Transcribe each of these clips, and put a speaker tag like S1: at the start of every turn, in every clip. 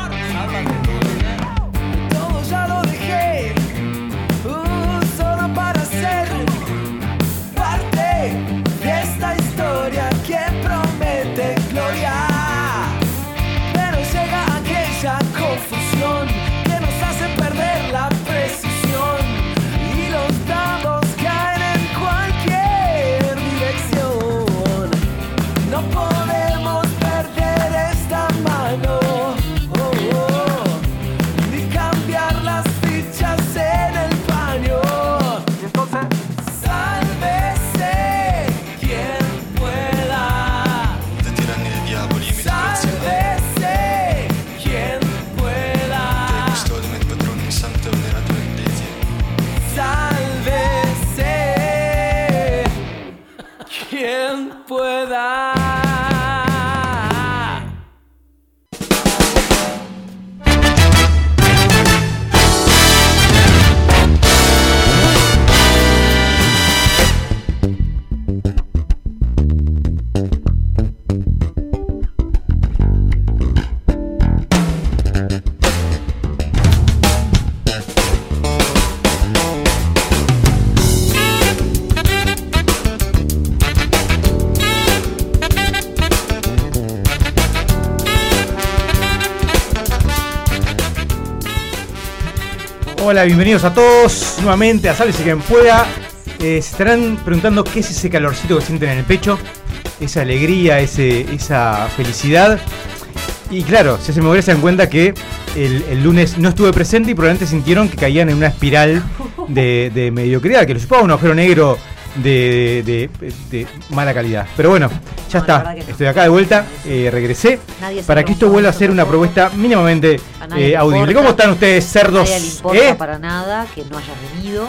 S1: Uh, Oh,
S2: quien pueda.
S3: Hola, bienvenidos a todos nuevamente a Sálvese quien pueda. Eh, se estarán preguntando qué es ese calorcito que sienten en el pecho, esa alegría, ese, esa felicidad. Y claro, si se me ocurre, se dan cuenta que el, el lunes no estuve presente y probablemente sintieron que caían en una espiral de, de mediocridad, que lo supaba un agujero negro de, de- de mala calidad. Pero bueno, ya
S4: No, la
S3: está,
S4: verdad que no.
S3: estoy acá de vuelta, eh, regresé,
S4: Nadie se
S3: para que esto
S4: preguntó,
S3: vuelva a ser una
S4: tampoco.
S3: propuesta mínimamente
S4: A nadie
S3: eh,
S4: le
S3: audible.
S4: importa.
S3: ¿Cómo están ustedes,
S4: No
S3: cerdos?
S4: le importa
S3: eh?
S4: para nada que no hayas venido.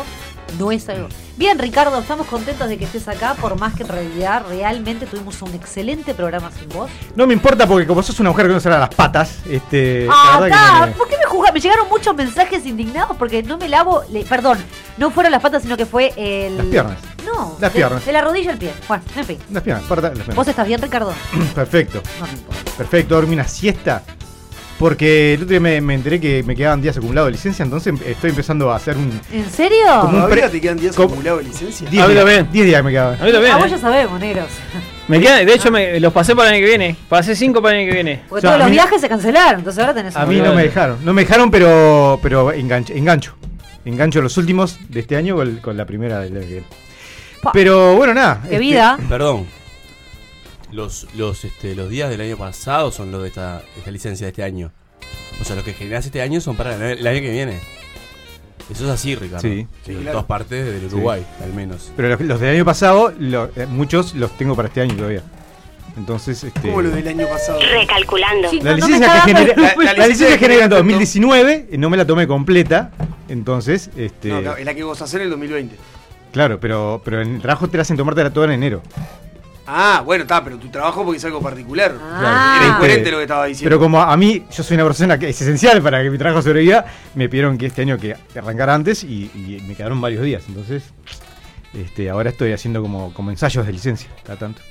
S4: No es algo. Bien, Ricardo, estamos contentos de que estés acá, por más que en realidad realmente tuvimos un excelente programa sin vos.
S3: No me importa porque como sos una mujer que no se lava las patas, este. la
S4: ah,
S3: verdad
S4: ta,
S3: que no me-
S4: ¿Por qué me juzgas? Me llegaron muchos mensajes indignados porque no me lavo. le- perdón, no fueron las patas, sino que fue el.
S3: Las piernas.
S4: No.
S3: Las
S4: de-
S3: piernas.
S4: De, la rodilla al pie. Bueno, en fin.
S3: Las piernas, parta- las piernas.
S4: ¿Vos estás bien, Ricardo?
S3: Perfecto,
S4: No me importa.
S3: perfecto. Dormí una siesta. Porque el otro día me, me enteré que me quedaban días acumulados de licencia, entonces estoy empezando a hacer un.
S4: ¿En serio?
S3: Como un pre-
S5: ¿Todavía te quedan 10
S3: como-
S5: acumulados de licencia?
S3: 10
S6: A mí
S3: días,
S6: también.
S3: 10 días me quedaban.
S6: A mí también.
S4: Ah, vos ya
S6: ¿eh?
S4: sabemos, negros.
S6: Me queda- de hecho, me, los pasé para el año que viene. Pasé cinco para el año que viene.
S4: Ah. Porque
S3: O sea,
S4: todos
S3: a
S4: los
S3: mí-
S4: viajes se cancelaron, entonces ahora tenés
S3: A
S4: un-
S3: mí no me dejaron. No me dejaron, pero pero engancho. Engancho, engancho los últimos de este año con, con la primera del año que viene.
S4: Pa.
S3: Pero bueno, nada.
S4: ¡Qué
S3: este,
S4: vida!
S7: Perdón. Los, los, este, los días del año pasado son los de esta, esta licencia de este año. O sea, los que generás este año son para el, el año que viene. Eso es así, Ricardo.
S3: Sí.
S7: Sí, en
S5: claro.
S7: todas partes del Uruguay, al menos.
S3: Pero los, los del año pasado, lo- eh, muchos los tengo para este año todavía. Entonces, este.
S5: Como lo del año pasado.
S1: Recalculando.
S4: Sí,
S3: La
S4: no, no me
S3: licencia,
S4: está
S3: que
S4: dando el
S3: generé, la,
S4: número.
S3: la
S5: la
S3: licencia que
S5: licencia
S3: generé en
S5: que
S3: 2019 eh, no me la tomé completa, entonces, este,
S5: No, eh. claro, es la que vos hacer en el 2020.
S3: claro, pero, pero en el trabajo te la hacen tomártela toda en enero.
S5: Ah, bueno, está, pero tu trabajo porque es algo particular.
S4: Ah.
S5: Era
S3: Este,
S5: incoherente lo que estaba diciendo.
S3: Pero como a mí, yo soy una persona que es esencial para que mi trabajo sobreviva, me pidieron que este año que arrancara antes y, y me quedaron varios días, entonces, este, ahora estoy haciendo como, como ensayos de licencia, cada tanto.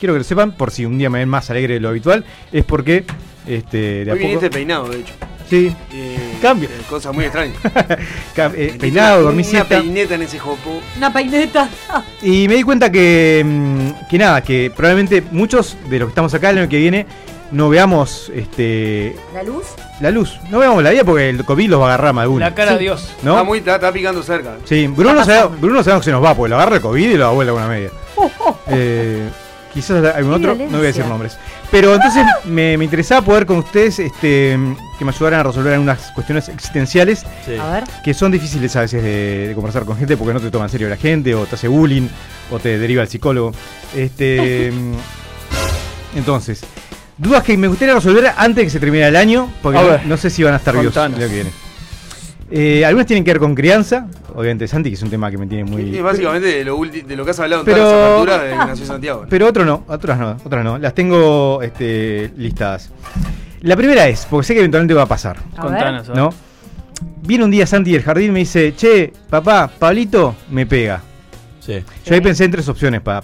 S3: Quiero que lo sepan, por si un día me ven más alegre de lo habitual, es porque, este, de a
S5: Hoy viniste
S3: poco,
S5: peinado, de hecho.
S3: sí,
S5: Eh,
S3: Cambio.
S5: eh, Cosa muy extraña.
S3: ca- eh,
S5: Metiste
S3: peinado,
S5: una-
S3: dormí
S5: Una
S3: siesta.
S5: peineta en ese jopo.
S4: Una peineta.
S3: Y me di cuenta que, mm, que nada, que probablemente muchos de los que estamos acá el año que viene no veamos este
S4: ¿La luz?
S3: la luz, no veamos la vida porque el COVID los va a agarrar más de uno.
S6: La cara de Dios.
S3: ¿No?
S5: Está, muy, está, está picando cerca.
S3: Sí, Bruno
S4: Está
S3: sabemos
S4: pasando. Oh,
S3: Bruno sabemos que se nos va porque lo agarra el COVID y lo abuela alguna media. Eh, quizás algún
S4: Qué
S3: otro, no voy a
S4: violencia. Ah.
S3: decir nombres. Pero entonces me, me interesaba poder con ustedes este, que me ayudaran a resolver algunas cuestiones existenciales
S7: Sí.
S4: A ver.
S3: que son difíciles a veces de, de conversar con gente porque no te toma en serio la gente, o te hace bullying, o te deriva al psicólogo. Este, mm, entonces, dudas que me gustaría resolver antes de que se termine el año, porque
S6: A
S3: no,
S6: ver,
S3: no sé si van a estar vivos el
S6: contanos.
S3: año que viene. Eh, algunas tienen que ver con crianza, obviamente Santi, que es un tema que me tiene muy...
S5: Es básicamente de lo, ulti- de lo que has hablado en
S3: Pero-
S5: todas las aperturas de Nació Santiago. ¿no?
S3: Pero otro no, otras no, otras no. Las tengo este, listadas. La primera es, porque sé que eventualmente va a pasar.
S4: A
S6: Contanos.
S3: ¿no? Viene un día Santi del jardín y me dice, che, papá, Pablito me pega.
S7: Sí.
S3: Yo ahí pensé en tres opciones para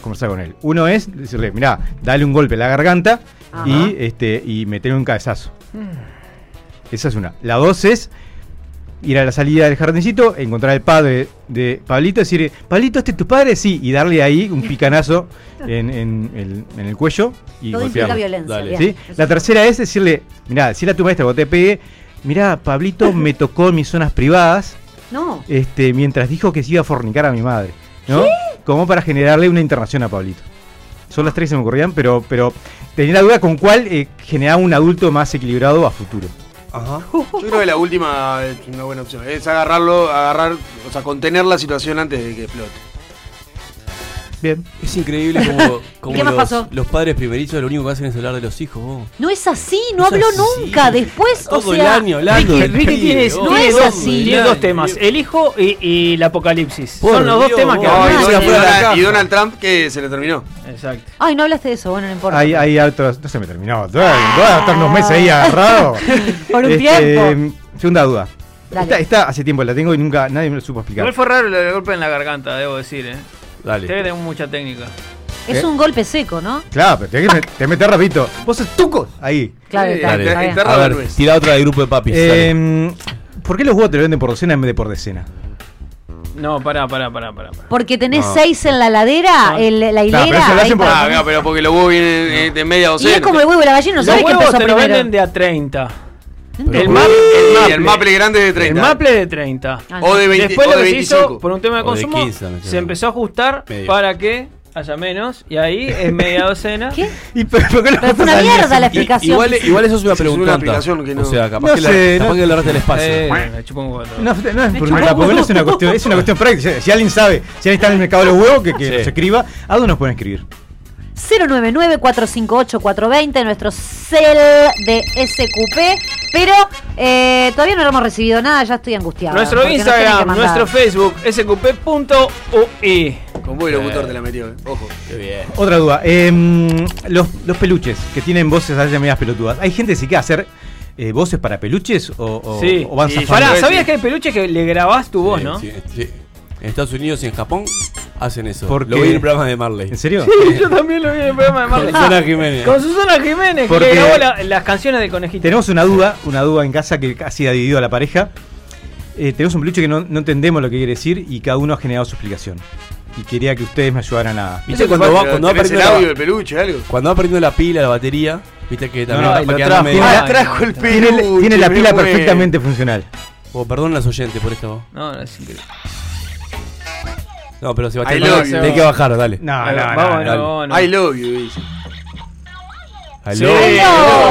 S3: conversar con él. Uno es decirle, mirá, dale un golpe a la garganta
S4: Ajá.
S3: y, este, y meterle un cabezazo. Esa es una. La dos es ir a la salida del jardincito, encontrar al padre de Pablito, decirle, Pablito, ¿este es tu padre? Sí, y darle ahí un picanazo en, en el, en el cuello y
S4: Todo implica
S3: golpearlo.
S4: violencia.
S7: Dale.
S4: bien.
S3: ¿Sí? La tercera es decirle, mirá, decirle a tu maestra cuando te pegue, mirá, Pablito me tocó en mis zonas privadas
S4: No.
S3: este, mientras dijo que se iba a fornicar a mi madre, ¿no? Como para generarle una internación a Pablito. Son las tres que se me ocurrían, pero, pero tenía la duda con cuál eh, generaba un adulto más equilibrado a futuro.
S7: Ajá.
S5: Yo creo que la última es una buena opción. Es agarrarlo, agarrar, o sea, contener la situación antes de que explote.
S3: Bien.
S7: Es increíble como, como
S4: qué más pasó?
S7: los, los padres primerizos lo único que hacen es hablar de los hijos. vos.
S4: No es así, no
S7: Es
S4: habló
S7: así.
S4: nunca. Después,
S7: Todo
S4: o sea.
S7: el año hablando.
S6: Ricky,
S7: del
S6: Ricky
S7: pibe,
S6: tiene,
S7: vos.
S4: no
S6: tiene
S4: es
S6: dos,
S4: así.
S6: tiene dos temas, el hijo y, y el apocalipsis.
S7: Por
S6: Son los dos
S7: Dios,
S6: temas que
S7: vos.
S6: hablan.
S5: y,
S4: Ay,
S5: Donald,
S7: se fue a la
S5: Donald-
S7: caja.
S5: y Donald Trump que se le terminó.
S6: Exacto.
S4: Ay, no hablaste de eso, bueno, no importa.
S3: Hay, hay otros. No se me terminó. Voy a estar unos meses ahí agarrado.
S4: Por un
S3: Este,
S4: tiempo.
S3: Segunda duda.
S4: Dale.
S3: Esta, esta hace tiempo la tengo y nunca nadie me lo supo explicar.
S6: Igual fue raro el golpe en la garganta, debo decir, eh. Tiene que
S7: Dale.
S6: tener mucha técnica.
S4: Es
S3: ¿Qué?
S4: un golpe seco, ¿no?
S3: Claro, pero tenés que met- te meter rapidito. eh. Vos sos tuco. Ahí.
S4: Claro,
S5: Sí,
S4: está bien,
S7: dale.
S4: está bien.
S5: Interra-
S7: A ver,
S5: Manuel.
S7: tira otra de grupo de papis. dale.
S3: Eh, ¿Por qué los huevos te lo venden por docena en vez de por decena?
S6: No, pará, pará, pará, pará. pará.
S4: Porque tenés
S7: No.
S4: seis en la ladera,
S6: No.
S4: el- la
S3: pero
S4: hilera.
S3: eso lo
S4: ahí
S3: hacen por-
S4: para
S5: Ah,
S4: poner.
S5: claro, pero porque los huevos vienen eh, de media
S4: y
S5: docena.
S4: es como el huevo y la gallina, no
S6: Los
S4: sabes qué
S6: huevos
S4: empezó
S6: te lo
S4: primero.
S6: venden de a 30.
S3: Pero
S6: El
S3: por-
S6: maple, el
S5: Y
S6: maple.
S5: el maple grande de
S6: El
S5: 30.
S6: maple de 30.
S4: Ah, no.
S5: O de 20,
S6: Después
S5: o
S6: lo
S5: de
S6: que se
S5: 25.
S6: hizo, por un tema de
S7: O de
S6: consumo,
S7: 15, me
S6: se
S7: parece.
S6: empezó a ajustar
S7: Medio.
S6: para que haya menos. Y ahí es media docena.
S4: ¿Qué?
S3: ¿Y por, por qué lo
S4: Pero fue una
S3: vas a-
S4: mierda la
S7: I-
S4: explicación.
S7: igual, igual eso
S5: Sí, es
S7: es una
S5: una
S7: pregunta.
S5: aplicación que no-
S7: O sea, capaz
S3: No
S7: que, la-
S3: sé,
S7: capaz
S3: no-
S7: que le ahorraste el espacio.
S6: Eh, me chupa un huevo.
S3: No, no es
S4: Me chupó
S3: por una-
S4: un
S3: porque no
S4: huevo.
S3: es una cuestión, es una cuestión práctica. Si, si alguien sabe, si alguien está en el mercado de los huevos, que, que
S7: Sí.
S3: nos escriba, ¿a dónde nos pueden escribir?
S4: 099-458-420, nuestro cel de SQP. Pero eh, todavía no lo hemos recibido nada, ya estoy angustiada.
S6: Nuestro
S4: porque nos tienen que
S6: Instagram,
S4: mandar.
S6: nuestro Facebook, sqp.ui.
S5: Con vos el locutor te la metió, eh. ojo.
S7: Qué bien.
S3: Otra duda. em, los, los peluches que tienen voces a veces medias pelotudas. ¿Hay gente que se quiere hacer eh, voces para peluches o, o-
S6: Sí.
S3: o van
S5: Y-
S3: zafando?
S6: Pará,
S5: Sí.
S6: ¿sabías que hay peluches que le grabás tu voz,
S7: Sí,
S6: no?
S7: sí, sí. En Estados Unidos y en Japón hacen eso.
S3: ¿Por
S7: Lo
S3: qué?
S7: vi en el programa de Marley. Eh,
S3: ¿En serio?
S6: Yo también lo vi en el programa de
S7: Con
S6: Marley.
S7: Susana Jiménez.
S6: Con Susana Jiménez, que
S3: Porque-
S6: le grabó la- las canciones del conejito.
S3: Tenemos una duda, una duda en casa que casi ha dividido a la pareja. Eh, tenemos un peluche que no, no entendemos lo que quiere decir y cada uno ha generado su explicación. Y quería que ustedes me ayudaran a.
S7: ¿Viste cuando va,
S5: Pero
S7: cuando va
S5: tenés el
S7: perdiendo
S5: audio,
S7: la-
S5: el peluche, algo.
S7: cuando va perdiendo la pila, la batería? ¿Viste que también
S3: no,
S7: va
S3: lo
S7: quedando
S3: trajo.
S7: medio-
S6: Ay,
S5: Ah, trajo el
S3: Tiene,
S5: peluche.
S3: tiene la
S5: me
S3: pila
S5: muero.
S3: perfectamente funcional.
S7: Oh, perdón las oyentes por esto.
S6: No, no es increíble.
S7: No, pero Sebastián,
S5: I love
S7: tenés
S5: you.
S7: tenés que bajar, dale.
S3: No,
S6: Ahí
S3: no,
S6: va,
S3: no.
S6: vamos,
S3: no.
S6: vamos, vamos.
S5: I love you, dice.
S7: I
S6: Sí.
S7: love you.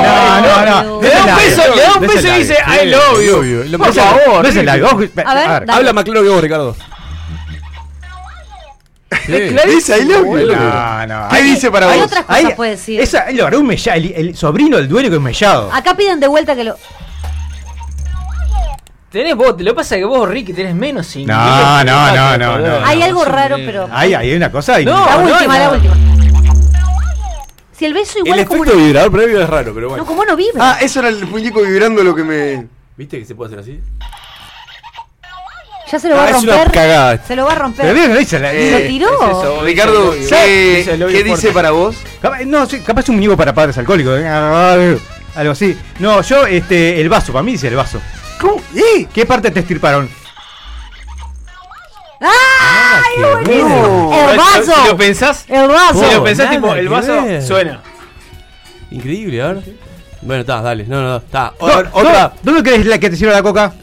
S3: No, no, no.
S4: Le
S6: Le da
S3: Ese
S6: un
S3: es el
S6: beso, le da un
S3: ese es
S6: beso y
S3: el
S6: dice,
S3: aire.
S6: I love you.
S7: you. Lo-
S6: Por
S7: no,
S6: favor.
S3: No es el aire. Ojo,
S4: A ver, dale.
S7: Habla más claro que vos, Ricardo. Sí.
S5: Dice I love you.
S3: No, no.
S5: ¿Qué dice para
S4: hay
S5: vos?
S4: otras cosas puede decir.
S3: Esa, él lo hará un mellado, el, el sobrino del dueño que es mellado.
S4: Acá piden de vuelta que lo.
S6: Tenés vos, lo que pasa es que vos, Ricky, tenés menos cinco.
S4: Ah,
S3: No, no, no, no, no.
S4: Hay algo raro, pero.
S3: Ahí hay una cosa y
S6: No.
S4: La última,
S6: no,
S4: la
S6: no.
S4: última. Si el beso
S7: El
S4: igual es como
S7: efecto
S4: una-
S7: vibrador previo es raro, pero
S4: No,
S7: bueno.
S4: como no vive.
S5: Ah, eso era el muñeco vibrando lo que me.
S7: ¿Viste que se puede hacer así?
S4: ya se
S5: Ah,
S4: lo va a
S7: es una
S4: romper.
S7: cagada.
S4: Se lo va a
S3: Pero
S4: romper.
S3: bien, lo dice la-
S5: Eh,
S4: ¿Lo tiró?
S6: es eso.
S5: Ricardo,
S6: Dice
S5: ¿qué,
S6: Dice el
S5: qué
S6: lobby
S5: dice
S6: fuerte.
S5: para vos?
S3: Capaz, no, sí, capaz un muñeco para padres alcohólicos. eh, Algo así. No, yo, este, el vaso, para mí dice el vaso.
S5: ¿Cómo? ¿Eh?
S3: ¿Qué parte te estirparon?
S4: ¡Ay, es buenísimo! ¡El
S6: Si
S4: vaso!
S6: Oh. lo pensás,
S4: ¡El
S6: si lo
S4: vaso!
S7: Oh,
S6: pensás,
S7: nada
S6: tipo, el
S7: que
S6: vaso
S7: ver.
S6: suena.
S7: Increíble, a ver. Bueno, está, dale. No, no, no, está. O-
S3: Do-
S7: Otra.
S3: do- ¿Dónde crees la que te sirve la coca?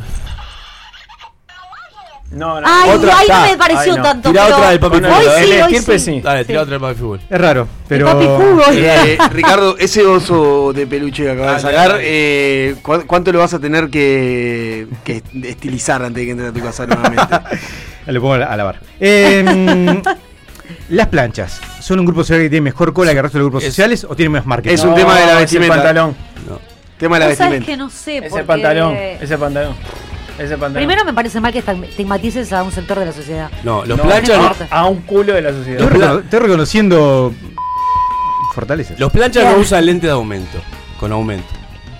S6: No, no.
S4: ¡Ay,
S7: Otra,
S4: ay, no
S7: está.
S4: me pareció
S6: Ay, no.
S4: tanto!
S7: Tirá
S4: pero
S7: otra del papi
S4: Hoy
S7: Noel, a ver.
S4: sí,
S6: El
S4: hoy
S6: estirpe
S4: sí.
S6: sí.
S7: Dale, tira otra para el fútbol.
S3: Es raro, pero.
S4: papi jugo.
S5: Eh, Ricardo, ese oso de peluche que acabas de
S7: Dale,
S5: sacar,
S7: dale.
S5: eh, ¿cu- ¿cuánto lo vas a tener que, que est- estilizar antes de que entre a tu casa nuevamente?
S3: Lo pongo a la- a lavar. Em, las planchas. ¿Son un grupo social que tiene mejor cola que el resto de los grupos
S7: Es-
S3: sociales o tienen más marketing?
S5: es un tema de la vestimenta.
S6: Ese pantalón.
S7: No.
S5: Tema de la
S4: Vos sabés que
S5: vestimenta.
S4: no sé,
S6: Ese
S4: porque- eh,
S6: pantalón. Ese pantalón. Ese pantalón.
S4: Primero me parece mal que estigmatices a un sector de la sociedad.
S7: No, los
S6: No,
S7: planchas.
S6: no,
S7: No,
S4: importa.
S6: a un culo de la sociedad.
S3: Estoy, recono- estoy reconociendo fortalezas.
S7: los planchas no usan lente de aumento. Con aumento.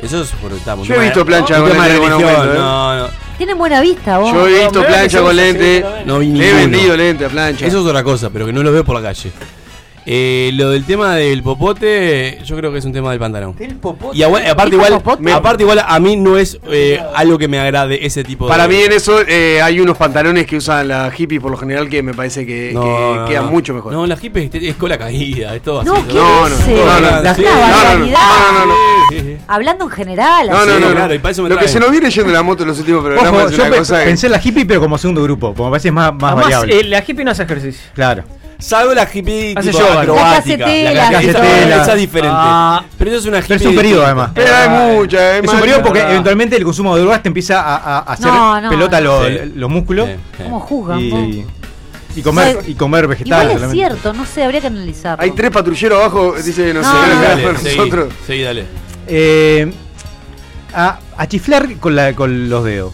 S7: Eso es por estamos.
S5: Yo he visto plancha con
S7: tema de
S5: lente con
S7: religión.
S5: aumento. ¿eh?
S7: No, no.
S4: Tienen buena vista, vos.
S5: Yo he visto
S6: No, mirá que
S5: plancha
S6: yo
S5: con
S6: no sé si
S5: lente.
S6: lo ven.
S7: No vi
S5: Le he
S7: ninguno.
S5: vendido lente a plancha.
S7: Eso es otra cosa, pero que no los veo por la calle. Eh, lo del tema del popote, yo creo que es un tema del pantalón. Y agua- aparte,
S4: ¿Dijo
S7: igual,
S4: popote?
S7: aparte igual a mí no es eh, algo que me agrade ese tipo de...
S5: Para mí en eso eh, hay unos pantalones que usan las hippies por lo general que me parece que,
S7: No,
S5: que
S7: no,
S5: quedan
S7: no.
S5: mucho mejor.
S7: No, la hippie es, es cola caída, es todo así.
S4: No,
S7: todo.
S4: ¿qué
S5: No, no,
S4: dice?
S5: no, no, no,
S4: La
S7: sí.
S4: barbaridad.
S5: No, no, no,
S7: Sí, sí.
S4: Hablando en general,
S5: No,
S4: así.
S5: no, no,
S7: claro, y para eso
S5: no.
S7: me
S5: Lo que
S7: traen.
S5: se nos viene yendo la moto en los últimos programas
S3: Ojo,
S5: es
S3: yo
S5: una
S3: pe-
S5: cosa que-
S3: pensé en la hippie, pero como segundo grupo, como me parece más, más
S6: Además,
S3: variable.
S6: eh, la hippie no hace ejercicio.
S3: Claro.
S7: Salvo la hippie
S6: Hace
S7: tipo
S6: yoga.
S7: acrobática.
S4: La
S7: la
S3: casetela.
S7: casetela. Esa es diferente.
S6: Ah.
S7: pero eso es una hippie...
S3: Pero es un periodo, además.
S5: Pero eh, hay mucha, hay
S3: Es un
S5: más.
S3: periodo porque
S6: verdad.
S3: eventualmente el consumo de drogas te empieza a, a- a hacer
S4: No, no,
S3: pelota
S4: no.
S3: lo-
S7: Sí.
S3: los músculos.
S7: Sí, sí.
S4: ¿Cómo juzgan?
S3: Y,
S4: vos?
S7: Y
S3: Y comer,
S4: Soy-
S3: y comer vegetales.
S4: Igual es
S3: solamente.
S4: cierto, no sé, habría que analizarlo.
S5: Hay tres patrulleros abajo, dice, no,
S4: No,
S5: sé,
S4: no,
S5: no,
S4: no.
S5: para
S7: Dale, seguí,
S5: nosotros.
S7: seguí, dale.
S3: Eh, a, a chiflar con, la, con los dedos.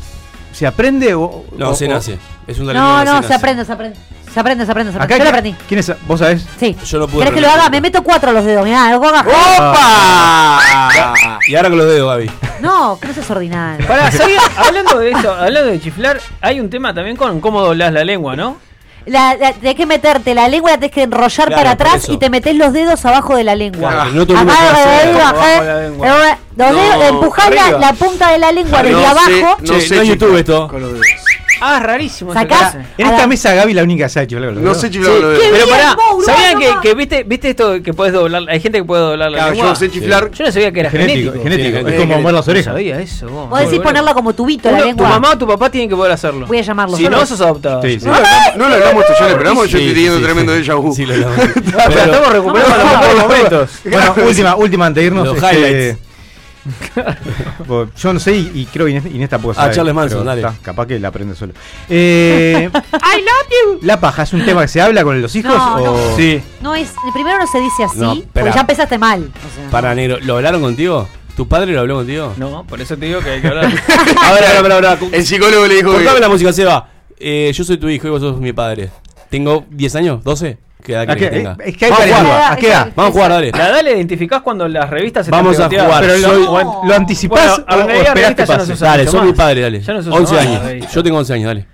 S3: ¿Se aprende o.?
S7: No,
S3: o-
S7: se
S3: o-
S7: nace. Es un talento
S4: No,
S7: que
S4: no,
S7: nace.
S4: se aprende, se aprende. Se aprende, se aprende, se aprende. Yo
S3: Acá,
S4: lo
S3: ¿quién-
S4: aprendí.
S3: ¿Quién es? ¿Vos sabés?
S4: Sí.
S7: Yo no pude
S4: ¿Querés que lo
S7: aprender
S4: haga?
S7: nunca.
S4: Me meto cuatro a los dedos, mirá, lo haga.
S6: Ah.
S5: ¡Opa!
S7: Y ahora con los dedos, Gaby.
S4: No, que no seas ordinario.
S6: Pará, ¿sabía? hablando de eso, hablando de chiflar, hay un tema también con cómo doblás la lengua, ¿no?
S4: La, la- tenés que meterte la lengua, la tenés que enrollar
S7: Claro,
S4: para
S7: por
S4: atrás
S7: eso.
S4: y te metés los dedos abajo de la lengua.
S7: Claro,
S4: Abajo
S7: no todo el mundo
S4: de
S7: puede
S4: la
S7: hacer.
S4: lengua,
S6: abajo
S4: eh.
S6: de la lengua.
S4: Eh, los
S5: No,
S4: dedos, empujás la,
S6: arriba.
S4: la punta de la lengua desde abajo.
S7: Che, no es YouTube esto.
S5: Con los dedos.
S6: Ah, es rarísimo. esa
S4: Sacá-
S6: clase.
S3: En
S4: Ahora-
S3: esta mesa Gaby la única que sabe chiflar con los
S5: No
S3: dedos.
S5: sé chiflar con
S4: Sí,
S5: los dedos.
S6: Pero
S4: Bien,
S6: pará,
S4: Mauro,
S6: ¿sabían que,
S4: nomás.
S6: que viste, viste esto que podés doblar? Hay gente que puede doblar la
S5: Claro,
S6: lengua.
S5: yo sé chiflar.
S6: Yo no sabía que era
S3: Es genético,
S6: genético.
S3: es genético.
S7: Sí,
S3: Es como
S5: genético.
S3: mover las
S6: No
S3: orejas.
S6: sabía eso, vos.
S4: Vos decís
S6: Bueno,
S4: ponerla como tubito
S6: uno-
S4: la lengua.
S6: Tu mamá o tu papá tienen que poder hacerlo.
S4: Voy a llamarlo.
S6: Si
S4: solo.
S6: no, sos adoptado.
S3: Sí, sí.
S5: No lo- No lo hablamos esto ya en el programa, yo estoy teniendo tremendo
S7: de
S5: déjà vu.
S7: Sí, lo hablamos.
S6: Pero
S7: Pero-
S6: estamos recuperando
S4: No,
S6: los mejores
S5: no, no.
S6: momentos.
S3: Bueno, última, última antes de irnos.
S7: Los
S3: este,
S7: highlights.
S3: bueno, yo no sé y, y creo que Inés, Inés tampoco
S7: Ah,
S3: sabe.
S7: Charles Manson,
S3: pero
S7: dale.
S3: está, capaz que la aprende solo. Eh,
S4: I love you.
S3: la paja, ¿es un tema que se habla con los hijos?
S4: No,
S3: o...
S4: no.
S6: Sí.
S4: No es, primero no se dice así,
S7: No,
S4: porque
S7: espera.
S4: ya empezaste mal. O sea,
S7: Para negro, ¿lo hablaron contigo? ¿Tu padre lo habló contigo?
S6: No, por eso te digo que hay que hablar.
S7: Ahora, ahora, ahora, ahora. cu-
S5: El psicólogo le dijo que-
S7: Cortame la música, Seba. Eh, yo soy tu hijo y vos sos mi padre. ¿Tengo 10 años? ¿12? ¿Qué edad
S3: ¿A qué,
S7: querés que tenga?
S3: es que hay
S7: Vamos a
S3: parecido.
S7: jugar.
S3: ¿A qué edad?
S7: Vamos a jugar, dale.
S6: La edad la identificás cuando las revistas se te
S7: Vamos a
S6: pegoteaban.
S7: jugar.
S3: Pero
S7: Soy-
S3: lo, an- lo anticipás
S6: Bueno, a
S3: o,
S6: la
S3: o
S6: medida
S3: esperás que
S6: realista ya no
S3: pase.
S6: se usa.
S7: Dale,
S6: mucho
S7: sos
S6: más.
S7: mi padre, dale.
S6: Ya no se usa
S7: 11
S6: más,
S7: años.
S6: David.
S7: Yo tengo 11 años, dale.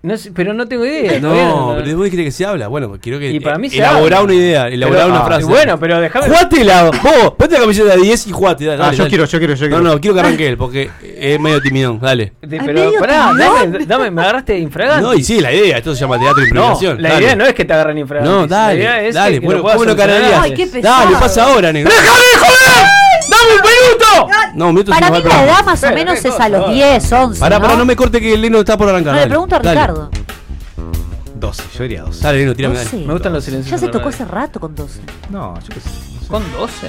S6: No sé, pero no tengo idea.
S7: No,
S6: todavía
S7: pero vos dijiste que se habla. Bueno, quiero que
S6: Y para mí se
S7: elaborá
S6: habla.
S7: una idea, elaborá
S6: Pero-
S7: una
S6: ah,
S7: frase.
S6: Bueno, pero déjame.
S7: Jugátela, vos, ponte la camiseta de 10 y jugate, dale.
S3: Ah,
S7: dale,
S3: yo
S7: dale.
S3: quiero, yo quiero, yo quiero.
S7: No, no, quiero que arranque él, porque es medio timidón, dale.
S6: De-
S4: Ay,
S6: pero
S4: medio
S6: pará,
S4: timidón.
S6: dame, dame, me agarraste de infragante.
S7: No, y sí, la idea, esto se llama teatro de
S6: No,
S7: improvisación.
S6: la
S7: dale.
S6: idea no es que te agarren infragante.
S7: No, dale,
S6: la idea es
S7: dale,
S6: que
S7: bueno,
S6: lo puedas
S7: bueno,
S6: solucionar.
S7: carabias.
S4: Ay, qué pesado.
S7: Dale, pasa ahora, negro.
S6: ¡Dame un minuto!
S7: No, un minuto
S4: para mí
S7: se nos va
S4: la
S7: el programa.
S4: edad más o
S6: Espera,
S4: menos
S6: espera,
S4: es a los
S6: espera.
S4: 10, 11.
S7: Pará,
S4: ¿no?
S7: pará, no me corte que el Leno está por arrancar.
S4: No, le
S7: dale.
S4: pregunto a
S7: Dale.
S4: Ricardo.
S3: 12, yo diría 12.
S7: Dale, Leno, tirame,
S4: No
S7: dale.
S4: sé.
S6: Me gustan los silencios.
S4: Ya se
S6: en la
S4: tocó hace
S6: radio.
S4: rato con 12.
S3: No, yo qué sé. no sé.
S6: Con 12.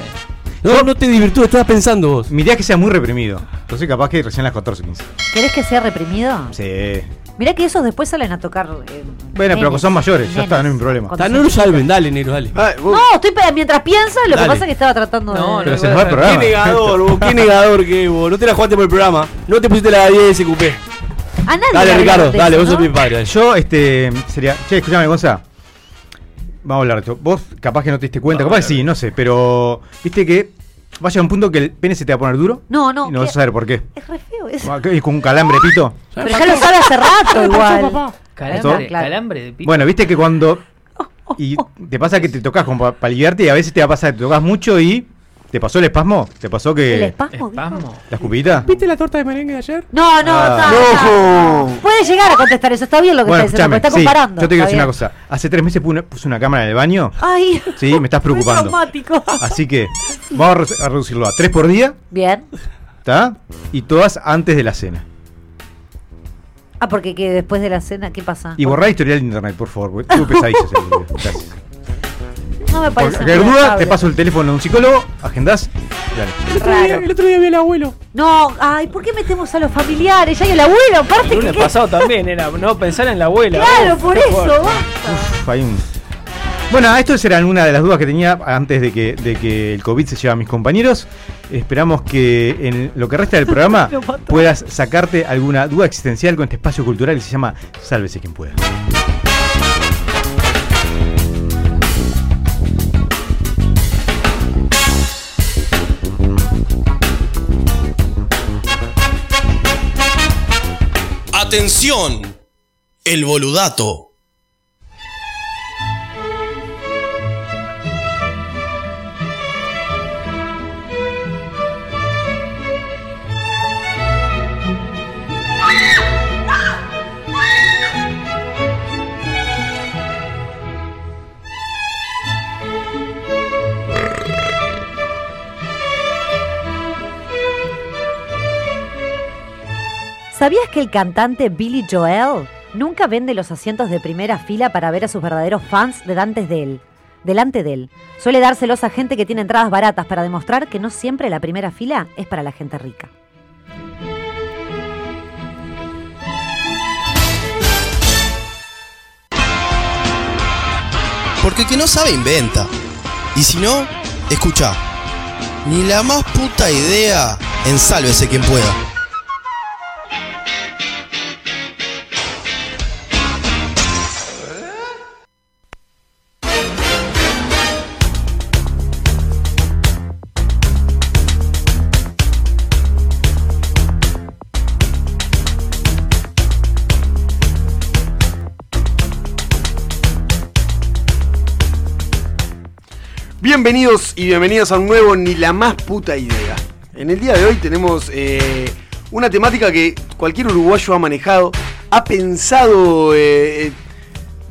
S7: No, no te divirtúes, estabas pensando vos.
S3: Mirá que sea muy reprimido. Entonces capaz que recién a las 14, 15.
S4: ¿Querés que sea reprimido?
S3: Sí.
S4: Mirá que esos después salen a tocar. eh,
S3: Bueno, pero cuando son mayores, ya está, no hay un problema.
S7: Está, no lo salven, dale, negro, dale.
S5: Ah, vos-
S4: No, estoy pe- mientras piensa, lo
S7: Dale.
S4: que pasa es que estaba tratando de.
S6: No,
S3: Pero
S6: no.
S3: se nos va el
S7: Qué
S3: programa.
S7: negador, vos, qué negador que es, vos. No te la jugaste por el programa. No te pusiste la 10 de
S4: A
S7: SQP.
S4: nadie. le
S7: Dale,
S4: habría
S7: Ricardo,
S4: dado
S7: dale,
S4: eso,
S7: vos sos
S4: ¿no?
S7: mi padre. dale.
S3: Yo, este, sería. Che, escuchame, Gonza. Vamos a hablar de esto. Vos, capaz que no te diste cuenta, capaz que sí, no sé, pero. Viste que va a llegar un punto que el pene se te va a poner duro.
S4: No, no,
S3: Y no vas a
S4: que-
S3: saber por qué.
S4: Es re feo eso.
S3: Ah, ¿qué? Con un calambre, pito.
S4: Pero ya lo sabe hace rato igual.
S6: Calambre,
S4: Claro.
S6: calambre de pito.
S3: Bueno, viste que cuando. Y te pasa que te tocas como para aliviarte y a veces te va a pasar que te tocas mucho y. ¿Te pasó el espasmo? ¿Te pasó que.
S4: El espasmo. dijo.
S6: Espasmo.
S3: ¿La escupidita?
S7: la torta de merengue de ayer?
S4: No, no,
S3: Ah.
S4: está, está. Puede llegar a contestar eso, está bien lo que
S3: Bueno,
S4: está diciendo,
S3: escúchame.
S4: pero está
S3: sí,
S4: comparando.
S3: yo te quiero
S4: está
S3: decir una
S4: bien. Ah,
S3: cosa. Hace tres meses puse una, puse una cámara en el baño.
S4: Ay,
S3: Sí, me estás
S4: fue
S3: preocupando. Ah.
S4: traumático.
S3: Así que vamos a re- a reducirlo a tres por día,
S4: Bien.
S3: ¿está? Y todas antes de la cena.
S4: Ah, porque que después de la cena, ¿qué pasa?
S3: Y borrar historial de internet, por favor. porque Tuve pesadillas. el día. Gracias.
S4: No me
S3: Por
S4: parece.
S3: cualquier
S4: muy
S3: duda,
S4: estable.
S3: te paso el teléfono de un psicólogo, agendás. Dale.
S4: Raro.
S7: otro día vi al abuelo.
S4: No, ay, ¿por qué metemos a los familiares? Ya y el abuelo, aparte
S6: El
S4: que.
S6: lunes pasado también era, no, pensar en la abuela.
S4: Claro,
S6: Uf,
S4: por
S6: qué fuerte.
S4: eso, basta.
S3: Uf, hay un- Bueno, estas eran una de las dudas que tenía antes de que, de que el COVID se lleve a mis compañeros. Esperamos que en lo que resta del programa
S4: Lo mató.
S3: puedas sacarte alguna duda existencial con este espacio cultural que se llama Sálvese quien pueda.
S2: Atención, el boludato.
S4: ¿Sabías que el cantante Billy Joel nunca vende los asientos de primera fila para ver a sus verdaderos fans delante de él? Delante de él. Suele dárselos a gente que tiene entradas baratas para demostrar que no siempre la primera fila es para la gente rica.
S2: Porque el que no sabe inventa. Y si no, escucha. Ni la más puta idea, ensálvese quien pueda.
S5: Bienvenidos y bienvenidas a un nuevo Ni la más puta idea. En el día de hoy tenemos eh, una temática que cualquier uruguayo ha manejado, ha pensado eh, eh,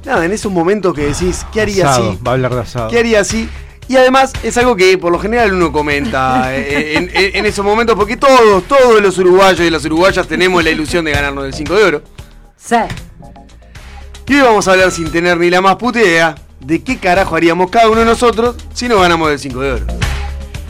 S5: nada, en esos momentos que decís, ¿qué haría
S3: Asado,
S5: así?
S3: va a hablar de asado.
S5: ¿Qué haría así? Y además es algo que por lo general uno comenta eh, en, en- en esos momentos, porque todos, todos los uruguayos y las uruguayas tenemos la ilusión de ganarnos el 5 de oro.
S4: Sí.
S5: Y hoy vamos a hablar sin tener ni la más puta idea de qué carajo haríamos cada uno de nosotros si no ganamos el 5 de oro.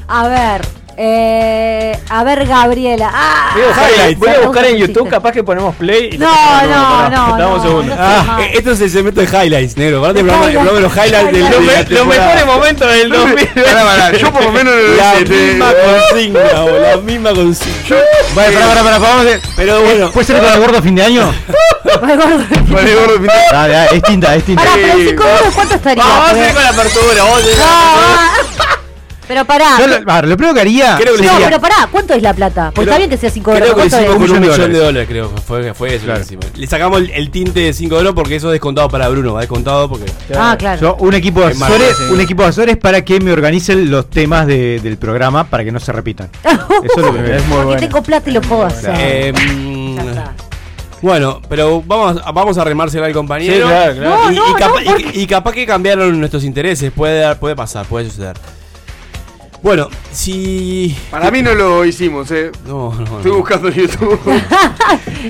S4: A ver. eh, a ver, Gabriela. ¡Ah!
S6: Voy a buscar-
S4: Highlights.
S6: Voy a buscar en
S4: Me gusta
S6: YouTube,
S4: ese chiste.
S6: capaz que ponemos play. y-
S4: No, no, no,
S6: Dame un
S4: no,
S6: segundo.
S4: no. Ah,
S7: Eh, Esto es el segmento de highlights, negro. Aparte, el programa, el programa de los highlights del
S6: Los
S7: de la
S6: me- Los
S7: temporada.
S6: mejores momentos del 2000.
S5: Pará, pará, yo por lo menos no lo
S7: La
S5: hice, te-
S7: misma consigna, boludo. La misma consigna.
S3: Vale, pará, pará, pará, vamos a hacer-
S7: Pero bueno,
S3: ¿Puede ser con el gordo fin de año?
S5: Vale, gordo, pinta-
S3: Dale, dale, es tinta, es tinta.
S4: Pará, pero el 5 de oro, ¿cuánto estaría?
S7: vamos a hacer con la apertura. Vamos a hacer con la apertura.
S4: Ah, pero pará.
S3: Yo lo, a ver, lo primero que haría.
S7: Creo que
S4: No,
S7: sería-
S4: pero pará, ¿cuánto es la plata? Porque
S7: Creo-
S4: está bien que sea 5
S7: Creo
S4: euros.
S7: que lo
S4: ¿Cuánto es?
S7: hicimos con un
S3: Un millón de
S7: millón de dólares, creo. que Fue, fue eso. lo
S3: Claro.
S7: hicimos. Le sacamos el, el tinte de 5 dólares porque eso es descontado para Bruno. Va descontado porque.
S4: Ah, claro.
S3: Yo, un equipo de
S7: Qué malo,
S3: asesores,
S7: sí.
S3: un equipo de asesores para que me organicen los temas de- del programa para que no se repitan. Eso es lo primero.
S4: Porque tengo plata y lo puedo hacer.
S7: Eh,
S4: Ya
S7: mm,
S4: está.
S7: Bueno, pero vamos a, vamos a remársela al compañero.
S6: Sí, claro, claro.
S7: Y,
S4: No,
S7: y
S4: no,
S7: capa-
S4: no,
S7: y- y capaz que cambiaron nuestros intereses. Puede, dar- puede pasar, puede suceder. Bueno, si.
S5: Para mí no lo hicimos, eh.
S7: No, no, no.
S5: Estoy buscando en YouTube.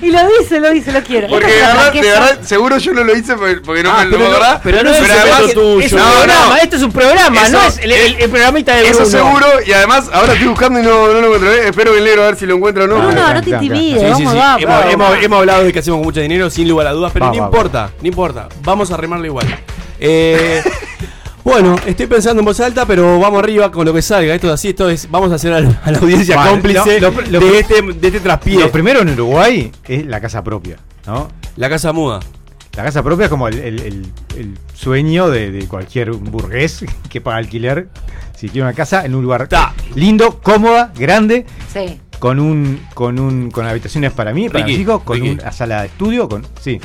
S4: Y lo dice, lo dice, lo quiero.
S5: Porque de
S4: Esto es una
S5: verdad, de
S4: franqueza.
S5: verdad, seguro yo no lo hice porque porque no me
S7: Ah,
S5: lo
S7: pero no-
S5: acordás.
S7: pero no es un
S5: además-
S7: secreto tuyo.
S6: Es un
S5: No,
S6: programa,
S5: no.
S6: este es un programa,
S5: Eso-
S6: no es el, el- el programita de
S5: Eso
S6: Bruno.
S5: seguro, y además ahora estoy buscando y no, no lo encontré. Espero que el negro a ver si lo encuentra o no.
S4: No, no, no te
S3: Claro,
S7: Sí,
S4: intimides.
S7: sí,
S4: Vamos,
S7: sí.
S4: vamos.
S7: Hemos,
S4: vamos.
S7: hemos- hemos hablado de que hacemos con mucho dinero, sin lugar a dudas, pero
S3: Va,
S7: no
S3: va,
S7: importa, no importa. Vamos a remarlo igual. Eh, bueno, estoy pensando en voz alta, pero vamos arriba con lo que salga. Esto es así, esto es. Vamos a hacer al- a la audiencia
S3: Vale,
S7: cómplice
S3: lo- lo- lo-
S7: de, este, de este traspié.
S3: Lo primero en Uruguay es la casa propia, ¿no?
S7: La casa muda.
S3: La casa propia es como el, el- el- el sueño de, de cualquier burgués que paga alquiler. Si quiere una casa en un lugar
S7: Ta.
S3: lindo, cómoda, grande,
S4: Sí.
S3: con un con un con habitaciones para mí, para
S7: Ricky,
S3: mis hijos, con
S7: Ricky.
S3: una sala de estudio, con sí,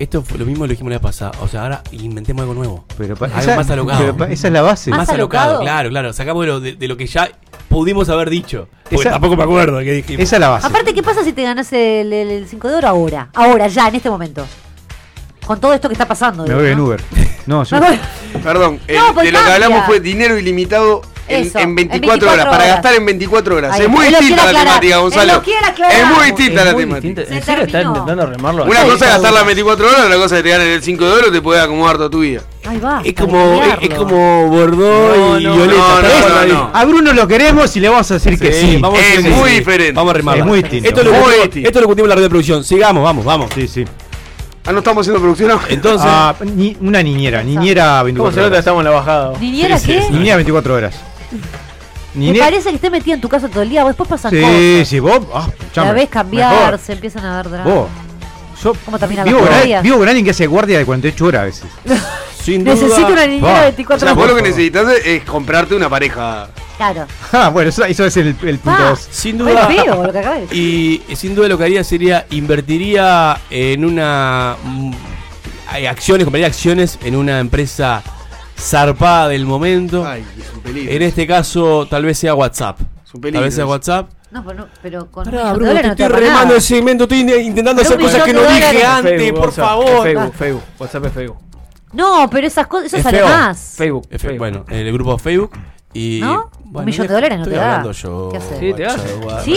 S7: Esto fue lo mismo lo dijimos la vez pasada. O sea, ahora inventemos algo nuevo.
S3: pero pa-
S7: Algo más alocado.
S3: pero pa- esa es la base.
S4: Más alocado.
S7: Claro, claro. Sacamos de lo, de, de lo que ya pudimos haber dicho. Porque
S3: Esa-
S7: tampoco me acuerdo que dijimos.
S3: Esa es la base.
S4: Aparte, ¿qué pasa si te ganas el, el, 5 de oro ahora? Ahora, ya, en este momento. Con todo esto que está pasando.
S3: Me
S4: digo,
S3: voy en
S4: ¿no?
S3: Uber. No, yo
S4: Me voy-
S5: Perdón, el-
S4: No, pues
S5: de lo que
S4: cambia.
S5: hablamos fue dinero ilimitado en,
S4: Eso,
S5: en 24
S4: en 24
S5: horas, para
S4: horas.
S5: gastar en 24 horas.
S4: Ahí
S5: es
S4: está.
S5: muy
S4: Él lo
S5: distinta
S4: quiere
S5: la
S4: aclarar.
S5: temática,
S4: Él
S5: Gonzalo.
S4: lo quiere aclarar.
S5: Es muy
S4: Es
S5: distinta la
S6: muy
S5: temática.
S6: distinto. ¿En
S4: Se
S6: serio están
S4: terminó.
S6: intentando remarlo?
S5: Una
S4: Ahí
S5: cosa es
S4: está.
S5: gastar las 24 horas, otra cosa es que te ganan el 5 de oro, te puede acomodar toda tu vida.
S4: Ahí va.
S7: Es como, es, es como
S5: No,
S7: Bordeaux y
S5: no,
S7: Violeta.
S5: no,
S7: ¿te acuerdas?
S5: no, no, no.
S3: A Bruno lo queremos y le vamos a decir que sí.
S7: vamos a
S5: Es
S7: hacer-
S5: muy
S7: sí, sí.
S5: diferente.
S7: Vamos a remarla.
S3: Es muy distinto.
S7: Esto es lo que
S5: Muy
S7: discutimos-
S5: distinto.
S7: esto es lo que discutimos en la red de producción. Sigamos, vamos, vamos.
S3: Sí, sí.
S5: Ah, no estamos haciendo producción. ahora?
S7: Entonces,
S3: Ah, ni- una niñera, niñera 24
S6: ¿Cómo se nota?
S3: horas.
S6: Estamos en la bajada.
S4: ¿Niñera
S7: Sí, sí,
S4: qué?
S7: sí.
S3: Niñera 24 horas.
S4: Me
S3: Niñera.
S4: parece que esté metida en tu casa todo el día. vos Después pasan
S3: Sí,
S4: cosas.
S3: sí, vos. Ah, escuchame,
S4: la ves cambiar,
S3: mejor.
S4: se empiezan a ver dramas.
S3: Vos. Yo
S4: ¿Cómo termina la
S3: vivo, con
S4: historia?
S3: alguien- vivo con alguien que hace guardia de 48 horas a veces.
S7: sin duda.
S4: Necesito una niñera
S3: Va.
S4: de
S5: O
S4: 24
S5: sea,
S4: horas.
S5: vos lo que necesitas es comprarte una pareja.
S4: Claro.
S3: Ah, bueno, eso, eso es el, el punto
S4: Ah.
S3: 2.
S7: Sin duda.
S4: Muy feo lo que acabas de decir.
S7: Y eh, sin duda lo que haría sería invertiría en una mm, eh, acciones, compraría acciones en una empresa zarpada del momento.
S5: Ay, es un peligro.
S7: En este caso, tal vez sea WhatsApp.
S5: Es un peligro
S7: Tal vez sea
S5: eso.
S7: WhatsApp.
S4: No, pero, no- pero con
S7: Pará,
S4: un millón de
S7: Bruno,
S4: dólares
S7: te
S4: no te
S7: estoy
S4: da para
S7: remando
S4: nada.
S7: el segmento, estoy in-
S4: Pero
S7: intentando hacer
S4: un
S7: cosas
S4: millón
S7: que
S4: de
S7: no dije
S4: dólares.
S7: antes, por
S6: WhatsApp,
S7: favor.
S6: Facebook, Facebook, WhatsApp es Facebook.
S4: No, pero esas cosas, eso
S7: Es
S4: sale
S7: feo.
S4: más.
S6: Facebook,
S7: Efe-
S6: Facebook.
S7: Bueno, en el grupo de Facebook. Y,
S4: ¿No?
S7: bueno,
S4: Un millón de
S7: deja-
S4: dólares no
S7: estoy
S4: te da.
S7: hablando yo.
S4: ¿Qué haces?
S6: Sí, te da.
S7: guacho,
S4: ¿Sí?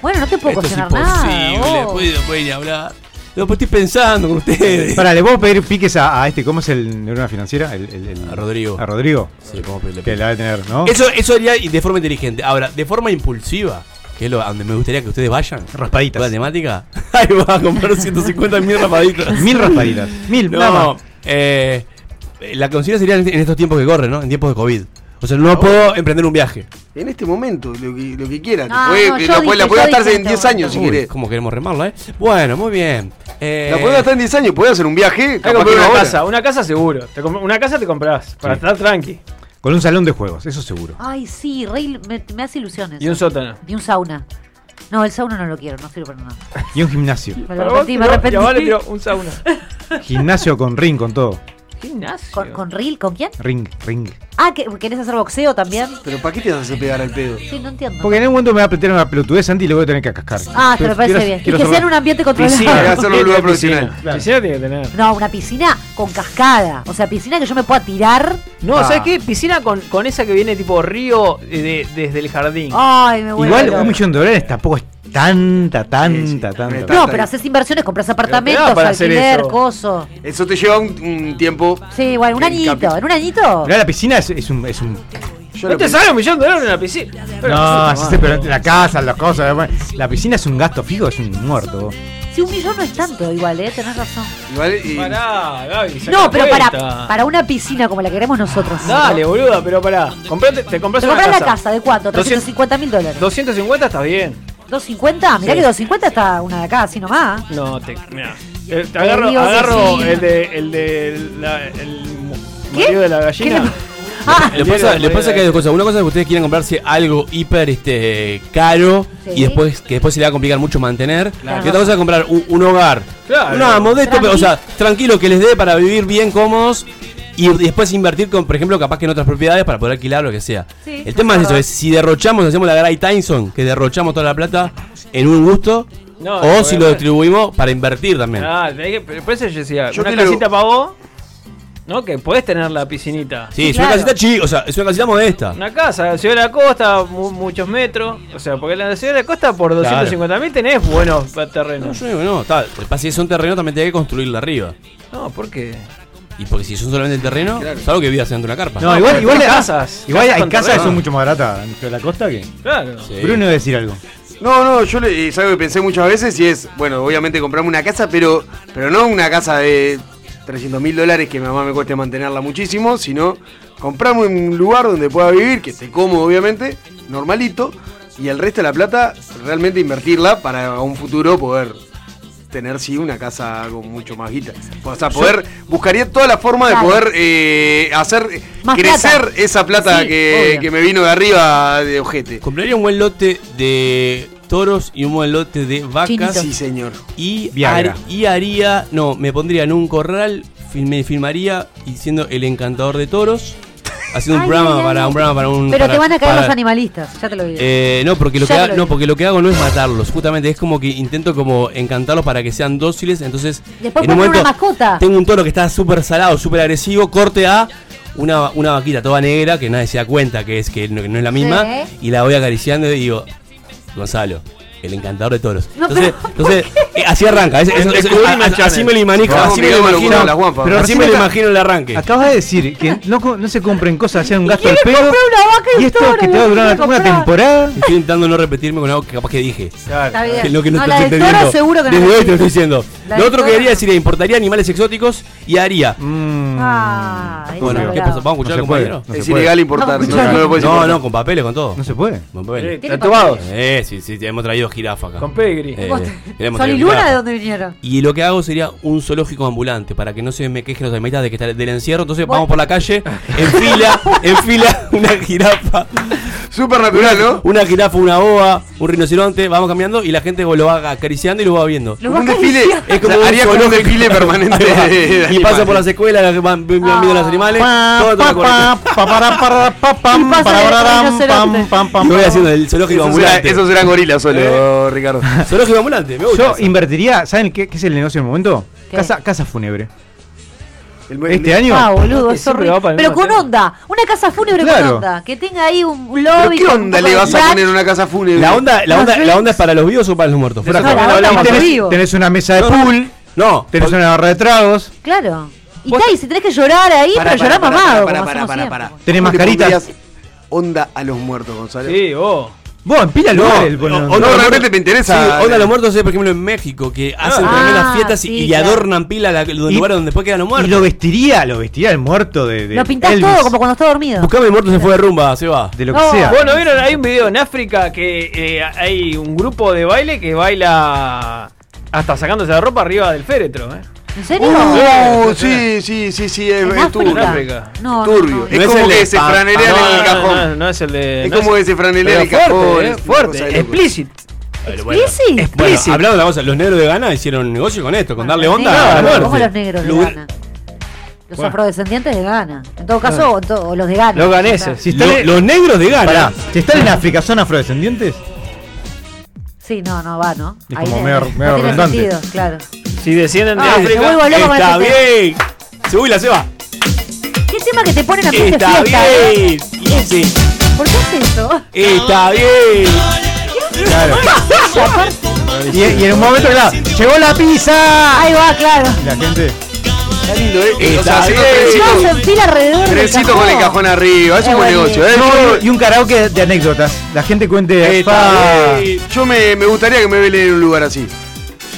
S4: Bueno, no te puedo
S7: Esto es
S4: cuestionar
S7: imposible,
S4: nada. vos.
S7: pueden, pueden ni hablar. No, pues estoy pensando con ustedes.
S3: Pará, le puedo pedir piques a, a este, ¿cómo es el neurona financiera? El, el- el-
S7: A Rodrigo.
S3: A Rodrigo.
S7: Sí, como pele-
S3: Que la debe tener, ¿no?
S7: Eso, eso haría y de forma inteligente. Ahora, de forma impulsiva, que es lo, a donde me gustaría que ustedes vayan.
S3: Raspaditas.
S7: con La temática. Ahí va a comprar 150 mil rapaditas.
S3: Mil raspaditas. Mil, nada
S7: No,
S3: más.
S7: eh, eh, la consigna sería en en estos tiempos que corren, ¿no? En tiempos de COVID. O sea, no puedo emprender un viaje.
S5: En este momento, lo que, lo que quiera.
S4: Ah,
S5: te puede,
S4: no, yo
S5: la puede- la
S4: dije,
S5: puede
S4: yo dije
S5: gastarse
S4: este
S5: en
S4: esto.
S5: 10 años si
S7: Uy,
S5: querés.
S7: Como queremos remarla, ¿eh? Bueno, muy bien. Eh,
S5: La puede gastar en 10 años, puede hacer un viaje.
S6: Hay que
S5: capaz
S6: comprar
S5: que no
S6: una
S5: ahora.
S6: casa, una casa seguro. Te comp- una casa te comprás para
S3: Sí.
S6: estar tranqui.
S3: Con un salón de juegos, eso seguro.
S4: Ay, sí, re il- me, me hace ilusiones. ¿eh?
S6: Y un sótano.
S4: Y un sauna. No, el sauna no lo quiero, no sirve para nada.
S3: Y un gimnasio.
S4: Me
S6: Para
S4: lo
S6: vos,
S4: repetí, me
S6: no,
S4: repetí.
S6: ya vale, pero un sauna.
S3: Gimnasio con ring, con todo.
S6: Gimnasio.
S4: ¿Con, ¿Con Reel? ¿Con quién?
S3: Ring, ring.
S4: Ah, ¿que- ¿querés hacer boxeo también?
S5: Pero ¿para qué te vas a hacer pegar al pedo?
S4: Sí, no entiendo.
S3: Porque en algún momento me va a apretar una pelotudez, Santi, y lo voy a tener que cascar.
S4: Ah, te me parece
S3: Quiero-
S4: bien. Y
S3: quiero
S4: que sea en
S3: saber-
S4: un ambiente
S5: Hay que
S4: controlado.
S5: hacerlo en un lugar profesional.
S6: Piscina. Piscina tiene que tener.
S4: No, una piscina con cascada. O sea, piscina que yo me pueda tirar.
S6: No,
S3: Ah.
S6: ¿sabes qué? Piscina con, con esa que viene tipo río eh, de- desde el jardín.
S4: Ay, me vuelvo.
S3: Igual
S4: loca.
S3: un millón de dólares tampoco es tanta, tanta,
S5: Sí, sí,
S3: tanta.
S5: está-
S4: No, pero haces inversiones, compras
S6: te
S4: apartamentos,
S6: da para hacer
S4: alquiler,
S6: eso.
S4: coso.
S5: Eso te lleva un, un tiempo.
S4: Sí, bueno, un
S5: En cambio-
S4: añito. ¿En un añito?
S3: Mirá, la piscina es, es un... Es un
S5: Yo
S6: ¿No
S5: lo
S6: te
S5: pensé.
S6: sale un millón de dólares en la piscina? Pero
S3: no,
S6: puta
S3: sí,
S6: madre.
S3: sí, pero la casa, las cosas... bueno, La piscina es un gasto fijo, es un muerto.
S4: Sí, un millón no es tanto igual, ¿eh? Tenés razón.
S5: Igual, y-
S6: Pará, Gaby, saca
S4: No, pero para,
S6: cuenta.
S4: para una piscina como la que queremos nosotros.
S6: Ah, Dale,
S4: ¿no?
S6: boluda, pero pará. Comprate, te compras
S4: Te
S6: una
S4: compras
S6: casa.
S4: la casa, ¿de cuánto?
S6: 200
S4: 350 mil dólares.
S6: 250 está bien.
S4: ¿250? Mirá
S6: Sí.
S4: que 250 está una de acá, así nomás.
S6: No, te. Mirá. Eh, te agarro,
S4: digo,
S6: agarro
S4: Cecilia.
S6: el de. El de. La, el mu-
S4: ¿Qué?
S6: marido de la
S4: ¿Qué le
S6: gallina.
S4: pa- Ah,
S6: El
S7: Lo pasa,
S6: diario
S7: lo
S6: de-
S7: pasa que hay dos cosas. Una cosa es que ustedes quieren comprarse algo hiper este, caro
S4: Sí.
S7: y después que después se le va a complicar mucho mantener.
S4: Claro.
S7: Y otra cosa es comprar un, un hogar.
S6: Claro.
S7: No, modesto, pero, o
S4: Tranqui-
S7: sea, tranquilo que les dé para vivir bien cómodos y después invertir con, por ejemplo, capaz que en otras propiedades para poder alquilar lo que sea.
S4: Sí,
S7: El tema es eso,
S4: verdad.
S7: es si derrochamos, hacemos la Gray Tyson, que derrochamos toda la plata en un gusto,
S6: No,
S7: o
S6: no,
S7: si
S6: no,
S7: lo
S6: no.
S7: distribuimos para invertir también.
S6: Ah, tenés que- pero por eso yo decía,
S5: Yo
S6: una
S5: creo-
S6: casita para vos, ¿no? Que podés tener la piscinita.
S7: Sí,
S4: Sí,
S7: es una
S4: claro.
S7: casita chica, o sea, es una casita modesta.
S6: Una casa, Ciudad de la Costa, mu- muchos metros. O sea, porque la Ciudad de la Costa por
S7: Claro.
S6: 250 mil tenés buenos
S7: No,
S6: terrenos.
S7: yo digo, que no, está, el pase si son terreno también tiene que construirla arriba.
S6: No, ¿por qué?
S7: Y porque si son solamente el terreno,
S5: Claro.
S7: salvo que vivas dentro de una carpa.
S3: No, igual,
S6: pero
S3: igual,
S6: hay
S3: ah,
S6: casas.
S3: Igual
S6: Casas
S3: hay
S6: con
S3: casas que
S6: terreno.
S3: son mucho más baratas en de la costa que.
S6: Claro.
S7: Sí.
S3: Bruno iba a decir algo.
S5: No, no, yo le- es algo que pensé muchas veces y es, bueno, obviamente comprarme una casa, pero, pero no una casa de 300 mil dólares que mi mamá me cueste mantenerla muchísimo, sino comprarme un lugar donde pueda vivir, que esté cómodo, obviamente, normalito, y el resto de la plata realmente invertirla para un futuro poder tener, sí, una casa con mucho más guita. O sea, poder, buscaría toda la forma de
S4: Claro.
S5: poder eh, hacer
S4: Más
S5: crecer
S4: plata.
S5: esa plata
S6: Sí,
S5: que,
S6: obvio.
S5: que me vino de arriba de ojete.
S7: Compraría un buen lote de toros y un buen lote de vacas.
S4: Chinito.
S5: Sí, señor.
S7: Y,
S3: Viagra.
S7: har- y haría, no, me pondría en un corral, fil- me filmaría y siendo el encantador de toros, haciendo un
S4: Ay,
S7: programa
S4: ay, ay.
S7: para un programa para un.
S4: Pero
S7: para-
S4: te van a caer
S7: para-
S4: los animalistas, ya te lo digo.
S7: Eh, no, porque lo que
S4: Ya te
S7: ha-
S4: lo
S7: no,
S4: dije.
S7: porque lo que hago no es matarlos, justamente es como que intento como encantarlos para que sean dóciles, entonces
S4: Después poner una mascota.
S7: tengo un toro que está súper salado, súper agresivo, corte a una, una vaquita toda negra que nadie se da cuenta que es que no, que no es la misma
S4: Sí.
S7: y la voy acariciando y digo, Gonzalo, el encantador de toros.
S4: No,
S7: entonces,
S4: pero,
S7: entonces eh, así arranca, es- es- es-
S6: Descubrirme,
S7: a- a- así
S6: Channel.
S7: me lo imagino,
S5: Vamos,
S7: así me lo
S5: Miguel,
S7: imagino,
S5: con las guampas.
S7: pero así
S3: Recién
S7: me lo
S3: acá-
S7: imagino el arranque.
S3: Acabas de decir que no, co- no se compren cosas, sean un gasto al
S4: quiere
S3: pedo.
S4: comprar una vaca y un
S3: Y esto
S4: toro,
S3: que te va a
S4: lo
S3: durar
S4: quiere
S3: una, una
S4: comprar.
S3: temporada.
S7: Estoy intentando no repetirme con algo que capaz que dije.
S4: Está
S7: Que
S4: bien.
S7: lo que no,
S4: la
S7: estás
S4: del
S7: entendiendo.
S4: toro seguro que no.
S7: Desde
S4: la
S7: hoy te lo estoy
S4: entendí.
S7: diciendo.
S4: La
S7: lo
S4: del
S7: otro que
S4: toro-
S7: quería decir es importaría animales exóticos y haría.
S3: Mm,
S4: Ah,
S7: Bueno,
S4: esa
S7: ¿qué
S4: brava.
S7: pasó? ¿Vamos a escuchar
S3: No se
S7: al
S3: puede.
S7: compañero?
S3: No
S5: es
S3: se puede.
S5: ilegal
S4: No,
S5: importar. No, no lo puedes
S7: No,
S5: importar.
S7: no, con papeles, con todo.
S3: no se puede.
S7: Con papeles.
S4: Tiene
S6: Tatuados.
S7: Eh, sí, sí, sí, hemos traído jirafa acá.
S6: Con pedigree.
S7: Eh,
S4: Vos-
S7: queremos
S4: Sol y
S7: traer
S4: Luna, ¿de
S7: jirafa.
S4: dónde vinieron?
S7: Y lo que hago sería un zoológico ambulante para que no se me quejen los animalistas de que está del encierro. Entonces
S4: Bueno.
S7: vamos por la calle, en fila, en fila, una jirafa,
S5: Súper natural, ¿no?
S7: una jirafa, una boa, un rinoceronte. Vamos cambiando y la gente lo va acariciando y lo va viendo.
S4: Los
S5: un
S4: vas
S5: desfile.
S4: acariciando.
S7: Es como
S5: O sea,
S7: un
S5: haría como un
S7: zoológico.
S5: desfile permanente.
S7: Ahí va.
S5: de
S7: y pasa
S5: animales.
S7: por las escuelas, que van, van
S3: Ah,
S7: viendo los animales. todo, todo correcto.
S4: Y pasa de rinoceronte.
S7: Y voy haciendo el zoológico
S5: Esos eran-
S7: ambulante. Eh.
S5: esos eran gorilas
S4: Eh,
S5: solo, Ricardo.
S7: Zoológico ambulante, me gusta.
S3: Yo
S7: eso.
S3: invertiría, ¿saben qué, qué es el negocio en el momento?
S4: ¿Qué?
S3: Casa, casa fúnebre.
S5: El-
S3: Este
S5: el-
S3: año.
S4: Ah, boludo, es
S6: Siempre
S4: horrible.
S6: va para el
S4: Pero
S6: mismo
S4: con
S6: tema.
S4: onda, una casa fúnebre con
S3: Claro.
S4: onda, que tenga ahí un
S5: ¿Pero
S4: lobby.
S5: qué
S4: con un
S5: onda
S4: poco
S5: le
S4: de
S5: vas a
S4: flash.
S5: poner una casa fúnebre?
S7: La onda, la,
S4: Los
S7: onda, la
S4: drinks.
S7: onda es para los vivos o para los muertos. Fuera
S6: No,
S7: joda.
S4: la onda
S7: No, hablamos.
S3: Y
S4: para los
S3: tenés,
S4: vivos.
S3: tenés una mesa de
S7: No, no,
S3: pool,
S7: No,
S3: tenés una barra de tragos,
S4: Claro. Y
S6: Vos-
S4: está, y si tenés que llorar ahí, pero
S5: Para, para,
S4: llorar
S5: para,
S4: mamado.
S5: para,
S4: como
S5: para,
S4: hacemos
S5: para,
S4: siempre.
S5: para.
S3: tenés
S5: ¿Cómo le
S3: mascaritas.
S5: pondrías Onda a los muertos, Gonzalo.
S6: Sí, vos.
S3: Vos, empílalo.
S7: No,
S3: el
S5: O,
S3: bolón.
S5: o no, realmente me interesa.
S7: Sí, onda los muertos es, por ejemplo, en México, que hacen
S8: Ah,
S7: tremendas fiestas
S8: sí,
S7: y, y
S8: claro.
S7: adornan pila la- los
S3: Y-
S7: lugares donde después quedan
S3: y
S7: los muertos.
S3: lo vestiría, lo vestiría el muerto de, de
S8: Lo pintás
S3: Elvis,
S8: todo como cuando está dormido.
S7: Buscame muertos se fue de rumba, se va.
S3: De lo que
S8: No,
S3: sea.
S6: Bueno, vieron, hay un video en África que eh, hay un grupo de baile que baila hasta sacándose la ropa arriba del féretro, ¿eh?
S8: ¿En serio?
S5: Uh, sí, sí, sí, sí, es,
S8: ¿En
S5: es turbio.
S8: África?
S6: África.
S8: No, no,
S5: Turbio.
S8: no.
S5: Es
S7: No es
S5: como
S7: el
S5: que
S7: de
S5: se
S7: Pan-
S5: franelean
S6: Ah, No,
S5: en el
S6: no,
S5: cajón.
S6: no, no es el de.
S5: Es
S6: no
S5: como
S6: es-
S5: que se franelean
S6: pero
S5: en el cajón.
S6: fuerte,
S5: es
S6: eh,
S5: una cosa de
S6: fuerte,
S5: loco.
S6: explícit.
S8: ¿Explicit?
S7: Bueno, hablando de la cosa, los negros de Ghana hicieron negocio con esto, con darle
S8: Los
S7: onda
S8: negros,
S7: a la muerte.
S8: ¿Cómo los negros de
S7: Lu-
S8: Ghana? Los afrodescendientes de Ghana. En todo caso, o en to- o los de Ghana.
S6: Los ganeses.
S3: si
S7: Lo-
S3: están, en-
S7: los negros de Ghana.
S3: Pará, si están en África, ¿son afrodescendientes?
S8: Sí, no, no va, ¿no?
S3: Es como medio- medio
S8: no tiene
S3: redundante.
S8: sentido, claro.
S6: Si descienden de
S8: Ah, me
S6: África.
S8: vuelvo loco con
S7: Está
S8: este tema.
S7: bien. Se huila, se va.
S8: ¿Qué tema que te ponen a fin de
S7: Está
S8: fiesta? eh?
S7: bien. Y ese,
S8: ¿Por qué haces eso?
S7: Está bien.
S3: Claro. y, y en un momento, claro, llegó la pizza.
S8: Ahí va, claro.
S3: La gente.
S5: Está lindo, ¿eh? o sea,
S7: Está
S5: haciendo
S7: bien.
S8: Todos
S5: trencito,
S8: en fila alrededor del
S5: trencito con el cajón arriba. Es
S8: Es
S5: un buen
S8: buenísimo.
S5: negocio. ¿eh?
S3: No,
S5: Yo-
S3: y un karaoke de anécdotas. La gente cuente.
S5: Está
S3: "Fa".
S5: bien. eh, Yo me, me gustaría que me velen en un lugar así.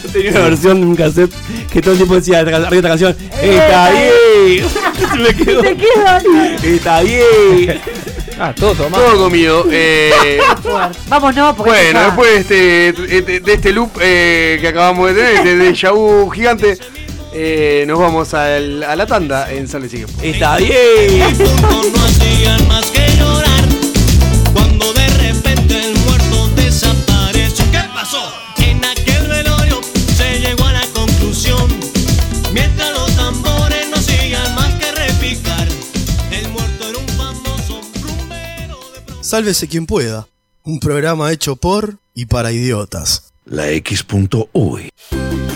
S7: Yo tenía una versión de un cassette que todo el tiempo decía arriba de esta canción. Está bien. Se me quedó.
S8: Te quedo.
S7: Está bien.
S6: Ah, todo tomado.
S5: Todo comido. eh,
S8: Vamos, no, porque.
S5: bueno,
S8: ya-
S5: después de este, de- de este loop eh, que acabamos de tener, este déjà vu gigante, eh, nos vamos al- a la tanda en San Luis
S7: Está bien.
S1: no hacían más que llorar cuando de repente el muerto desapareció. ¿Qué pasó? En aquel velorio se llegó a la conclusión. Mientras los tambores no hacían más que repicar, el muerto era un famoso rumbero de
S2: Sálvese quien pueda. Un programa hecho por y para idiotas.
S9: La X.UI.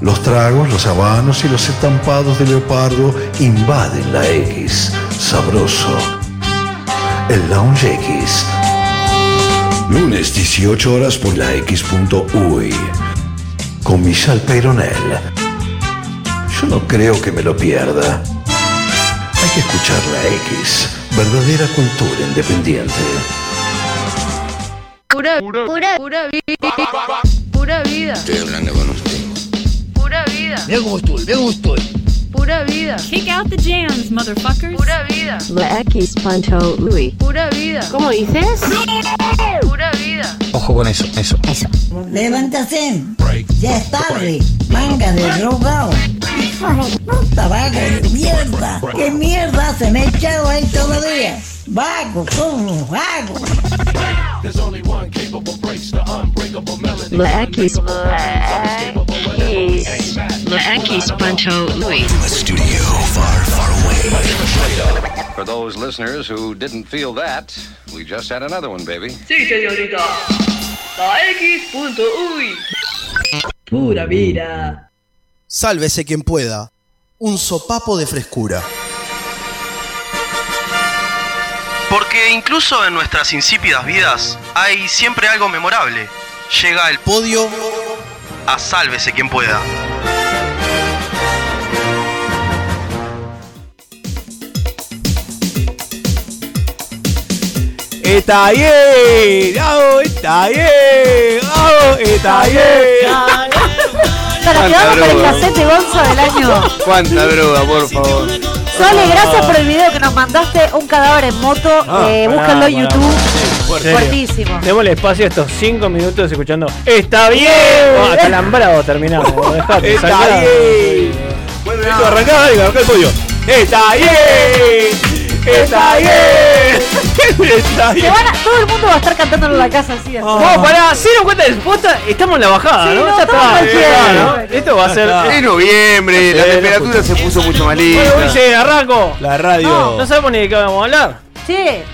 S9: Los tragos, los habanos y los estampados de leopardo invaden la X. Sabroso. El Lounge X. Lunes 18 horas por la X.UI. Con Michelle Peyronel. Yo no creo que me lo pierda. Hay que escuchar la X. Verdadera cultura independiente.
S4: Pura, pura, pura vida. Pura vida. Estoy hablando con usted. Pura vida. Vea cómo estoy, vea cómo estoy. Pura vida.
S10: Kick out the jams, motherfuckers.
S4: Pura vida.
S10: La X E. Panto Louis.
S4: Pura vida.
S10: ¿Cómo dices?
S4: Pura vida.
S10: Levántate. Ya es tarde. Manga de drogado. Puta vaga de mierda. ¿Qué mierda se me ha echado ahí todavía? Vago, como vago. La X. La X Pancho Louis.
S9: For those listeners who didn't feel that, we just had another one, baby.
S10: Sí, señorita. La X.uy. Pura vida.
S2: Sálvese quien pueda. Un sopapo de frescura. Porque incluso en nuestras insípidas vidas hay siempre algo memorable. Llega el podio a sálvese quien pueda.
S7: Está bien. Bravo, está bien. Bravo, está bien.
S1: pronto.
S4: Gonzalo, te vamos por el cassette de Gonzo del año.
S5: Cuánta droga, por favor.
S4: Sole, gracias por el video que nos mandaste, un cadáver en moto.
S6: Ah,
S4: Eh, búsquenlo en YouTube. Fuertísimo.
S6: Démosle espacio a estos 5 minutos escuchando. ¡Está bien! Ah, Acalambrado terminamos. dejate,
S1: Está
S6: sacá.
S1: Bueno,
S10: Ah.
S1: listo, arrancá, dale, arrancá el podio. Está bien. Está bien. Está
S4: Se
S1: bien.
S4: van a- todo el mundo va a estar cantándolo en la casa así. así.
S6: No, Ah. pará, se dieron cuenta de posta, estamos en la bajada,
S4: Sí,
S6: ¿no?
S4: no,
S6: Ya
S4: estamos
S6: está,
S4: cualquiera.
S6: ya está, ¿no? Esto va a ser.
S5: En noviembre, la temperatura se puso mucho más linda.
S6: Bueno, Ulises, arranco.
S7: La radio.
S6: No, no sabemos ni de qué vamos a hablar.
S4: Che,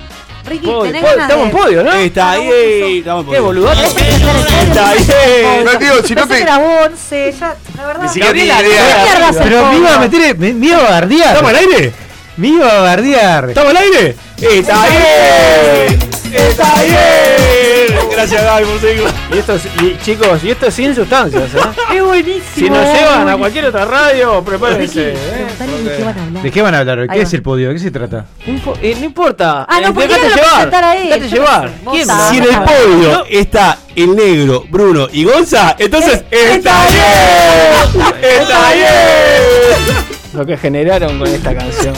S4: Ricky,
S6: Podio,
S4: tenés
S6: podio,
S4: ganas
S6: estamos en
S4: de-
S6: podio, ¿no?
S7: Está ahí, estamos en
S6: Qué
S7: podio.
S6: boludo.
S4: Está
S5: bien. No, tío, si no
S4: Pensé que
S5: te.
S4: era 11, ya, la verdad.
S5: Ni siquiera tiene
S6: Gabriela,
S5: idea.
S4: Gabriela, Garza,
S3: Pero me
S4: podio.
S3: iba a meter, me, me iba a bardear.
S1: ¿Estamos al aire?
S3: Me iba a bardear.
S1: ¿Estamos al aire? ¡Está bien! ¡Está bien! Gracias, Gaby, por seguirlo.
S6: Y esto es- y, chicos, y esto es sin sustancias, ¿eh?
S4: Es buenísimo.
S6: Si nos llevan a cualquier otra radio,
S4: Ricky,
S6: prepárense. ¿eh?
S4: preguntale de qué van a hablar.
S3: ¿De qué van a hablar hoy?
S4: Ahí
S3: ¿Qué
S4: va.
S3: es el podio? ¿De qué se trata?
S6: No, impo- eh, no importa.
S4: Ah,
S6: eh,
S4: no, porque
S6: dejate
S4: iban a
S6: llevar.
S4: presentar a él,
S6: Dejate
S4: yo qué
S6: llevar.
S4: sé,
S6: ¿Quién?
S4: vos
S7: Si en
S6: ¿Quién
S7: el
S6: es?
S7: podio está el negro, Bruno y Gonza, entonces
S4: Eh,
S7: está bien. Está bien.
S6: Lo que generaron con esta canción.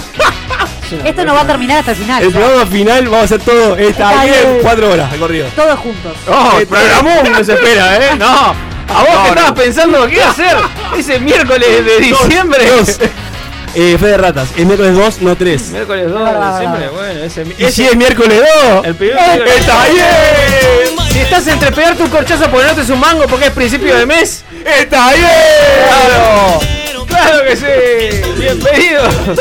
S4: Esto no va a terminar hasta el final.
S7: El programa final va a ser todo. Está
S4: Está
S7: bien.
S4: bien.
S7: Cuatro horas al corrido. Este-
S4: Todos juntos. Eh,
S6: Oh, el programón no se espera, ¿eh? No. A vos
S5: No,
S6: que
S5: no.
S6: estabas pensando qué hacer ese miércoles de diciembre.
S7: Dos. Eh, Fede Ratas, el miércoles 2, no 3.
S6: Miércoles 2 de
S4: Ah.
S6: diciembre, bueno, ese, mi-
S7: Y
S6: ese-
S7: si es miércoles 2,
S6: el primer miércoles.
S7: está bien.
S6: Si estás entre pegar tu corchazo por no un mango porque es principio de mes,
S7: Está bien.
S6: claro. Claro que sí. Bienvenidos.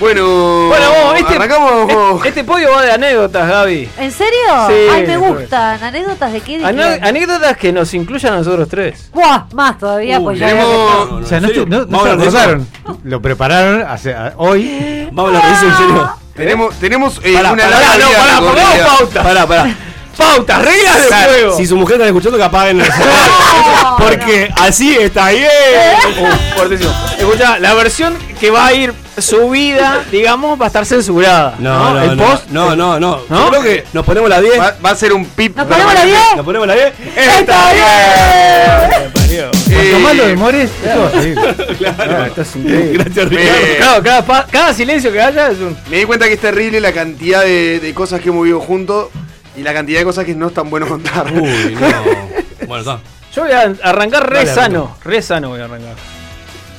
S5: Bueno,
S6: Bueno, vos, este,
S5: arrancamos.
S6: este, este podio va de anécdotas, Gaby.
S4: ¿En serio?
S6: Sí,
S4: Ay, me
S6: perfecto.
S4: gustan. ¿Anécdotas de qué? ¿De
S6: Ano-
S4: qué?
S6: Anécdotas que nos incluyan a nosotros tres.
S4: Buah, más todavía, pues ya.
S5: Tenemos.
S3: O sea, no,
S7: ¿en serio?
S3: te- no- no
S7: Vamos
S3: se
S7: a hablar de eso.
S3: acordaron. Lo prepararon hace- a- hoy.
S7: Vamos a hablar de eso en serio.
S5: Tenemos, tenemos eh,
S7: Pará,
S5: una
S7: pará,
S5: larga
S7: no,
S5: vida
S7: pará,
S5: recorrida.
S7: pongamos pauta. Pará, pará.
S6: Pauta, reglas de
S7: Claro,
S6: juego.
S7: Si su mujer está escuchando, que apaguen el celular. Porque así está bien.
S6: Uh, fuertísimo. Escuchá, la versión que va a ir subida, digamos, va a estar censurada.
S7: No, no,
S6: el
S7: no,
S6: post.
S7: no, no, no.
S6: ¿No?
S7: Yo creo que nos ponemos la 10.
S5: Va, va a ser un pip.
S4: ¿Nos ponemos la 10?
S7: Nos ponemos la 10.
S5: ¡Está bien!
S6: Pues
S3: Cuanto más lo
S5: Eh,
S3: demores, esto va a seguir.
S6: No, esto es increíble.
S7: Gracias, Ricardo.
S5: me,
S6: Claro, cada, pa- cada silencio que haya es un.
S5: me di cuenta que es terrible la cantidad de, de cosas que hemos vivido juntos y la cantidad de cosas que no es tan bueno contar.
S7: Uy, no. Bueno, está.
S6: Yo voy a arrancar re
S7: Dale,
S6: sano, re sano voy a arrancar.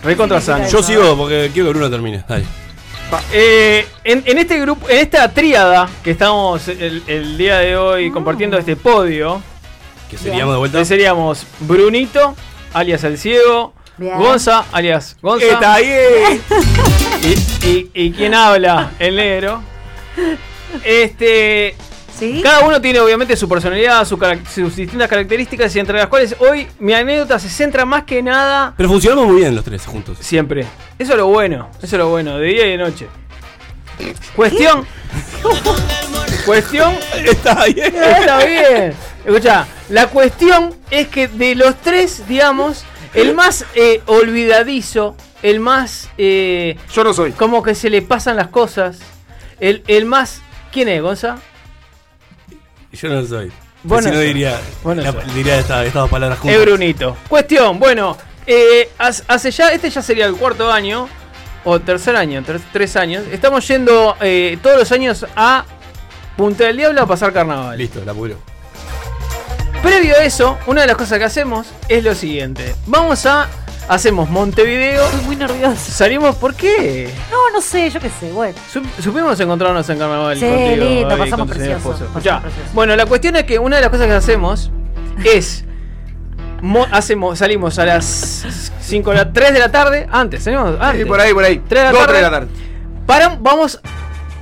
S6: Re contra sano.
S7: Yo sigo porque quiero que Bruno termine. Dale.
S6: Eh, en, en este grupo, en esta tríada que estamos el, el día de hoy compartiendo este podio,
S7: Que seríamos de vuelta.
S6: que seríamos Brunito, alias el ciego,
S4: Bien.
S6: Gonza, alias Gonza.
S7: Está bien.
S6: Y, y- y quién habla, el negro. Este.
S4: ¿Sí?
S6: Cada uno tiene obviamente su personalidad, su carac- sus distintas características y entre las cuales hoy mi anécdota se centra más que nada
S7: Pero funcionamos muy bien los tres juntos.
S6: siempre. Eso es lo bueno, eso es lo bueno, de día y de noche. Cuestión. Cuestión.
S7: Está bien.
S6: Está bien. Escucha, la cuestión es que de los tres, digamos, el más eh, olvidadizo, el más. eh,
S5: Yo no soy.
S6: como que se le pasan las cosas, el, el más. ¿Quién es, Gonza?
S7: Yo no soy.
S6: Vos
S7: si
S6: no
S7: no
S6: sos.
S7: diría,
S6: Vos no
S7: la-
S6: sos.
S7: diría esta- estas dos palabras juntas.
S6: Es Brunito. Cuestión, bueno, eh, has- hace ya, este ya sería el cuarto año, o tercer año, ter- tres años. Estamos yendo eh, todos los años a Punta del Diablo a pasar carnaval.
S7: Listo, la pudrió.
S6: Previo a eso, una de las cosas que hacemos es lo siguiente. Vamos a, hacemos Montevideo,
S4: Estoy muy nerviosa.
S6: salimos, ¿por qué?
S4: No, no sé, yo qué sé, bueno.
S6: Sup- supimos encontrarnos en carnaval.
S4: Sí,
S6: contigo,
S4: lindo,
S6: Gaby,
S4: pasamos
S6: con tu señor
S4: precioso,
S6: esposo.
S4: pasamos
S6: Ya.
S4: precioso.
S6: Bueno, la cuestión es que una de las cosas que hacemos es. mo- hacemos, salimos a las 5 las 3 de la tarde. Antes, salimos antes.
S5: Sí, por ahí, por ahí.
S6: Tres de la
S5: Dos,
S6: tarde.
S5: tres de la tarde.
S6: Param- vamos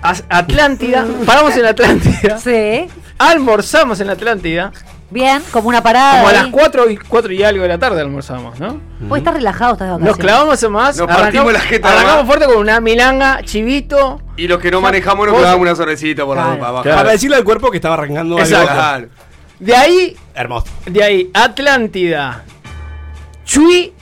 S6: a Atlántida. paramos en Atlántida.
S4: Sí.
S6: Almorzamos en Atlántida.
S4: Bien, como una parada.
S6: Como a las
S4: ahí.
S6: 4 y, 4 y algo de la tarde almorzamos, ¿no?
S4: Vos estás relajado, estás de
S6: Nos
S4: vacaciones.
S6: clavamos en más.
S5: Nos partimos la jeta,
S6: arrancamos
S5: nomás.
S6: fuerte con una milanga, chivito.
S5: Y los que no manejamos nos
S6: Vos-
S5: quedamos una sobrecita por la
S4: Claro.
S5: boca abajo.
S6: Claro.
S7: Para decirle al cuerpo que estaba arrancando
S6: Exacto.
S7: algo.
S5: Claro.
S6: De ahí
S7: Hermoso.
S6: De ahí, Atlántida. Chui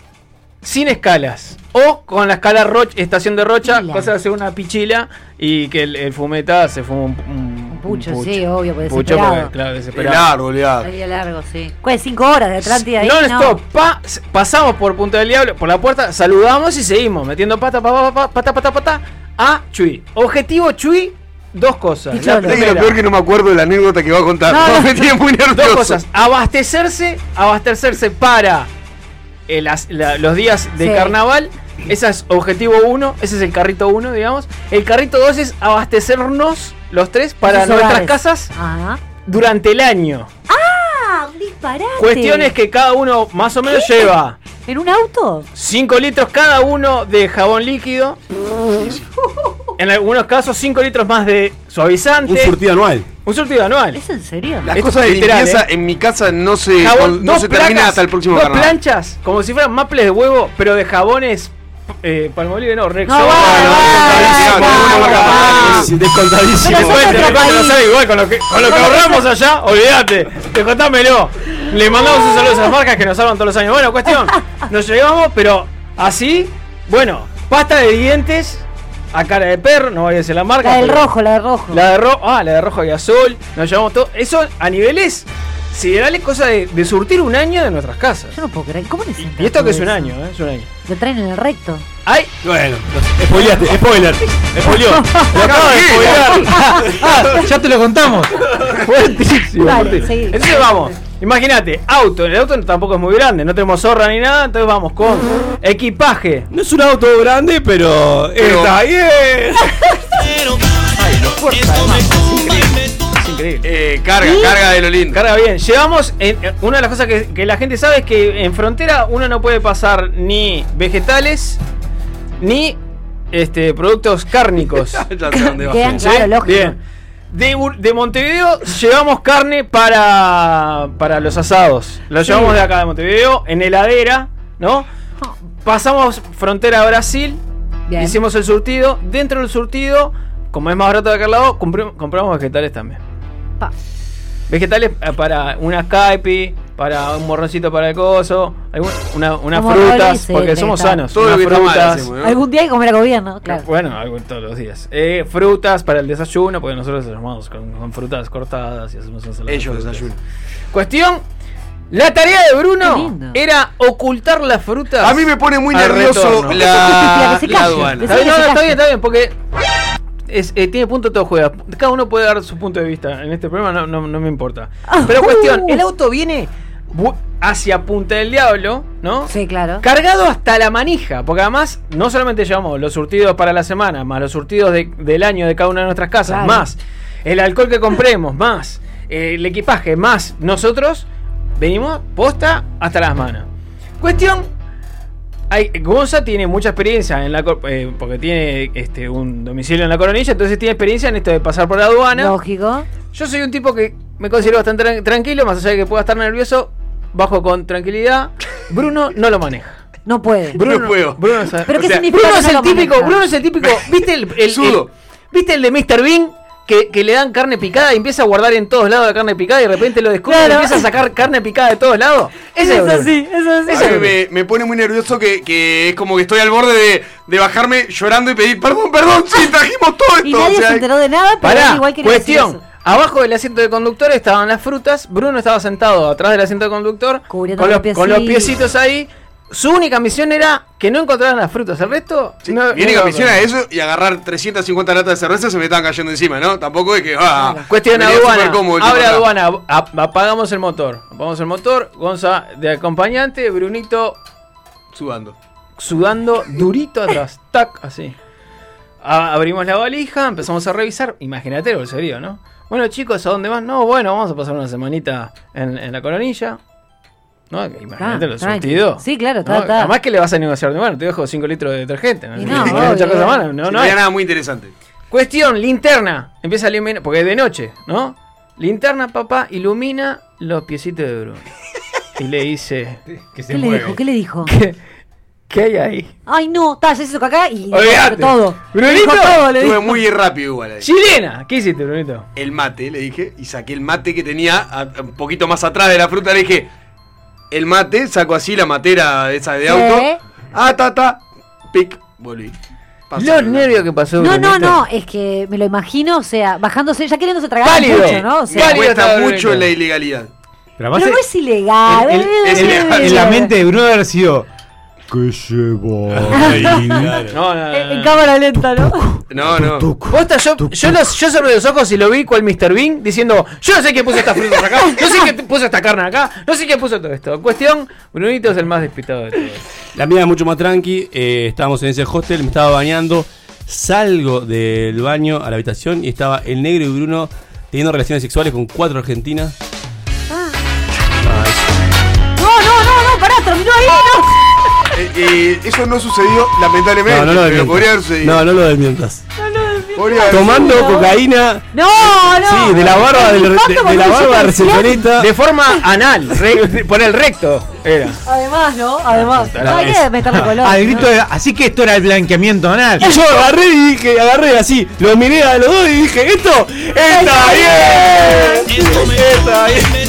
S6: sin escalas. O con la escala Roch, estación de Rocha,
S4: Pichila.
S6: pasa a hacer una pichila y que el, el fumeta se fuma un, un-
S4: Un pucho, sí, obvio, porque
S6: Pucho
S4: desesperado.
S6: porque, claro, desesperado.
S5: Largo, largo.
S4: Sería largo, sí. ¿Cuál? Pues, ¿Cinco horas de Atlántida ahí?
S6: No, stop. Pa- pasamos por Punta del Diablo, por la puerta, saludamos y seguimos, metiendo pata, pa, pa, pa, pata, pata, pata, a Chuy. Objetivo Chuy, dos cosas. La
S5: La play,
S6: primera,
S5: lo peor que no me acuerdo de la anécdota que va a contar. No, me tiene muy nervioso.
S6: Dos cosas. Abastecerse, abastecerse para eh, las- la- los días de
S5: Sí.
S6: carnaval. Ese es objetivo uno, ese es el carrito uno, digamos. El carrito dos es abastecernos los tres para
S4: Esos
S6: nuestras
S4: hogares.
S6: casas
S4: Ajá.
S6: durante el año.
S4: ¡Ah! un disparate.
S6: Cuestiones que cada uno más o menos lleva.
S4: ¿En un auto?
S6: 5 litros cada uno de jabón líquido. En algunos casos 5 litros más de suavizante.
S7: Un surtido anual.
S6: Un surtido anual.
S4: ¿Es en serio?
S5: Las cosas de limpieza en mi casa no se,
S6: Jabón,
S5: no
S6: dos
S5: se termina
S6: placas,
S5: hasta el próximo
S6: Dos
S5: carnaval.
S6: planchas, como si fueran maples de huevo, pero de jabones eh, palmolive, no, Rexona.
S5: No,
S6: Descontadísimo.
S7: Pero
S6: Después
S7: somos
S6: te
S7: otro
S6: cuento, no
S7: país.
S6: sé, igual con lo que, con lo que ahorramos allá, olvídate. Descontámelo. Le mandamos un saludo a esas marcas que nos salvan todos los años. Bueno, cuestión, nos llegamos, pero así, bueno, pasta de dientes a cara de perro, no voy a decir la marca.
S4: La del
S6: pero-
S4: rojo, la del rojo.
S6: la de rojo, ah, la de rojo y azul, nos llevamos todo. Eso a niveles siderales, cosa de, de surtir un año de nuestras casas.
S4: Yo no puedo creer, ¿cómo necesitas
S6: Y esto que es
S4: todo
S6: un
S4: eso?
S6: año, ¿eh? Es un año.
S4: Lo traen en el recto.
S6: ¡Ay!
S7: Bueno, spoileaste, spoiler. Spoileó. Lo acabo de spoilear.
S6: Ah, ya te lo contamos. Buenísimo.
S7: Dale,
S6: Martín.
S7: seguí.
S6: Entonces vamos. Imagínate, auto, el auto tampoco es muy grande, no tenemos zorra ni nada, entonces vamos con equipaje.
S7: No es un auto grande, pero. Está bien.
S6: Es increíble.
S5: Eh, carga, carga de lo lindo.
S6: Carga bien. Llevamos. en- en- una de las cosas que, que la gente sabe es que en frontera uno no puede pasar ni vegetales ni este, productos cárnicos.
S4: Quedan claro, lógico.
S6: Bien. De, Ur- de Montevideo llevamos carne para, para los asados. Lo
S4: Sí. Oh.
S6: llevamos de acá de Montevideo en heladera, ¿no? Pasamos frontera a Brasil,
S4: Bien.
S6: hicimos el surtido. Dentro del surtido, como es más barato de aquel lado, compr- compramos vegetales también.
S4: Pa.
S6: Vegetales eh, para una caipi, para un morroncito para el coso, algún- una- unas
S4: Como
S6: frutas,
S4: Rodríguez,
S6: porque
S4: el
S6: somos
S4: vegetal.
S6: sanos.
S5: Todo lo
S6: unas
S5: que está mal
S6: frutas.
S5: hacemos,
S4: Algún día hay que comer a gobierno, claro.
S6: Bueno, algo todos los días. Eh, frutas para el desayuno, porque nosotros desayunamos con, con frutas cortadas y hacemos ensalada.
S5: Ellos
S6: desayunan. Cuestión. La tarea de
S4: Qué
S6: Bruno
S4: lindo.
S6: era ocultar las frutas.
S5: A mí me pone muy
S6: al
S5: nervioso
S6: retorno.
S5: la,
S4: Que se
S5: la
S4: calle,
S5: aduana.
S4: que
S6: Está
S4: se-
S6: bien, no, no, está bien, está bien, porque es, eh, tiene punto todo juega. Cada uno puede dar su punto de vista. En este problema no, no- no me importa.
S4: Ah,
S6: Pero cuestión,
S4: uh.
S6: el auto viene bu- hacia Punta del Diablo, ¿no?
S4: Sí, claro.
S6: Cargado hasta la manija, porque además no solamente llevamos los surtidos para la semana, más los surtidos de- del año de cada una de nuestras casas,
S4: Claro.
S6: más el alcohol que compremos, más eh, el equipaje, más nosotros, venimos posta hasta las manos. Cuestión, hay, Gonza tiene mucha experiencia en la cor- eh, porque tiene este, un domicilio en la coronilla, entonces tiene experiencia en esto de pasar por la aduana.
S4: Lógico.
S6: Yo soy un tipo que me considero bastante tran- tranquilo, más allá de que pueda estar nervioso, bajo con tranquilidad. Bruno no lo maneja.
S4: No puede.
S6: Bruno,
S5: No puedo.
S6: Bruno, es-
S4: ¿Pero
S6: o
S4: qué
S6: sea,
S4: significa
S6: Bruno
S4: que
S6: es
S4: no
S6: el
S4: lo
S6: típico,
S4: maneja?
S6: Bruno es el típico, ¿viste el, el-
S5: Sudo.
S6: el- ¿viste el de Mr. Bean? Que, que le dan carne picada y empieza a guardar en todos lados la carne picada y de repente lo descubre y
S4: Claro.
S6: empieza a sacar carne picada de todos lados. Ese
S4: Eso
S6: Bruno.
S4: sí, eso sí.
S6: Ese
S5: A mí
S6: es Bruno.
S5: me, me pone muy nervioso que, que es como que estoy al borde de, de bajarme llorando y pedir perdón, perdón, sí, trajimos todo esto.
S4: Y
S5: o
S4: nadie
S5: sea,
S4: se enteró de nada, pero él
S6: Pará,
S4: igual quería decir
S6: cuestión.
S4: eso.
S6: Abajo del asiento del conductor estaban las frutas. Bruno estaba sentado atrás del asiento del conductor. Con
S4: Cubriendo
S6: los,
S4: los
S6: con los
S4: piecitos.
S6: piecitos ahí. Su única misión era que no encontraran las frutas. El resto.
S5: Sí,
S6: no-
S5: mi
S6: no
S5: única
S6: lo
S5: misión era
S6: encontraron.
S5: eso y agarrar 350 latas de cerveza se me estaban cayendo encima, ¿no? Tampoco es que. Ah,
S6: Cuestión
S5: venía
S6: aduana.
S5: súper cómodo el tipo
S6: Abre
S5: acá.
S6: aduana. ap- Apagamos el motor. Apagamos el motor. Gonza de acompañante. Brunito
S5: Sudando.
S6: sudando durito atrás. Tac, así. A- abrimos la valija, empezamos a revisar. Imagínate el bolserío, ¿no? Bueno, chicos, ¿a dónde van? No, bueno, vamos a pasar una semanita en, en la colonilla. No, imagínate
S4: Ah,
S6: lo
S4: tranqui.
S6: surtido.
S4: Sí, claro,
S6: ¿no?
S4: está, está.
S6: Además que le vas a negociar, bueno, te dejo 5 litros de detergente.
S4: Y no,
S6: Hay muchas
S4: obvio.
S6: cosas malas, no,
S5: No,
S6: no
S5: había
S6: hay.
S5: nada muy interesante.
S6: Cuestión, linterna. Empieza a iluminar, porque es de noche, ¿no? Linterna, papá, ilumina los piecitos de Bruno. Y le dice,
S3: Que se
S4: ¿Qué le
S3: mueve.
S4: dijo? ¿Qué le dijo?
S6: ¿qué, qué hay ahí?
S4: Ay, no, ta, ya se hizo acá y
S5: Olvídate.
S4: todo.
S6: Brunito,
S5: Estuve muy rápido igual ahí.
S6: chilena. ¿Qué hiciste, Brunito?
S5: El mate, le dije, y saqué el mate que tenía a- a un poquito más atrás de la fruta. Le dije, el mate, saco así la matera esa
S4: Sí.
S5: de auto. Ah, ta, ta. Pic, volví.
S6: Los nervios que pasó.
S4: No,
S6: con
S4: no,
S6: esto.
S4: no, es que me lo imagino, o sea, bajándose, ya queriéndose tragar
S6: Pálido.
S4: el pucho, ¿no? O sea,
S5: Me cuesta
S6: estaba
S5: mucho
S6: Brunetto.
S5: en la ilegalidad.
S3: Pero
S4: pero no es ilegal.
S3: el- el-
S4: eh,
S3: el-
S4: eh,
S3: en la mente de Bruno debe haber sido. Que se va.
S6: No, no, no,
S4: En
S6: no.
S4: cámara lenta, Eh, ¿no?
S5: No, no.
S6: Posta, yo, yo, los, yo cerré los ojos y lo vi cual Mr. Bean diciendo, yo no sé quién puso estas frutas acá, no sé quién puso esta carne acá, no sé quién puso todo esto. Cuestión, Brunito es el más despistado de todos.
S7: La mía es mucho más tranqui. eh, estábamos en ese hostel, me estaba bañando. Salgo del baño a la habitación y estaba el negro y Bruno teniendo relaciones sexuales con cuatro argentinas.
S4: No, no, no, no, pará, terminó ahí, no.
S5: Eh, eh, eso no sucedió, lamentablemente.
S7: No, no lo
S5: pero podría haber
S7: desmientas.
S5: sucedido.
S7: No, no lo desmientas.
S5: Podría haber
S7: Tomando
S5: sucedido.
S7: cocaína.
S4: No, no.
S7: Sí, de la barba del,
S4: Impacto
S7: de,
S4: con
S7: de la
S4: un
S7: barba
S4: superficial.
S7: argentinita.
S6: De forma anal, re- por el recto era.
S4: Además, ¿no? Además.
S3: Ah,
S7: Claro,
S4: No hay
S7: es-
S4: que meterle color.
S3: Al
S4: ¿no?
S3: Ah, grito de. Así que esto era el blanqueamiento anal.
S7: Y yo agarré y dije, agarré así, lo miré a los dos y dije, esto está bien. Está bien.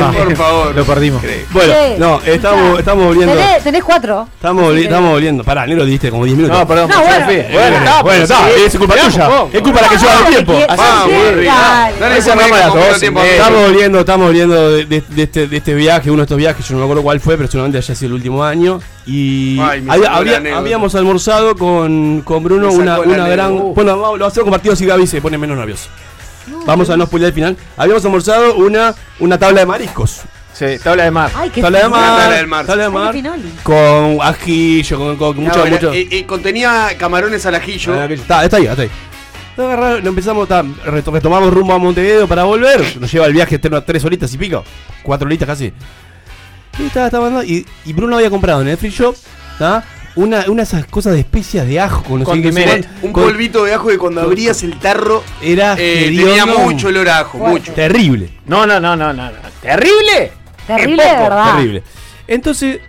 S3: Ah,
S5: Por favor.
S3: Lo perdimos.
S7: Bueno,
S4: Sí.
S7: no, estamos, estamos volviendo.
S4: Tenés, tenés cuatro.
S7: Estamos, volvi- estamos volviendo. Pará, Nero diste como 10 minutos.
S6: No, perdón,
S4: No, bueno.
S6: fui.
S7: Bueno, está, bueno, está, es culpa tuya. Es culpa de la que lleva el tiempo.
S4: Así
S5: Vamos,
S4: que,
S5: Rodri,
S4: dale.
S5: Dale
S7: Esa
S5: esa
S7: rama de
S5: manera
S7: las
S5: como
S7: dos.
S5: no tiempo a
S7: Eh,
S5: mí.
S7: Estamos volviendo, estamos volviendo de, de- de este, de este viaje, uno de estos viajes, yo no me acuerdo cuál fue, pero seguramente haya sido el último año. Y
S5: Ay, me
S7: había-
S5: sacó la
S7: había-
S5: anécdota.
S7: habíamos almorzado con, con Bruno
S5: Me sacó
S7: una,
S5: la
S7: una gran.
S5: anécdota.
S7: Bueno, vamos- lo hacemos compartido si Gaby se pone menos nervioso. Vamos a no spoiler al final. Habíamos almorzado una, una tabla de mariscos.
S6: Sí, tabla de mar.
S4: Ay, qué
S7: Tabla de
S4: fino.
S7: mar.
S5: tabla del mar.
S7: Tabla de
S4: Ay, qué
S7: mar.
S4: finoli.
S7: Con ajillo, con, con mucho,
S5: Ah, bueno,
S7: mucho.
S5: eh, eh, contenía camarones al ajillo.
S7: Ah, aquello. Está, está ahí, está ahí. Lo agarraron, lo empezamos, está, reto- retomamos rumbo a Montevideo para volver. Nos lleva el viaje eterno a tres horitas y pico. Cuatro horitas casi. Y, estaba, estaba andando, y, y Bruno había comprado en el free shop ¿tá? una, una de esas cosas de especias de ajo con los
S6: Condimento.
S5: Un polvito de ajo que cuando abrías el tarro
S7: Era
S5: eh, tenía
S7: hediondo,
S5: mucho olor a ajo, mucho.
S7: Terrible.
S6: No, no, no, no, no. no. ¡Terrible!
S4: Terrible,
S6: Es
S4: de
S6: poco,
S4: verdad.
S7: Terrible. Entonces,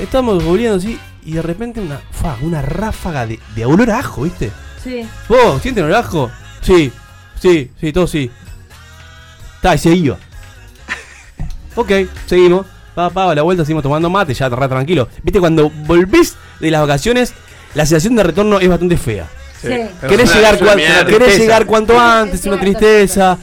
S7: estamos volviendo así y de repente una, fa, una ráfaga de, de olor a ajo, ¿viste?
S4: Sí.
S7: ¿Vos sienten el ajo? Sí, sí, sí, todo sí. Está, y se iba. Ok, seguimos. Pa, pa, a la vuelta seguimos tomando mate, ya re tranquilo. Viste, cuando volvés de las vacaciones, la sensación de retorno es bastante fea.
S4: Sí.
S7: Querés,
S5: una-
S7: llegar,
S5: es una
S7: cuan-
S5: mierda,
S7: querés
S5: tristeza.
S7: llegar cuanto antes, una tristeza.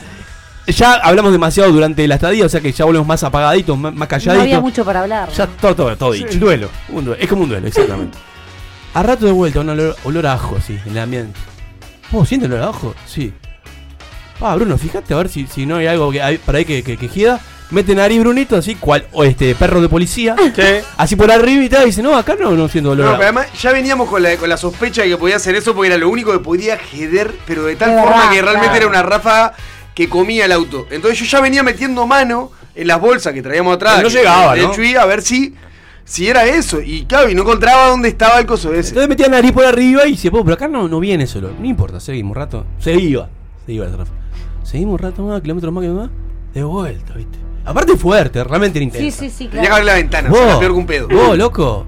S7: Ya hablamos demasiado durante la estadía, o sea que ya volvemos más apagaditos, más, más
S4: No había
S7: calladitos.
S4: mucho para hablar.
S7: Ya todo, todo, todo dicho.
S3: El duelo.
S7: Un duelo, Es como un duelo, exactamente. A rato de vuelta, un olor, olor a ajo, así, en el ambiente. ¿Vos sientes el olor a ajo? Sí. Ah, Bruno, fíjate a ver si, si no hay algo que hay, por ahí que, que, que gira. Mete nariz Brunito, así, cual, o este perro de policía. Así por arriba y tal, y dice, no, acá no, no siento olor
S5: No,
S7: a
S5: pero además ya veníamos con la, con la sospecha de que podía hacer eso porque era lo único que podía jeder, pero de tal
S4: De
S5: forma
S4: verdad,
S5: que realmente
S4: claro.
S5: era una ráfaga que comía el auto. Entonces yo ya venía metiendo mano en las bolsas que traíamos atrás.
S7: Pero no
S5: que-
S7: llegaba,
S5: de
S7: ¿no?
S5: hecho, iba a ver si, si era eso. Y claro, y no encontraba dónde estaba el coso ese.
S7: Entonces metía nariz por arriba y dice, "Po, pero acá no, no viene ese olor. No importa, seguimos un rato. Se iba. Se iba la trafa. Seguimos un rato más, kilómetros más, kilómetros más. De vuelta, viste. Aparte fuerte, realmente era
S4: Sí,
S7: intenso.
S4: sí, sí,
S5: Tenía que abrir
S4: claro.
S5: la ventana, o sea,
S7: Vos,
S5: era peor que un pedo.
S7: vos, loco.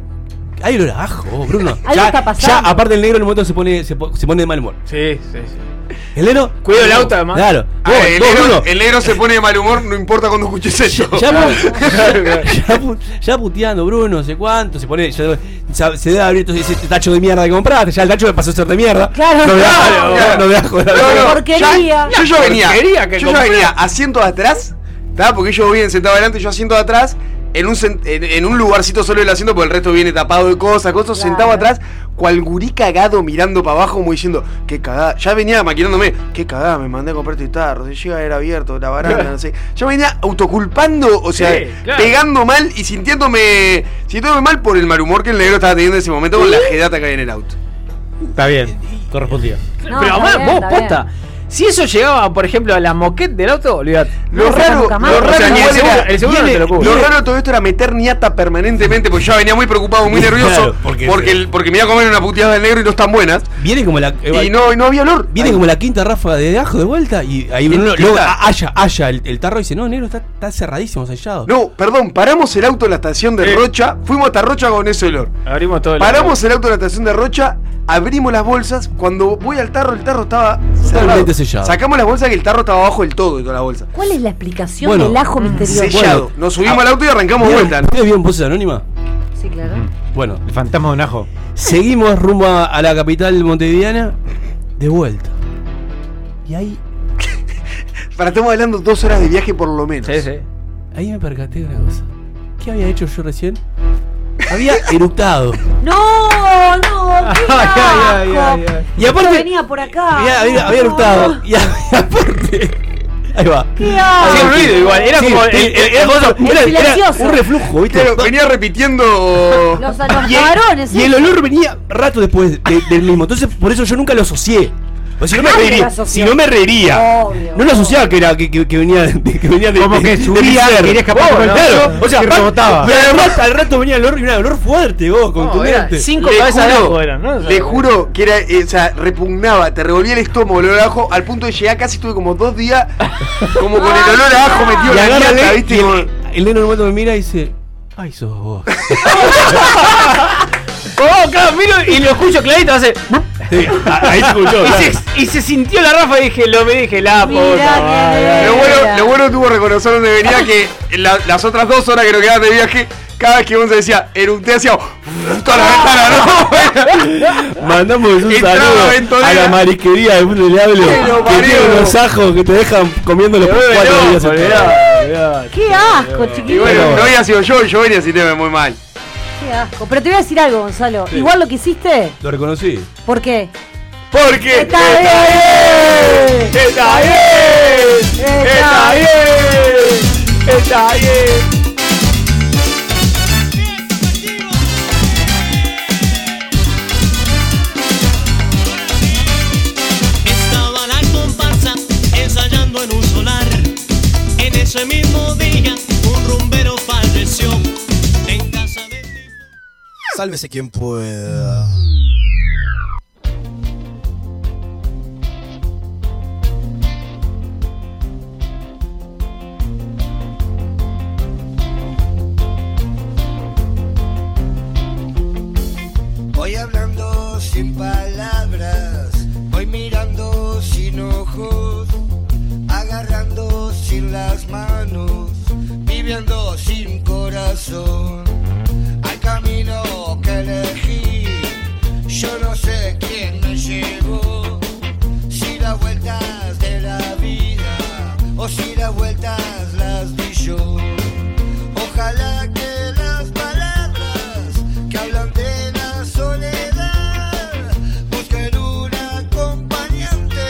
S7: Hay olor a ajo, vos, Bruno.
S4: Algo está pasando.
S7: ya, aparte el negro en un momento se pone, se, po- se pone de mal humor.
S6: Sí, sí, sí.
S7: El negro.
S6: Cuido el auto, además.
S7: Claro.
S5: Ah,
S7: Vos,
S5: el,
S7: vos,
S5: negro,
S7: Bruno.
S5: el negro se pone de mal humor, no importa cuando escuches eso.
S7: Ya, pu- ya pu- ya puteando Bruno, no sé cuánto, se pone, ya- ya- se debe abrir entonces ese tacho de mierda que compraste, ya el tacho me pasó a ser de mierda.
S4: Claro.
S7: no me da-
S5: Claro, claro.
S7: no me da joder.
S5: No, no,
S4: Porquería.
S5: ya- yo, yo venía.
S6: Porquería que
S5: yo ya
S6: compré.
S5: venía asiento de atrás. ¿tá? Porque ellos vienen sentados adelante, yo asiento de atrás. En un, sen- en, en un lugarcito solo el asiento, porque el resto viene tapado de cosas, cosas,
S4: Claro.
S5: sentado atrás, cual gurí cagado mirando para abajo, como diciendo, qué cagada. Ya venía maquinándome, qué cagada, me mandé a comprar este tarro, si llega era abierto, la baranda, no sé. Ya venía autoculpando, o sea,
S6: Sí, claro.
S5: pegando mal y sintiéndome, sintiéndome mal por el mal humor que el negro estaba teniendo en ese momento con la jedata que había en el auto.
S3: Está bien. Correspondía.
S4: No,
S6: Pero
S4: está
S6: además,
S4: bien,
S6: vos,
S4: está bien.
S6: posta. Si eso llegaba, por ejemplo, a la moquette del auto, olvidate.
S5: Lo
S4: No se
S5: raro,
S4: toca más.
S5: lo
S4: O
S5: raro,
S6: sea, ni el
S5: igual
S6: seguro-
S5: era-
S6: el seguro no
S5: viene-
S6: te lo cubre.
S5: lo raro de todo esto era meter niata permanentemente, porque yo ya venía muy preocupado, muy nervioso,
S7: Claro, porque-
S5: porque, el- porque me iba a comer una puteada del negro y no están buenas.
S7: Viene como la. eh,
S5: y no, y no había olor.
S7: Viene
S5: Ay,
S7: como la quinta ráfaga de ajo de vuelta y ahí Bruno luego a- halla, halla el, el tarro y dice, no, negro, está, está cerradísimo, sellado.
S5: No, perdón, paramos el auto en la estación de
S6: Eh.
S5: Rocha, fuimos hasta Rocha con ese olor.
S6: Abrimos todo el.
S5: Paramos el auto en la estación de Rocha, abrimos las bolsas, cuando voy al tarro, el tarro estaba
S7: Totalmente
S5: cerrado.
S7: sellado.
S5: Sacamos las bolsas que el tarro estaba abajo del todo de toda la bolsa.
S4: ¿Cuál es la explicación
S7: Bueno,
S4: del ajo misterioso?
S5: Sellado. Nos subimos al auto y arrancamos
S7: ¿Vieron-
S5: vuelta. ¿no?
S7: ¿Ustedes vieron Voces Anónima?
S4: Sí, claro.
S7: Bueno.
S3: El fantasma de un ajo.
S7: Seguimos rumbo a, a la capital montevideana. De vuelta. Y ahí.
S5: Para estamos hablando dos horas de viaje por lo menos.
S6: Sí, sí.
S7: Ahí me percaté de una cosa. ¿Qué había hecho yo recién? Había eructado.
S4: No, no, qué
S7: Ay, ay, ay, ay,
S4: asco.
S7: ay. Y aparte-
S4: Yo venía por acá.
S7: Había, había, había eructado. Y, y aparte. Ahí va.
S4: ¿Qué
S7: Hacía
S4: asco?
S7: ruido igual. Era
S5: Sí,
S7: como.
S5: sí,
S7: eh, eh,
S5: el
S7: como-
S5: silencioso.
S7: era- era
S5: Silencioso.
S7: un reflujo, ¿viste?
S5: Claro, venía repitiendo.
S4: Los, los
S7: Y el-
S4: varones.
S7: Y el olor venía rato después de- del mismo. Entonces, por eso yo nunca lo asocié. O si no me
S4: Nadie lo
S7: reiría.
S4: asoció.
S7: Si no me reiría.
S4: Obvio.
S7: No lo asociaba que era que, que- que venía de, que venía de,
S3: Como
S7: de-
S3: que
S7: de
S3: subía,
S7: mi ser.
S3: quería escapar
S7: Vos,
S3: por el
S7: claro.
S3: techo
S7: O sea,
S3: y
S7: pa-
S3: rebotaba.
S7: pero además al rato venía el olor y un olor fuerte, vos, contundente.
S6: era cinco
S5: Le
S6: cabezas de
S5: juro,
S6: ajo eran, ¿no? O sea,
S5: Le juro que era, eh, o sea, repugnaba, te revolvía el estómago, el olor a ajo, al punto de llegar casi tuve como dos días, como con el olor a ajo metido
S7: y
S5: en la
S7: agarra
S5: ñata,
S7: el
S5: ¿viste?
S7: y
S5: Como-
S7: el- el neno en un momento me mira y dice. Ay, sos vos.
S6: Oh, claro, miro y lo escucho clarito, hace.
S7: Sí, a- ahí se escuchó. claro.
S6: Y se, y se sintió la rafa y dije, lo me dije, la
S4: Mirá
S6: puta.
S4: quién
S6: madre.
S5: Lo
S4: es.
S5: bueno, lo bueno tuvo reconocer donde venía que en la- las otras dos horas que nos quedaban de viaje, cada vez que uno se decía, eructé hacía oh, toda la ventana, ¿no?
S7: Mandamos un
S5: Entraba
S7: saludo a
S5: Ventonera.
S7: la marisquería del Mundo del Diablo.
S5: Que lo
S7: Que tiene
S5: parió.
S7: unos ajos que te dejan comiendo los cuatro días.
S6: Olvidá, olvidá.
S4: Qué asco,
S5: Y
S4: chiquito.
S5: bueno, no había sido yo, yo venía así te ve muy mal.
S4: Qué asco. Pero te voy a decir algo, Gonzalo.
S7: Sí.
S4: Igual lo que hiciste,
S7: Lo reconocí.
S4: ¿por qué?
S5: Porque
S4: ¡Está bien!
S5: está bien,
S4: Está
S5: bien, está bien.
S1: Estaba la comparsa ensayando en un solar. En ese mismo día, un rumbero falleció en casa de.
S11: Sálvese quien pueda. Voy hablando sin palabras, voy mirando sin ojos, agarrando sin las manos, viviendo sin corazón. Hay camino que elegir, yo no sé quién me llevó, si las vueltas de la vida o si las vueltas las di yo. Ojalá que las palabras que hablan de la soledad busquen un acompañante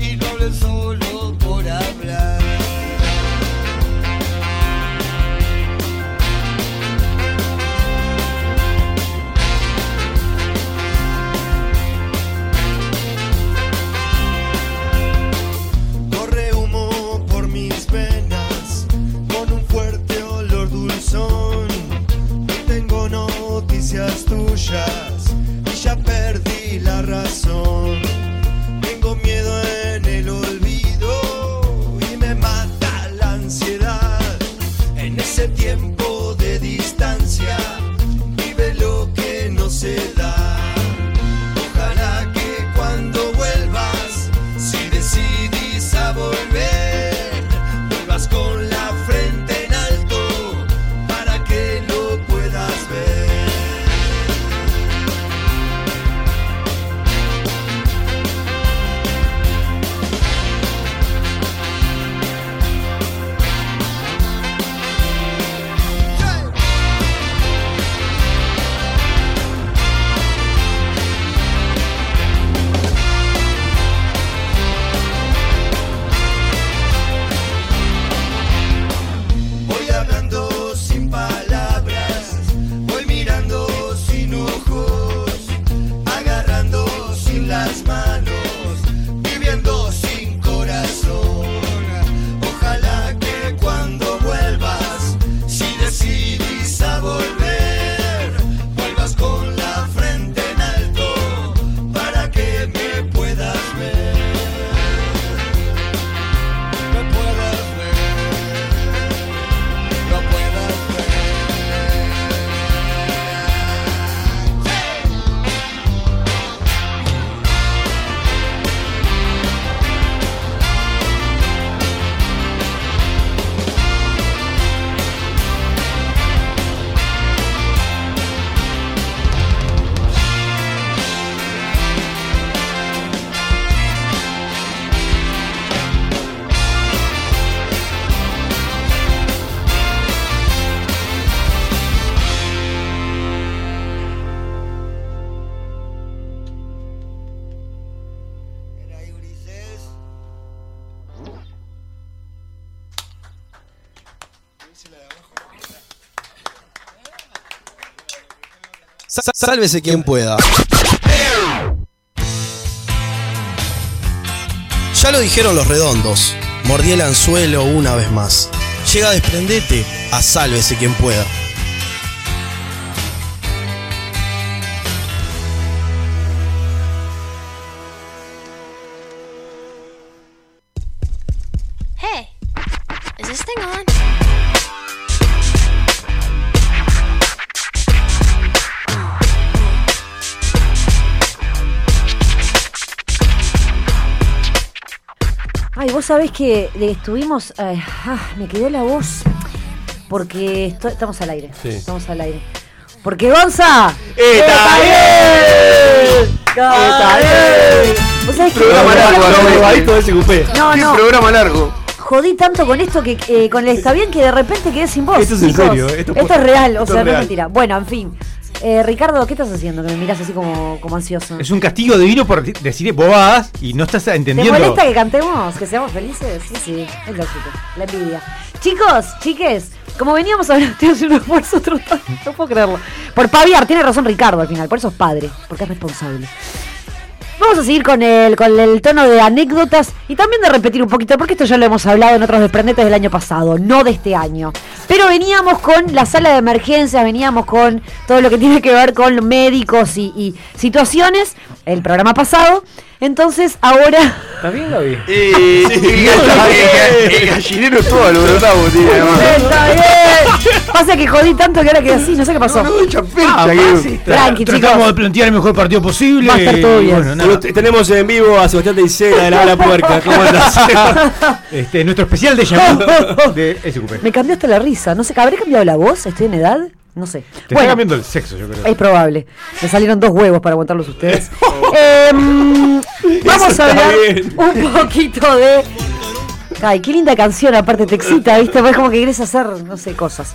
S11: y no hablen solo por hablar.
S12: sa- Sálvese quien pueda. Ya lo dijeron los redondos. Mordí el anzuelo una vez más. Llega a desprendete a sálvese quien pueda.
S13: Hey, is this thing on?
S4: Ay, vos sabés que eh, estuvimos. eh, ah, me quedó la voz. Porque esto- estamos al aire.
S7: Sí.
S4: Estamos al aire. Porque Gonza.
S1: ¡Está bien!
S4: ¡Está bien! ¿Vos sabés que
S5: Programa largo, largo,
S7: ese cupé.
S4: No,
S5: Qué
S4: no.
S5: programa largo.
S4: jodí tanto con esto que eh, con el está bien que de repente quedé sin voz?
S5: Esto es en
S4: chicos.
S5: serio, eh,
S4: Esto,
S5: esto es posta.
S4: es real, o
S5: Esto
S4: sea,
S5: es
S4: no es
S5: real.
S4: mentira. Bueno, en fin. Eh, Ricardo, ¿qué estás haciendo? Que me mirás así como, como ansioso.
S3: Es un castigo divino por de- decir bobadas y no estás
S4: ¿Te
S3: entendiendo.
S4: molesta que cantemos? ¿Que seamos felices? Sí, sí, es lógico. La envidia. Chicos, chiques, como veníamos hablando, estoy haciendo un esfuerzo total, no puedo creerlo. Por paviar, tiene razón Ricardo al final, por eso es padre, porque es responsable. Vamos a seguir con el, con el tono de anécdotas y también de repetir un poquito, porque esto ya lo hemos hablado en otros desprendetes del año pasado, no de este año. Pero veníamos con la sala de emergencias, veníamos con todo lo que tiene que ver con médicos y, y situaciones, el programa pasado. Entonces ahora
S6: ¿Estás bien, Gaby?
S5: Eh, el, gall- el gall- el gallinero es todo lo brotavo, tiene además.
S4: Está bien. Pasa que jodí tanto que ahora quedé así, no sé qué pasó.
S3: Ah,
S4: que-
S3: sí, tra-
S4: Tranqui,
S3: tratamos
S4: chicos.
S3: de plantear el mejor partido posible.
S4: Va a estar todo
S3: y
S4: bien.
S3: bueno, nada.
S7: Tenemos en vivo a Sebastián Teisera de la Ala Puerca. ¿Cómo andás?
S3: Este, nuestro especial de llamado de SQP.
S4: Me cambió hasta la risa. No sé, ¿habré cambiado la voz? ¿Estoy en edad? No sé.
S3: Te está
S4: bueno,
S3: cambiando el sexo, yo creo.
S4: es probable. Me salieron dos huevos para aguantarlos ustedes. Em, vamos
S3: Eso
S4: a
S3: está
S4: hablar
S3: bien.
S4: un poquito de. Ay, qué linda canción, aparte te excita, ¿viste? Es como que querés hacer, no sé, cosas.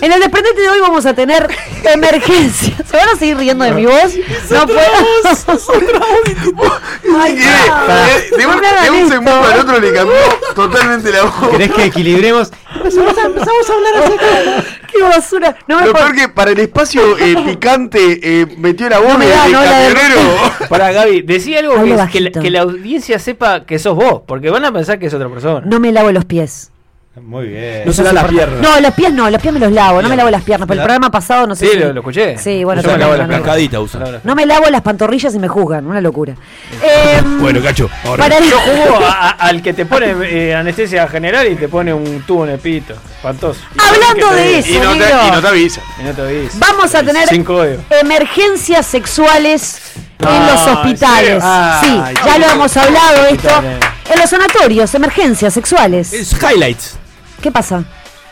S4: En el desprendente de hoy vamos a tener emergencias. ¿Se van a seguir riendo de mi voz? No puedo. Ay, no.
S5: Eh, De un, de un segundo al otro le cambió totalmente la voz.
S3: ¿Querés que equilibremos?
S4: Empezamos a, empezamos a hablar acerca ¡Qué basura! No me
S5: Lo
S4: puedo-
S5: peor que para el espacio eh, picante eh, metió la voz
S4: No me
S5: de,
S4: da,
S5: de
S4: no, la de-
S5: camionero.
S6: Pará, Gaby, decí algo
S4: Hablo
S6: que, que
S4: bajito.
S6: la, que la audiencia sepa que sos vos, porque van a pensar que es otra persona.
S4: No me lavo los pies.
S3: Muy bien.
S6: No se
S3: da
S6: dan las piernas.
S4: No, los pies no, los pies me los lavo, no me lavo las piernas. Pero el
S6: Claro.
S4: programa pasado no sé.
S6: Sí,
S4: si-
S6: lo, lo escuché.
S4: Sí, bueno,
S7: Yo me
S4: también,
S7: lavo la
S4: no, no.
S7: plancadita, usa.
S4: No me lavo las pantorrillas y me juzgan, una locura. Em,
S7: Bueno, cacho. ahora.
S4: Para-
S6: Yo jugo a- a- al que te pone eh, anestesia general y te pone un tubo en el pito. Espantoso.
S4: Hablando de eso, negro.
S5: avisa.
S6: Y no te avisa.
S4: Vamos a tener
S6: Sin código.
S4: emergencias sexuales en
S6: Ah,
S4: los hospitales.
S6: ¿en serio? Ah,
S4: sí,
S6: ay,
S4: ya lo
S6: sí.
S4: hemos hablado esto.
S6: Hospitales.
S4: En los sanatorios, emergencias sexuales.
S7: Es highlights.
S4: ¿Qué pasa?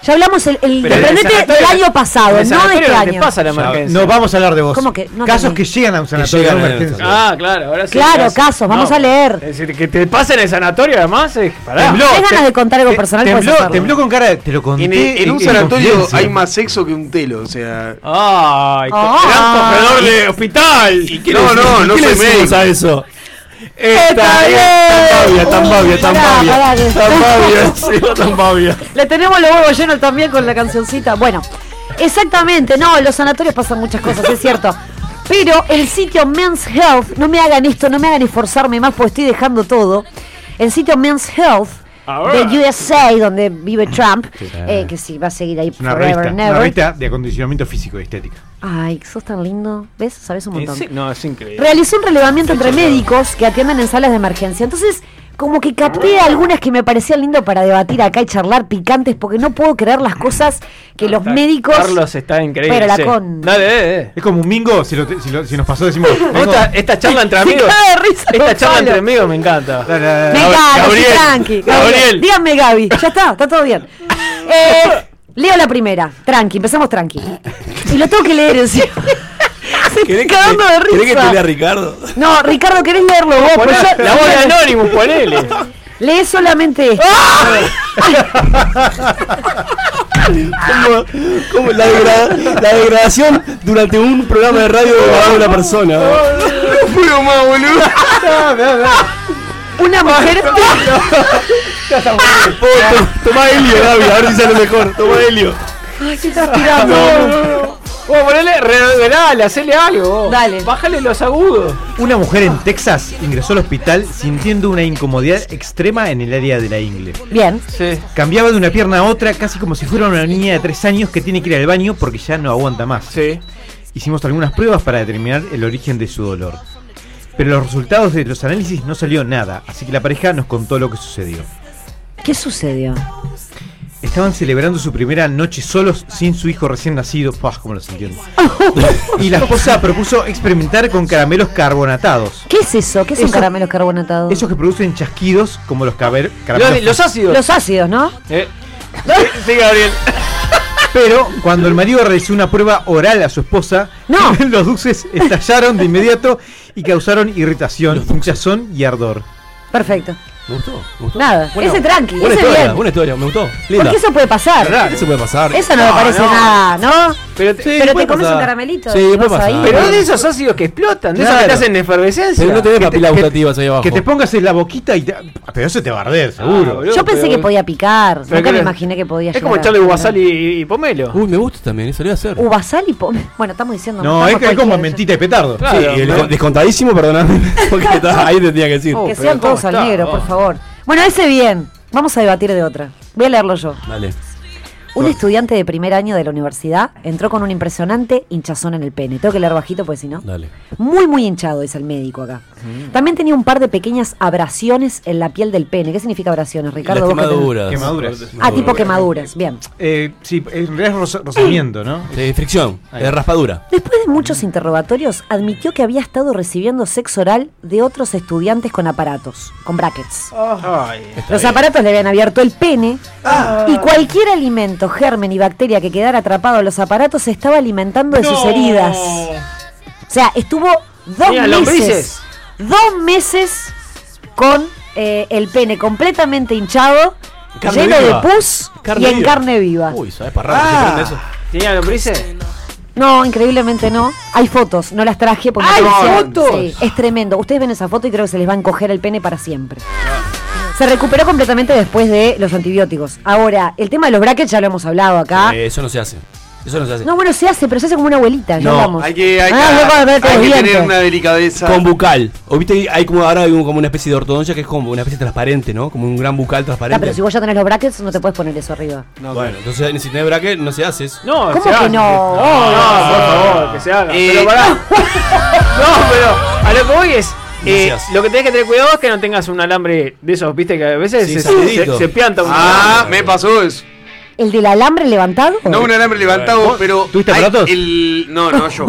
S4: Ya hablamos el, el
S3: Pero en el
S4: dependete del
S3: sanatorio-
S4: año pasado,
S3: en el
S4: no de
S3: sanatorio
S4: este
S3: no te
S4: año.
S6: pasa la emergencia.
S3: No, vamos a hablar de vos.
S4: ¿Cómo que? No
S3: Casos
S4: entendí.
S3: que llegan a un sanatorio de
S7: llegan a un
S3: emergencia.
S6: Ah, claro, ahora sí.
S4: Claro,
S6: ahora sí.
S4: casos, vamos a leer.
S6: Es decir, que te pase en el sanatorio además es pará.
S3: Tembló,
S4: ¿Tenés ganas
S3: te-
S4: de contar algo
S3: te-
S4: personal? Puedes
S3: Tembló,
S4: hacerlo.
S3: tembló con cara de. Te lo conté.
S5: En, el- en un
S3: en
S5: sanatorio
S3: confidencia.
S5: hay más sexo que un telo, o sea.
S6: Ay, qué
S4: Ah.
S6: gran corredor de hospital.
S5: quién No, le- no, no
S7: ¿Qué
S5: soy
S7: le decimos
S5: médico.
S7: a eso?
S4: Está bien.
S7: Tambavia, tambavia,
S4: Pará,
S7: tambavia.
S4: pará, que-
S7: Tambavia, sí, tambavia.
S4: Le tenemos los huevos llenos también con la cancioncita. Bueno, exactamente, no, en los sanatorios pasan muchas cosas, es cierto. Pero el sitio Men's Health, no me hagan esto, no me hagan esforzarme más porque estoy dejando todo. El sitio Men's Health
S3: Ahora.
S4: de USA, donde vive Trump, eh, que sí, va a seguir ahí
S3: Es Una
S4: forever
S3: revista,
S4: and
S3: una
S4: ever.
S3: revista de acondicionamiento físico y estética.
S4: Ay, sos tan lindo, ¿ves? Sabes un montón.
S6: Eh, Sí, No, es increíble.
S4: Realizó un relevamiento entre médicos que atienden en salas de emergencia. Entonces, como que capté algunas que me parecían lindo para debatir acá y charlar picantes, porque no puedo creer las cosas que los
S6: Está-
S4: médicos.
S6: Carlos está increíble.
S4: Pero la
S6: sí.
S4: con-
S6: Dale, dale, dale.
S3: Es como un mingo, si, lo te- si lo- si nos pasó, decimos. vengo-
S6: Esta, esta charla entre
S4: Se
S6: amigos.
S4: cae de risa,
S6: Esta charla
S4: Gonzalo.
S6: entre amigos me encanta.
S3: Dale, dale, dale.
S4: Me encanta,
S6: Gabriel,
S4: sí, tranqui. Gabriel.
S6: Gabriel.
S4: Díganme, Gaby. Ya está, está todo bien. Eh, leo la primera. Tranqui, empezamos tranqui. Y lo tengo que leer encima. Se
S7: ¿Querés
S4: está
S7: que,
S4: cagando de
S7: ¿Querés que
S4: risa.
S7: te lea Ricardo?
S4: No, Ricardo, ¿querés leerlo vos? Pues
S6: Poné-
S4: yo-
S6: la voz de Anonymous, ponele. ¡Ah!
S4: Lee solamente esto.
S7: ¿Cómo, cómo la, degra- la degradación durante un programa de radio de una persona?
S5: No puedo más, boludo.
S4: Una mujer.
S7: Tomá helio, Gaby, a ver si sale mejor. Tomá helio.
S4: Ay, ¿qué estás tirando?
S6: Vos ponele, reverale, hacele algo. vos. Bájale los agudos.
S3: Una mujer en Texas ingresó al hospital sintiendo una incomodidad extrema en el área de la ingle.
S4: Bien.
S3: Cambiaba de una pierna a otra casi como si fuera una niña de 3 años que tiene que ir al baño porque ya no aguanta más. Hicimos algunas pruebas para determinar el origen de su dolor. Pero los resultados de los análisis no salió nada, así que la pareja nos contó lo que sucedió.
S4: ¿Qué sucedió?
S3: Estaban celebrando su primera noche solos sin su hijo recién nacido. Pah, cómo los entiendo. y la esposa propuso experimentar con caramelos carbonatados.
S4: ¿Qué es eso? ¿Qué son
S3: Eso-
S4: caramelos carbonatados?
S3: Esos que producen chasquidos como los caber- caramelos.
S4: Los ácidos, ¿no?
S6: Sí, Gabriel.
S3: Pero cuando el marido realizó una prueba oral a su esposa, los dulces estallaron de inmediato y causaron irritación, hinchazón y ardor.
S4: Perfecto.
S7: Me gustó, me gustó.
S4: Nada. ese tranqui,
S7: Buena
S4: ese
S7: historia,
S4: bien.
S7: buena historia, me gustó. Linda.
S4: Porque eso puede pasar.
S7: Eso puede pasar. Ah,
S4: Eso no, me parece nada, ¿no?
S6: Pero
S4: te, pero te comes un caramelito.
S7: Sí,
S4: y
S7: puede
S4: vas
S7: pasar.
S4: ahí.
S6: Pero es de esos ácidos que explotan, de esos que te hacen efervescencia. Que te- que-
S7: ahí abajo. Ah,
S3: Que te pongas en la boquita y te. Pero eso te va a arder, seguro.
S4: Yo pensé que podía picar.
S3: Pero
S4: Nunca me
S3: creo-
S4: imaginé que podía
S6: Es como
S4: llegar a-
S6: echarle guasal y, y pomelo.
S7: Uy, me gusta también, eso lo voy a hacer.
S4: Uvasal y pom... Bueno, estamos diciendo.
S3: No, es,
S4: Uh, estamos
S3: que es como
S4: cualquiera.
S3: mentita y petardo.
S7: Sí, y el con- descontadísimo, perdóname. Porque estaba- ahí te tenía que decir.
S4: que sean todos al negro, por favor. Bueno, ese bien. Vamos a debatir de otra. Voy a leerlo yo.
S7: Dale.
S4: Un estudiante de primer año de la universidad entró con un impresionante hinchazón en el pene. Tengo que leer bajito, pues si no.
S7: Dale.
S4: Muy, muy hinchado, es el médico acá. También tenía un par de pequeñas abrasiones en la piel del pene. ¿Qué significa abrasiones, Ricardo? Vos que tenés-
S3: Quemaduras.
S4: Ah, tipo quemaduras, bien.
S3: Eh, sí, en realidad es roza- rozamiento, ¿no?
S7: De fricción, de raspadura.
S4: Después de muchos interrogatorios, admitió que había estado recibiendo sexo oral de otros estudiantes con aparatos, con brackets. Los aparatos le habían abierto el pene
S7: Ah.
S4: y cualquier alimento, germen y bacteria que quedara atrapado en los aparatos se estaba alimentando de sus heridas. O sea, estuvo dos
S6: Mira,
S4: meses.
S6: lombrices.
S4: Dos meses con eh, el pene completamente hinchado,
S7: Carne
S4: lleno
S7: viva.
S4: de pus
S7: Carne
S4: y en
S7: viva.
S4: carne viva.
S7: Uy, sabes para
S6: Ah.
S7: raro, se prende eso.
S6: ¿Tenía lombrices?
S4: No, increíblemente no. Hay fotos, no las traje porque
S6: ¡Hay
S4: me parecían-
S6: fotos!
S4: Sí, es tremendo. Ustedes ven esa foto y creo que se les va a encoger el pene para siempre. Se recuperó completamente después de los antibióticos. Ahora, el tema de los brackets ya lo hemos hablado acá.
S7: Eh, eso no se hace. Eso no se hace.
S4: No, bueno, se hace, pero se hace como una abuelita, ya hablamos.
S5: hay que, hay
S4: Ah,
S5: que-
S4: no, para pues. verte
S5: hay
S4: los
S5: que tener
S4: dientes.
S5: una delicadeza.
S7: Con bucal. O viste, que hay como ahora hay un- como una especie de ortodoncia que es como una especie transparente, ¿no? Como un gran bucal
S4: Ah, pero
S7: transparente.
S4: si vos ya tenés los brackets, no te puedes poner eso arriba.
S7: Bueno, entonces si tenés bracket, no se haces.
S6: No,
S4: ¿Cómo
S6: se
S4: que
S6: hace.
S4: no?
S6: No,
S4: Oh,
S6: no, por favor, que se haga.
S4: Eh,
S6: Pero pará. no, pero a lo que voy es. eh,
S5: Gracias.
S6: lo que tenés que tener cuidado es que no tengas un alambre de esos, viste, que a veces
S5: Sí,
S6: se,
S5: salidito.
S6: se- se pianta un
S5: Ah, me pasó eso.
S4: ¿El del alambre levantado?
S5: No un alambre levantado, pero. ¿Tuviste aparatos? El, no, no, yo.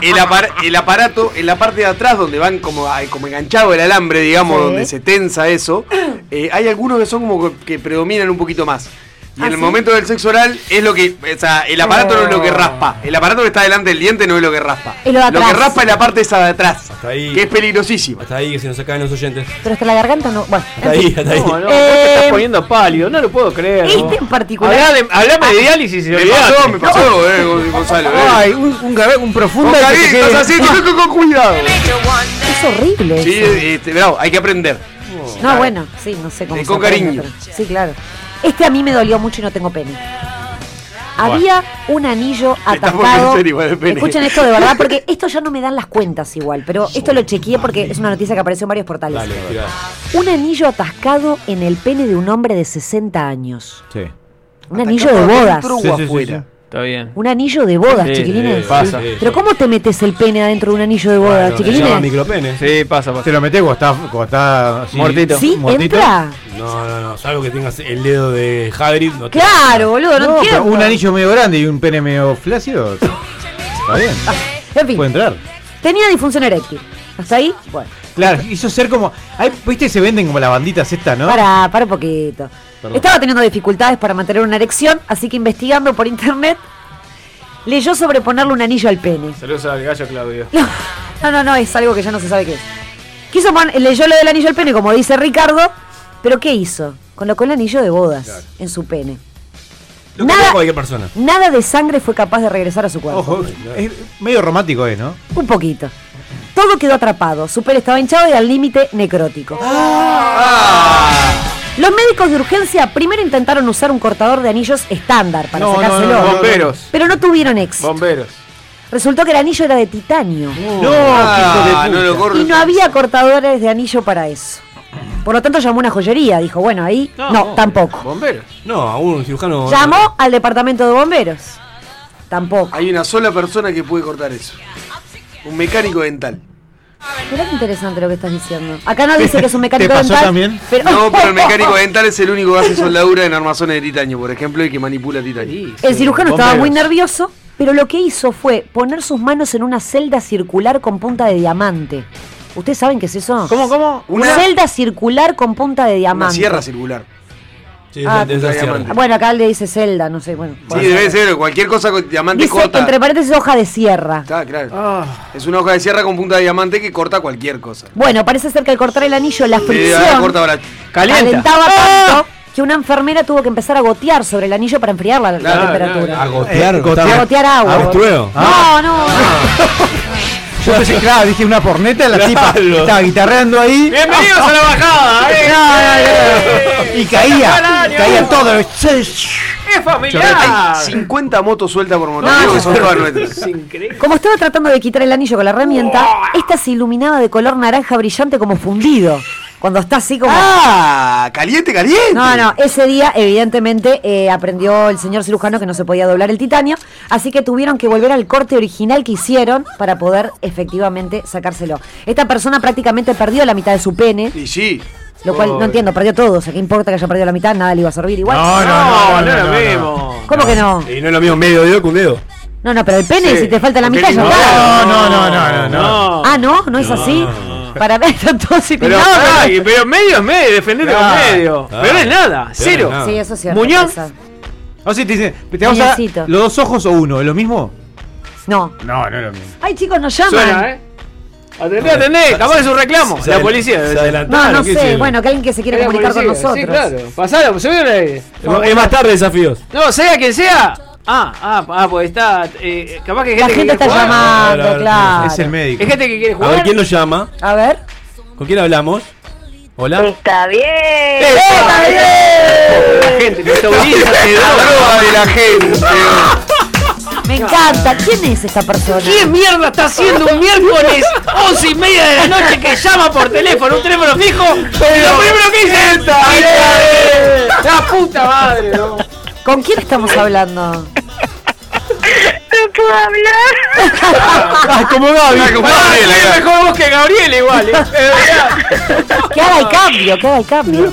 S5: El, apar- el aparato, en la parte de atrás, donde van como, ay, como enganchado el alambre, digamos,
S6: Sí.
S5: donde se tensa eso, eh, hay algunos que son como que predominan un poquito más. Y
S6: ¿Ah,
S5: en el
S6: sí?
S5: momento del sexo oral es lo que. O sea, el aparato no es lo que raspa. El aparato que está delante del diente no es lo que raspa.
S4: Oh. Es lo de
S5: que
S4: atrás.
S5: raspa es la parte esa de atrás.
S7: Hasta ahí.
S5: Que es peligrosísima.
S7: Hasta ahí que se nos sacan los oyentes.
S4: Pero hasta la garganta no. Bueno, en fin.
S6: No, no, vos
S4: Eh,
S6: te estás poniendo pálido, no lo puedo creer.
S4: Este en particular. Ah.
S6: Hablame de diálisis y
S5: Me
S6: olvidate.
S5: pasó, me pasó, eh, Gonzalo. eh.
S3: Ay, un, un, gabe- un profundo.
S5: Ojalá,
S3: que te
S5: estás
S3: quede-
S5: así, con-
S4: Ah.
S5: con cuidado.
S4: Es horrible.
S5: Sí,
S4: eso.
S5: este, bravo, hay que aprender.
S4: No, bueno, sí, no sé cómo.
S5: Eh,
S4: se
S5: con
S4: aprende,
S5: cariño.
S4: pero- sí, claro. Este a mí me dolió mucho y no tengo pene. Había un anillo
S5: poniendo
S4: atascado.
S5: serio igual el pene.
S4: Escuchen esto de verdad, porque esto ya no me dan las cuentas igual, pero esto lo chequeé porque es una noticia que apareció en varios portales.
S7: Dale, tirá.
S4: Un anillo atascado en el pene de un hombre de 60 años.
S3: Sí.
S4: Un anillo de bodas.
S6: Está bien.
S4: Un anillo de bodas,
S6: Sí,
S4: chiquilines.
S6: sí, pasa. Sí,
S4: Pero
S6: sí.
S4: ¿cómo te metes el pene adentro de un anillo de bodas, chiquilines?
S7: micropene.
S6: Sí, pasa, pasa.
S3: Te lo metes cuando está, cuando está así,
S7: Mortito.
S4: ¿Sí?
S3: mortito.
S4: ¿Entra?
S7: No, no, no. Salvo que tengas el dedo de Hagrid. No te-
S4: Claro, boludo, no,
S3: No, pero
S4: entiendo.
S3: un anillo medio grande y un pene medio flácido. Está bien.
S4: En fin.
S3: Puede entrar.
S4: Tenía disfunción eréctil. ¿Hasta ahí? Bueno.
S3: Claro, hizo ser como. Ay, ¿Viste? Se venden como las banditas estas, ¿no?
S4: Para, para un poquito.
S3: Perdón.
S4: Estaba teniendo dificultades para mantener una erección, así que investigando por internet, leyó sobre ponerle un anillo al pene.
S6: Saludos al gallo Claudio.
S4: No, no, no, es algo que ya no se sabe qué es. Quiso pon- leyó lo del anillo al pene, como dice Ricardo, pero ¿qué hizo? Colocó el anillo de bodas en su pene.
S7: Lo que
S4: Nada-
S7: haría cualquier persona.
S4: Nada de sangre fue capaz de regresar a su cuerpo.
S3: Ojo, es medio romántico es, ¿no?
S4: Un poquito.
S6: Ah.
S4: Todo quedó atrapado. Su pelo estaba hinchado y al límite necrótico. Los médicos de urgencia primero intentaron usar un cortador de anillos estándar para
S6: No, no, no,
S4: sacárselo.
S6: no, bomberos.
S4: Pero no tuvieron éxito.
S6: Bomberos.
S4: Resultó que el anillo era de titanio.
S6: No, Ah, hijo de no puta. lo corro.
S4: y no había cortadores de anillo para eso. Por lo tanto llamó a una joyería. Dijo, bueno, ahí no, tampoco.
S6: Bomberos.
S7: No, a un cirujano.
S4: Llamó al departamento de bomberos. Tampoco.
S5: Hay una sola persona que puede cortar eso. Un mecánico dental.
S4: Mirá qué interesante lo que estás diciendo. Acá no dice que es un mecánico dental, Pero...
S5: No, pero el mecánico dental es el único que hace soldadura en armazones de titanio, por ejemplo, y que manipula titanio.
S4: El cirujano estaba muy nervioso, pero lo que hizo fue poner sus manos en una celda circular con punta de diamante. ¿Ustedes saben qué es eso?
S6: ¿Cómo, cómo?
S4: Una,
S5: Una-
S4: celda circular con punta de diamante.
S5: Una sierra circular.
S7: Sí,
S4: Ah, bueno, acá le dice celda, no sé, bueno.
S5: Sí, debe ser, cualquier cosa con diamante
S4: Dice,
S5: corta.
S4: entre paréntesis, hoja de sierra.
S5: Está, claro.
S6: Ah.
S5: Es una hoja de sierra con punta de diamante que corta cualquier cosa.
S4: Bueno, parece ser que al cortar el anillo, la
S5: Le da la
S4: fricción
S5: corta para-
S4: calentaba
S6: Ah.
S4: tanto que una enfermera tuvo que empezar a gotear sobre el anillo para enfriar la, la temperatura.
S7: A gotear,
S3: Eh, ah,
S7: gotear.
S4: A gotear agua.
S7: A gotueo.
S4: No, Oh, no,
S3: Yo pensé, claro, dije una porneta, la tipa
S7: Claro.
S3: estaba guitarreando ahí.
S6: Bienvenidos a la bajada. ¿eh?
S3: Y caía,
S6: Campanario.
S3: caía todo.
S6: Es familiar.
S5: Hay 50 motos sueltas por motor.
S4: No,
S5: Digo que son
S4: no.
S5: todas nuestras.
S4: Como estaba tratando de quitar el anillo con la herramienta, esta se iluminaba de color naranja brillante como fundido. Cuando está así como.
S5: ¡Ah! ¡Caliente, caliente!
S4: No, no, ese día evidentemente eh, aprendió el señor cirujano que no se podía doblar el titanio, así que tuvieron que volver al corte original que hicieron para poder efectivamente sacárselo. Esta persona prácticamente perdió la mitad de su pene,
S5: Y sí.
S4: lo cual no entiendo, perdió todo, o sea, ¿qué importa que haya perdido la mitad? Nada le iba a servir igual.
S6: No, no, no, lo vemos.
S4: ¿Cómo que no?
S7: Y no es lo mismo medio dedo que un dedo.
S4: No, no, pero el pene,
S7: Sí.
S4: si te falta la
S7: Porque
S4: mitad, ya
S7: no,
S4: está.
S7: no, no, no, no, no.
S4: Ah, no, no es así. Para ver, están todos
S6: Pero,
S4: inclinados.
S6: pará, y- pero medio es medio, defendete
S3: Claro,
S6: con medio.
S3: claro.
S6: Pero es nada,
S3: Pero
S6: cero.
S3: es nada.
S4: Sí, eso es cierto.
S6: Muñoz.
S4: pasa.
S3: O sea, te dicen, te vamos a dar
S4: Muñecito.
S3: los dos ojos o uno, ¿es lo mismo?
S4: No.
S3: No, no es lo mismo.
S4: Ay, chicos, nos llaman.
S6: Suena, ¿eh? Atendé, atendé, capaz es un reclamo.
S3: Se
S6: La
S3: adel-
S6: policía.
S3: se adelantó.
S4: No, no
S3: ¿qué
S4: sé.
S3: hicieron?
S4: Bueno, que alguien que se quiera
S6: Era
S4: comunicar con
S6: policía,
S4: nosotros.
S6: Sí, claro. Pasalo, se vio ahí.
S7: Es más tarde desafíos.
S6: No, sea quien sea. Ah, ah, ah, pues está. eh, capaz que hay
S4: La
S6: gente,
S4: gente
S6: que quiere
S4: está
S6: jugar.
S4: llamando,
S7: Claro,
S4: Ah, claro. Ah.
S7: es el médico.
S6: Es gente que quiere
S7: A
S6: jugar.
S7: ver quién lo llama.
S4: A ver.
S7: ¿Con quién hablamos? Hola.
S10: Está bien.
S6: La gente que autoriza, te da droga de la gente.
S4: Me encanta. ¿Quién es esta persona?
S6: ¿Qué mierda está haciendo un miércoles 11 y media de la noche que llama por teléfono, un teléfono fijo? y lo primero que dice es. ¡La puta madre, no!
S4: ¿Con quién estamos hablando?
S10: No puedo hablar.
S3: Ah, como Gaby.
S6: Gabriela,
S3: Gaby.
S6: es mejor vos que Gabriel igual, eh. Eh,
S4: Que haga el cambio, que haga el cambio.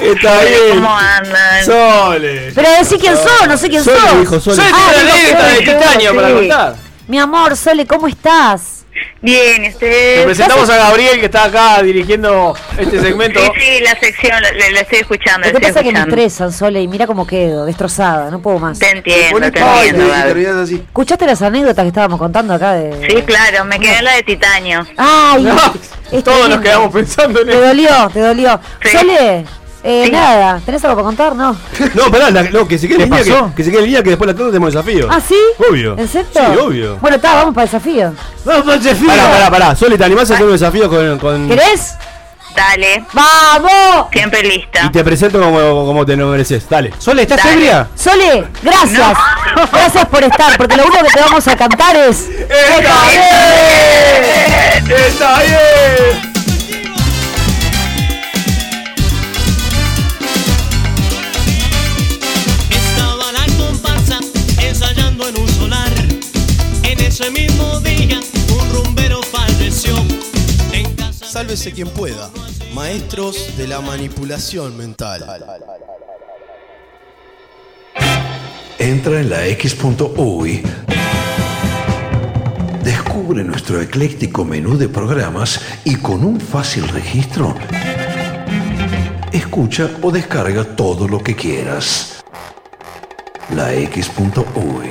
S7: Está
S10: ¿Cómo andan?
S7: Sole.
S4: Pero decí quién sos, no sé quién
S7: Sole,
S4: sos.
S7: dijo, Sole. Sole
S4: Ah,
S6: tiene
S4: digo,
S6: anécdota
S4: Sole,
S6: de
S4: claro,
S6: titanio para
S4: sí.
S6: contar.
S4: Mi amor, Sole, ¿cómo estás?
S10: Bien,
S6: Te
S10: ustedes.
S6: presentamos a Gabriel que está acá dirigiendo este segmento.
S10: Sí, sí, la sección la, la- la estoy escuchando.
S4: Lo
S10: la
S4: que
S10: estoy
S4: pasa es que me
S10: escuchando.
S4: estresan, Sole, y mira cómo quedo, destrozada, no puedo más.
S10: Te entiendo, te
S5: Ay,
S10: entiendo.
S5: y
S10: Gaby.
S5: terminás así.
S4: ¿Escuchaste las anécdotas que estábamos contando acá de.
S10: Sí, claro, me quedé en la de titanio.
S4: ¡Ay!
S6: No,
S4: es
S6: todos nos
S4: tremendo.
S6: quedamos pensando en
S4: Te
S6: eso.
S4: dolió, te dolió.
S10: Sí.
S4: Sole, eh,
S10: Sí.
S4: nada, ¿tenés algo para contar? No.
S7: No, pará, la- no, que se quede en
S3: ¿Qué
S7: línea, que,
S3: pasó?
S7: que se quede en línea que después la tarde tenemos desafío.
S4: ¿Ah, sí?
S7: Obvio.
S4: ¿En serio?
S7: Sí, obvio.
S4: Bueno, está, vamos para el desafío.
S7: Pará, pará, pará. Sole, ¿te animás a hacer un desafío con. con-
S4: ¿Querés?
S10: Dale,
S4: ¡Vamos!
S10: siempre lista.
S7: Y te presento como, como te lo mereces. Dale.
S3: Sole, ¿estás
S10: Dale.
S3: ebria?
S4: Sole, gracias. Gracias por estar, porque lo único que te vamos a cantar es. ¡Está
S6: bien! ¡Está bien!
S1: Estaba la comparsa ensayando en un solar. En ese mismo día, un rumbero falleció. En casa
S12: Sálvese quien pueda. Maestros de la manipulación mental.
S9: Entra en la X.UI. Descubre nuestro ecléctico menú de programas y con un fácil registro, escucha o descarga todo lo que quieras. La X.UI.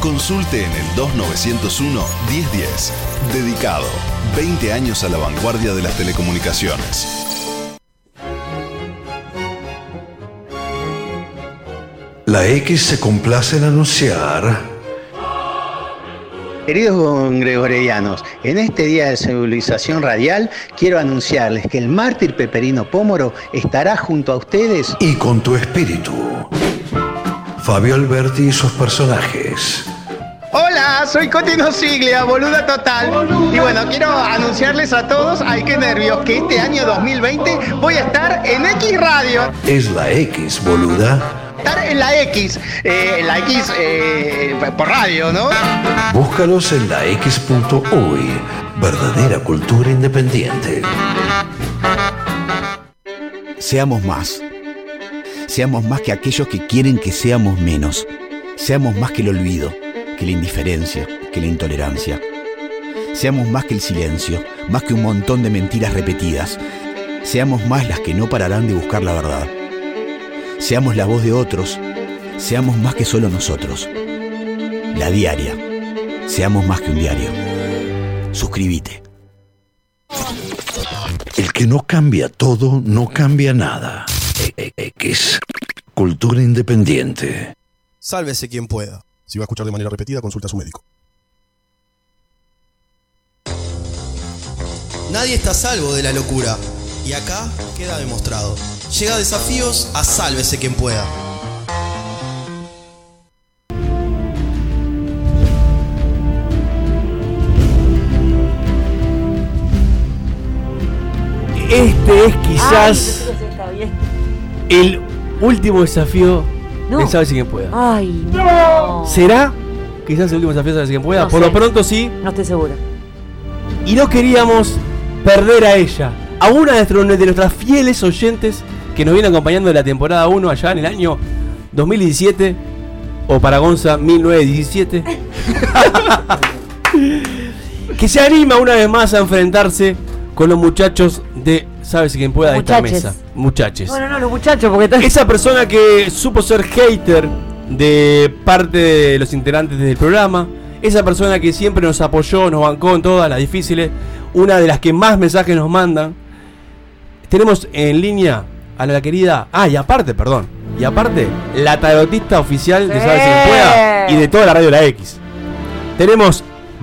S14: Consulte en el 2901 1010. Dedicado. 20 años a la vanguardia de las telecomunicaciones.
S9: La X se complace en anunciar.
S15: Queridos gregorianos, en este día de civilización radial quiero anunciarles que el mártir Peperino Pómoro estará junto a ustedes
S9: y con tu espíritu. Fabio Alberti y sus personajes.
S15: Hola, soy Cotino Siglia, boluda total. Y bueno, quiero anunciarles a todos, ay qué nervios, que este año 2020 voy a estar en X Radio.
S9: Es la X, boluda.
S15: Estar en la X, eh, en la X eh, por radio, ¿no?
S9: Búscalos en la X.uy. Verdadera cultura independiente.
S16: Seamos más. Seamos más que aquellos que quieren que seamos menos. Seamos más que el olvido, que la indiferencia, que la intolerancia. Seamos más que el silencio, más que un montón de mentiras repetidas. Seamos más las que no pararán de buscar la verdad. Seamos la voz de otros. Seamos más que solo nosotros. La diaria. Seamos más que un diario. Suscríbete.
S9: El que no cambia todo, no cambia nada. E- e- X. Cultura independiente.
S12: Sálvese quien pueda.
S14: Si va a escuchar de manera repetida, consulta a su médico.
S12: Nadie está a salvo de la locura. Y acá queda demostrado. Llega desafíos a sálvese quien pueda.
S7: Este es quizás
S4: Ay, nosotros está bien.
S7: el último desafío
S4: No.
S7: de Sabe si quien pueda.
S4: Ay, no.
S7: ¿Será? Quizás el último desafío de Sabe si quien pueda.
S4: No
S7: Por
S4: sé.
S7: lo pronto sí.
S4: No estoy segura.
S7: Y no queríamos perder a ella. A una de nuestro- de nuestras fieles oyentes que nos viene acompañando de la temporada 1 allá en el año 2017. O para Gonza, 1917. que se anima una vez más a enfrentarse con los muchachos de Sabes quien pueda de esta
S4: Muchaches.
S7: mesa. Muchachos.
S4: Bueno, no, los muchachos, porque tal-
S7: Esa persona que supo ser hater de parte de los integrantes del programa, esa persona que siempre nos apoyó, nos bancó en todas las difíciles, una de las que más mensajes nos mandan. Tenemos en línea a la querida. Ah, y aparte, perdón. Y aparte, la tarotista oficial de Sabes si pueda y de toda la radio La X. Tenemos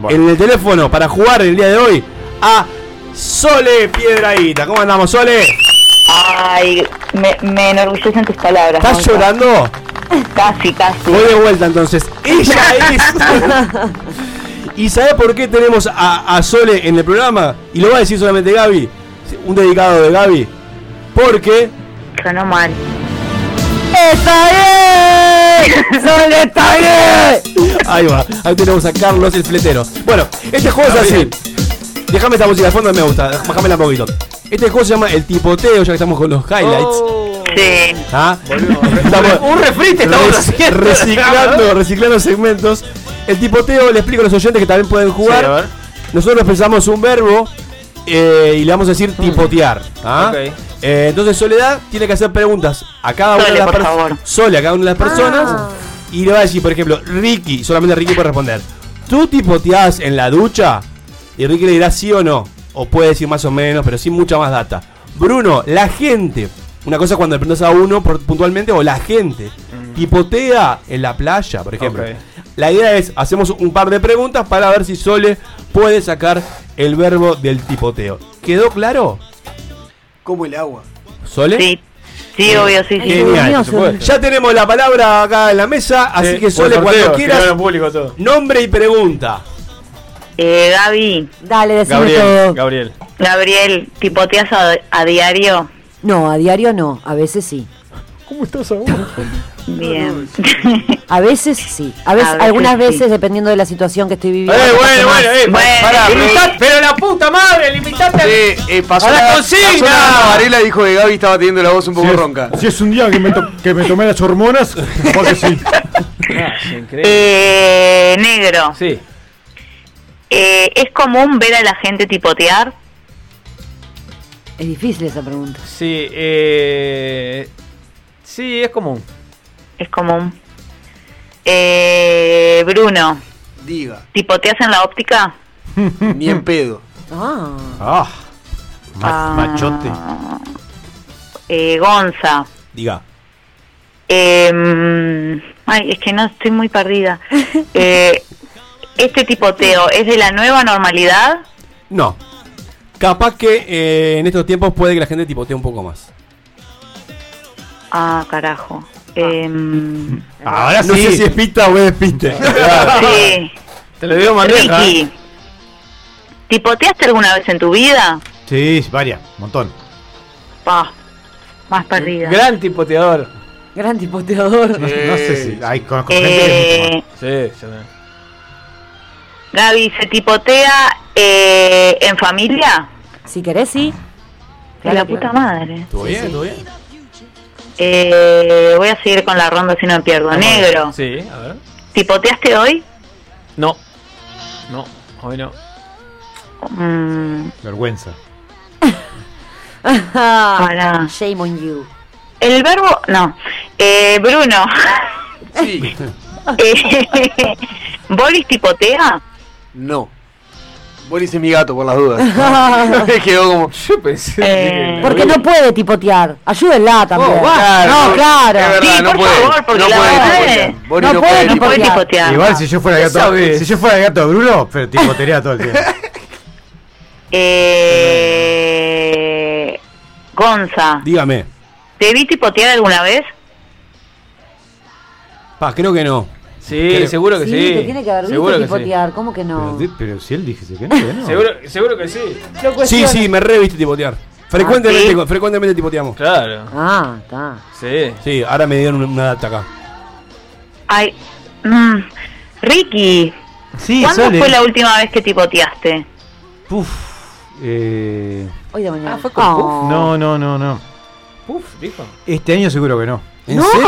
S7: en el teléfono para jugar el día de hoy a Sole Piedraíta. ¿Cómo andamos, Sole?
S10: Ay, me, me enorgullecen tus palabras.
S7: ¿Estás
S10: Gonza.
S7: llorando?
S10: Casi, casi.
S7: Voy de vuelta entonces. Ella es. ¿Y sabe por qué tenemos a, a Sole en el programa? Y lo va a decir solamente Gaby. Un dedicado de Gaby. Porque.
S10: Sonó mal.
S7: ¡Está bien! ¡Sole está bien! Ahí va. Ahí tenemos a Carlos el fletero. Bueno, este juego es así. Déjame esta música de fondo, me gusta. Bájamela un poquito. Este juego se llama El Tipoteo, ya que estamos con los highlights.
S10: Sí.
S7: ¿Ah? Estamos-
S10: Oh. un refrite estamos
S7: res-
S10: haciendo.
S7: Reciclando, reciclando segmentos. El tipoteo, le explico a los oyentes que también pueden jugar. Nosotros pensamos un verbo eh, y le vamos a decir
S10: Mm.
S7: tipotear. ¿ah?
S6: Ok.
S7: Eh, entonces Soledad tiene que hacer preguntas a cada una de
S6: Sole,
S7: las
S6: por
S7: personas. Sole, a cada una de las personas. Y le va a decir, por ejemplo, Ricky, solamente Ricky puede responder. ¿Tú tipoteás en la ducha? Y Ricky le dirá sí o no. O puede decir más o menos, pero sin mucha más data. Bruno, la gente. Una cosa es cuando le preguntas a uno por- puntualmente o la gente. Tipotea en la playa, por ejemplo.
S6: Mm. Ok.
S7: La idea es, hacemos un par de preguntas para ver si Sole puede sacar el verbo del tipoteo. ¿Quedó claro,
S5: Como el agua.
S7: Sole?
S5: Sí.
S10: Sí, obvio, sí, sí.
S7: Genial.
S10: Dios mío, Sole.
S7: Ya tenemos la palabra acá en la mesa, así
S6: Sí,
S7: que Sole,
S6: por sorteo,
S7: cuando quieras,
S6: tiraron público todo.
S7: nombre y pregunta.
S10: Eh, Gaby.
S4: Dale, decime todo.
S6: Gabriel, Gabriel.
S10: Gabriel, ¿tipoteas a, a diario?
S4: No, a diario no, a veces sí. ¿Cómo estás ahora? Bien. A veces sí. A veces, algunas veces, dependiendo de la situación que estoy viviendo.
S6: Eh, bueno, bueno, eh, pará,
S5: sí.
S6: limitate- pero la puta madre, limitate
S5: Sí, eh, pasó
S6: a la, consigna.
S5: Pasó la Varela dijo que Gaby estaba teniendo la voz un poco
S17: Si es-
S5: ronca.
S17: Si es un día que me, to- que me tomé las hormonas, porque sí.
S10: Eh, negro. Eh,
S6: Sí.
S10: ¿Es común ver a la gente tipotear?
S4: Es difícil esa pregunta.
S6: Sí, eh, sí, es común.
S10: Es común. Eh, Bruno.
S5: Diga.
S10: ¿Tipoteas en la óptica?
S5: Ni en pedo.
S10: Ah.
S17: Ah.
S10: Ah.
S17: Machote.
S10: Eh, Gonza.
S17: Diga.
S10: Eh, ay, es que no estoy muy perdida. Eh, ¿Este tipoteo es de la nueva normalidad?
S7: No. Capaz que eh, en estos tiempos puede que la gente tipotee un poco más.
S10: Ah, carajo. Em,
S7: Ahora
S10: No sé si es
S7: pista o es piste.
S10: sí.
S6: Te lo digo bandeja,
S10: Ricky,
S6: ¿eh?
S10: ¿Tipoteaste alguna vez en tu vida?
S3: Sí, varias, montón.
S10: Pa, más perdida.
S6: Gran tipoteador.
S4: Gran tipoteador.
S3: No, no sé si. Hay, conozco gente que es
S10: Eh,
S3: mucho
S6: Sí, yo no.
S10: Gaby, ¿se tipotea eh, en familia?
S4: Si querés, sí.
S10: De la puta madre.
S7: ¿Todo bien? ¿Todo bien?
S10: Eh, voy a seguir con la ronda si no me pierdo. Negro,
S6: Sí, a ver.
S10: ¿tipoteaste hoy?
S6: No. No, hoy no.
S10: Mm,
S3: más. Vergüenza.
S10: Pará.
S4: Shame on you.
S10: El verbo, no. Eh, Bruno.
S5: Sí.
S10: Eh, ¿Boris tipotea?
S5: No. Boris es mi gato, por las dudas. Me quedó como. Yo pensé.
S10: Eh,
S4: Porque no puede tipotear. Ayúdenla
S6: Oh,
S4: también. no, claro.
S5: verdad,
S4: Sí,
S5: no
S4: por
S5: puede.
S4: favor, porque
S5: no
S4: la
S5: puede
S4: verdad
S5: tipotear.
S4: es-
S5: Boris
S4: no
S5: no
S4: puede
S5: puede
S4: tipotear.
S3: Igual si yo fuera el gato. Si yo fuera el gato de Bruno, pero tipotería todo el tiempo.
S10: Eh, Gonza,
S7: Dígame.
S10: ¿te vi tipotear alguna vez?
S7: Pa, creo que no.
S6: Sí, seguro que sí.
S4: te tiene que haber visto
S6: Seguro que sí.
S4: tipotear. ¿Cómo que no?
S3: Pero si él dijese que no, que no.
S6: Seguro, seguro que sí.
S7: Sí, sí, me reviste tipotear.
S10: Ah,
S7: Frecuentemente, frecuentemente tipoteamos.
S6: Claro.
S4: Ah, está.
S6: Sí.
S7: Sí, ahora me dieron una data acá.
S10: Ay, mm, Ricky,
S3: Sí,
S10: ¿cuándo
S3: Sole.
S10: fue la última vez que tipoteaste?
S3: Eh,
S4: Hoy de mañana.
S6: Ah, fue con
S4: Oh.
S3: no, no, no, no.
S6: Puf, dijo.
S3: Este año seguro que no.
S7: ¿En
S4: No.
S3: serio?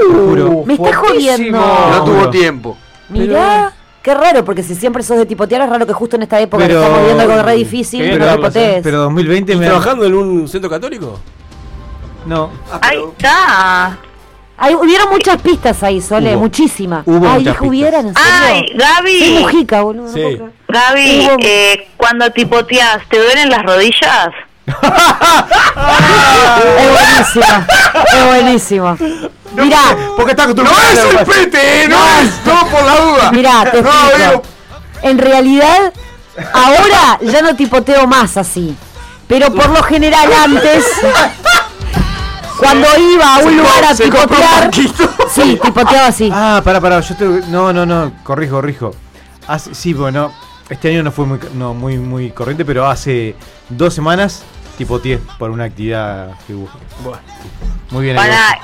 S3: Te juro.
S4: Me está jodiendo.
S5: No tuvo
S3: Juro.
S5: tiempo.
S4: Mirá. Qué raro, porque si siempre sos de tipotear, es raro que justo en esta época que
S3: Pero-
S4: estamos viendo algo re difícil,
S3: Pero,
S4: no tipotees.
S3: pero 2020 me.
S7: ¿Trabajando en un centro católico?
S5: ¿eh?
S3: No.
S5: Ah,
S10: Ahí está.
S4: Ay, hubieron muchas pistas ahí, Sole,
S7: Hubo.
S4: muchísimas.
S7: Hubo
S4: Ay,
S7: muchas
S4: dijo,
S7: pistas.
S4: hubieran, en serio.
S10: Ay, Gaby.
S4: Soy Mujica, boludo. no puedo
S7: Sí.
S4: creer.
S10: Gaby, eh, cuando tipoteas, ¿te duelen las rodillas?
S4: Es buenísima, es buenísima. Mirá,
S5: Porque está acostumbrado. No es el pete, eh, no es. No por la duda.
S4: mirá, te
S5: No,
S4: explico.
S5: digo,
S4: En realidad, ahora ya no tipoteo más así. Pero por lo general antes, cuando iba a un lugar a tipotear, sí, tipoteaba así.
S3: Ah, pará, pará. Yo te... No, no, no. Corrijo, corrijo. Hace- Sí, bueno. Este año no fue muy, no, muy, muy corriente, pero hace dos semanas tipoteé por una actividad que hubo.
S6: Bueno.
S3: Muy bien. ahí
S10: Para,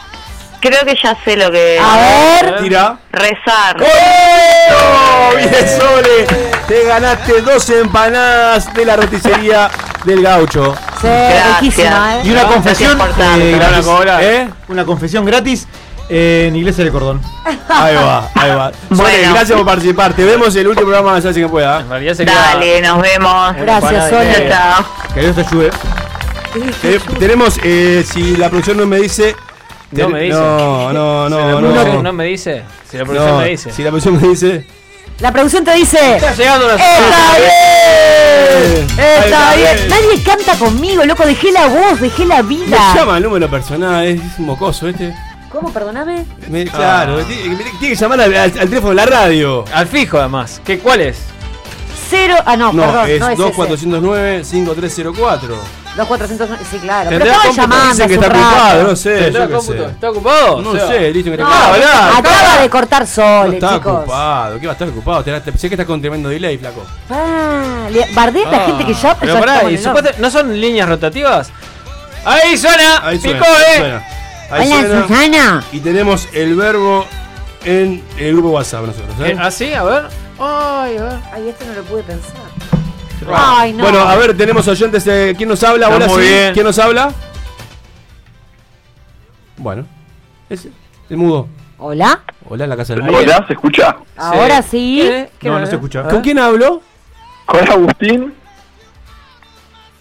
S10: creo que ya sé lo que.
S4: A ver.
S7: Tira.
S10: Rezar.
S7: ¡Oh! Bien, Sole. Te ganaste dos empanadas de la roticería del gaucho.
S4: Sí,
S10: Gracias.
S4: riquísima, ¿eh?
S3: Y una
S10: Gracias
S3: confesión
S10: por tanto.
S3: eh,
S7: Te van a
S3: gratis.
S7: cobrar.
S3: ¿Eh? Una confesión gratis eh, en Iglesia del Cordón.
S7: Ahí va, ahí va. Sole,
S10: Bueno.
S7: gracias por participar. Te vemos en el último programa de Salsa que pueda.
S6: En realidad sería.
S10: Dale, nos vemos.
S6: Una empanada
S4: Gracias,
S6: de
S4: Sole.
S6: media.
S10: Chao.
S3: Que Dios te ayude.
S7: Te- Eh, tenemos, eh, si la producción no me dice.
S6: No
S7: te-
S6: me dice.
S7: No, no,
S6: Si la
S7: no.
S6: producción
S7: no,
S6: no me dice. Si la producción
S7: No,
S6: me dice.
S7: Si la producción me dice.
S4: La producción te dice.
S6: Está llegando la
S4: ¡Está bien!
S7: Ahí
S4: ¡Está bien! Nadie canta conmigo, loco. Dejé la voz, dejé la
S7: Me
S4: vida.
S7: llama el número personal, es, es un mocoso este.
S4: ¿Cómo? Perdóname.
S7: Me- claro, ti- tiene, que llamar al, al- al teléfono de la radio.
S6: Ah. Al fijo, además. ¿Qué, ¿Cuál es?
S4: Cero. Ah, no,
S7: No,
S4: perdón.
S7: es
S4: no es ese.
S7: 2409-5304.
S4: 2400. Sí, claro. Pero
S7: Tendrá
S4: estaba
S7: cómputo,
S4: llamando.
S7: dicen
S4: hace
S7: que está
S4: un rato.
S7: ocupado, no sé.
S6: ¿Está,
S7: yo qué
S6: cómputo?
S7: sé.
S6: ¿Está ocupado?
S7: No
S6: Seba?
S7: sé, listo que
S4: No,
S7: está
S6: hablar,
S4: acaba de cortar
S7: No
S4: Sole,
S7: está
S4: chicos.
S7: ocupado, ¿qué va a estar ocupado? Te, te pensé que estás con tremendo delay, flaco.
S4: Ah, le- bardea a la
S7: Ah,
S4: gente que ya.
S6: Pero
S4: ya
S6: pará,
S4: estamos
S6: y
S4: en el
S6: supuesta- ¿no son líneas rotativas? Ahí suena,
S7: Ahí suena,
S6: picó, eh.
S7: suena.
S18: Hola, Susana.
S7: Y tenemos el verbo en el grupo WhatsApp nosotros. ¿eh?
S6: Eh, ¿Así? A ver. Ay,
S4: Ay, esto no lo pude pensar.
S7: Ah.
S4: Ay, no.
S7: Bueno, a ver, tenemos oyentes. eh, ¿Quién nos habla?
S6: Está
S7: Hola,
S6: muy
S7: sí,
S6: bien.
S7: ¿Quién nos habla? Bueno, es el mudo.
S4: Hola.
S7: Hola, la casa del mudo.
S10: Hola, ¿se escucha?
S4: Ahora sí.
S7: No,
S6: eh?
S7: no se
S3: escucha.
S7: ¿Con quién hablo?
S10: Con Agustín.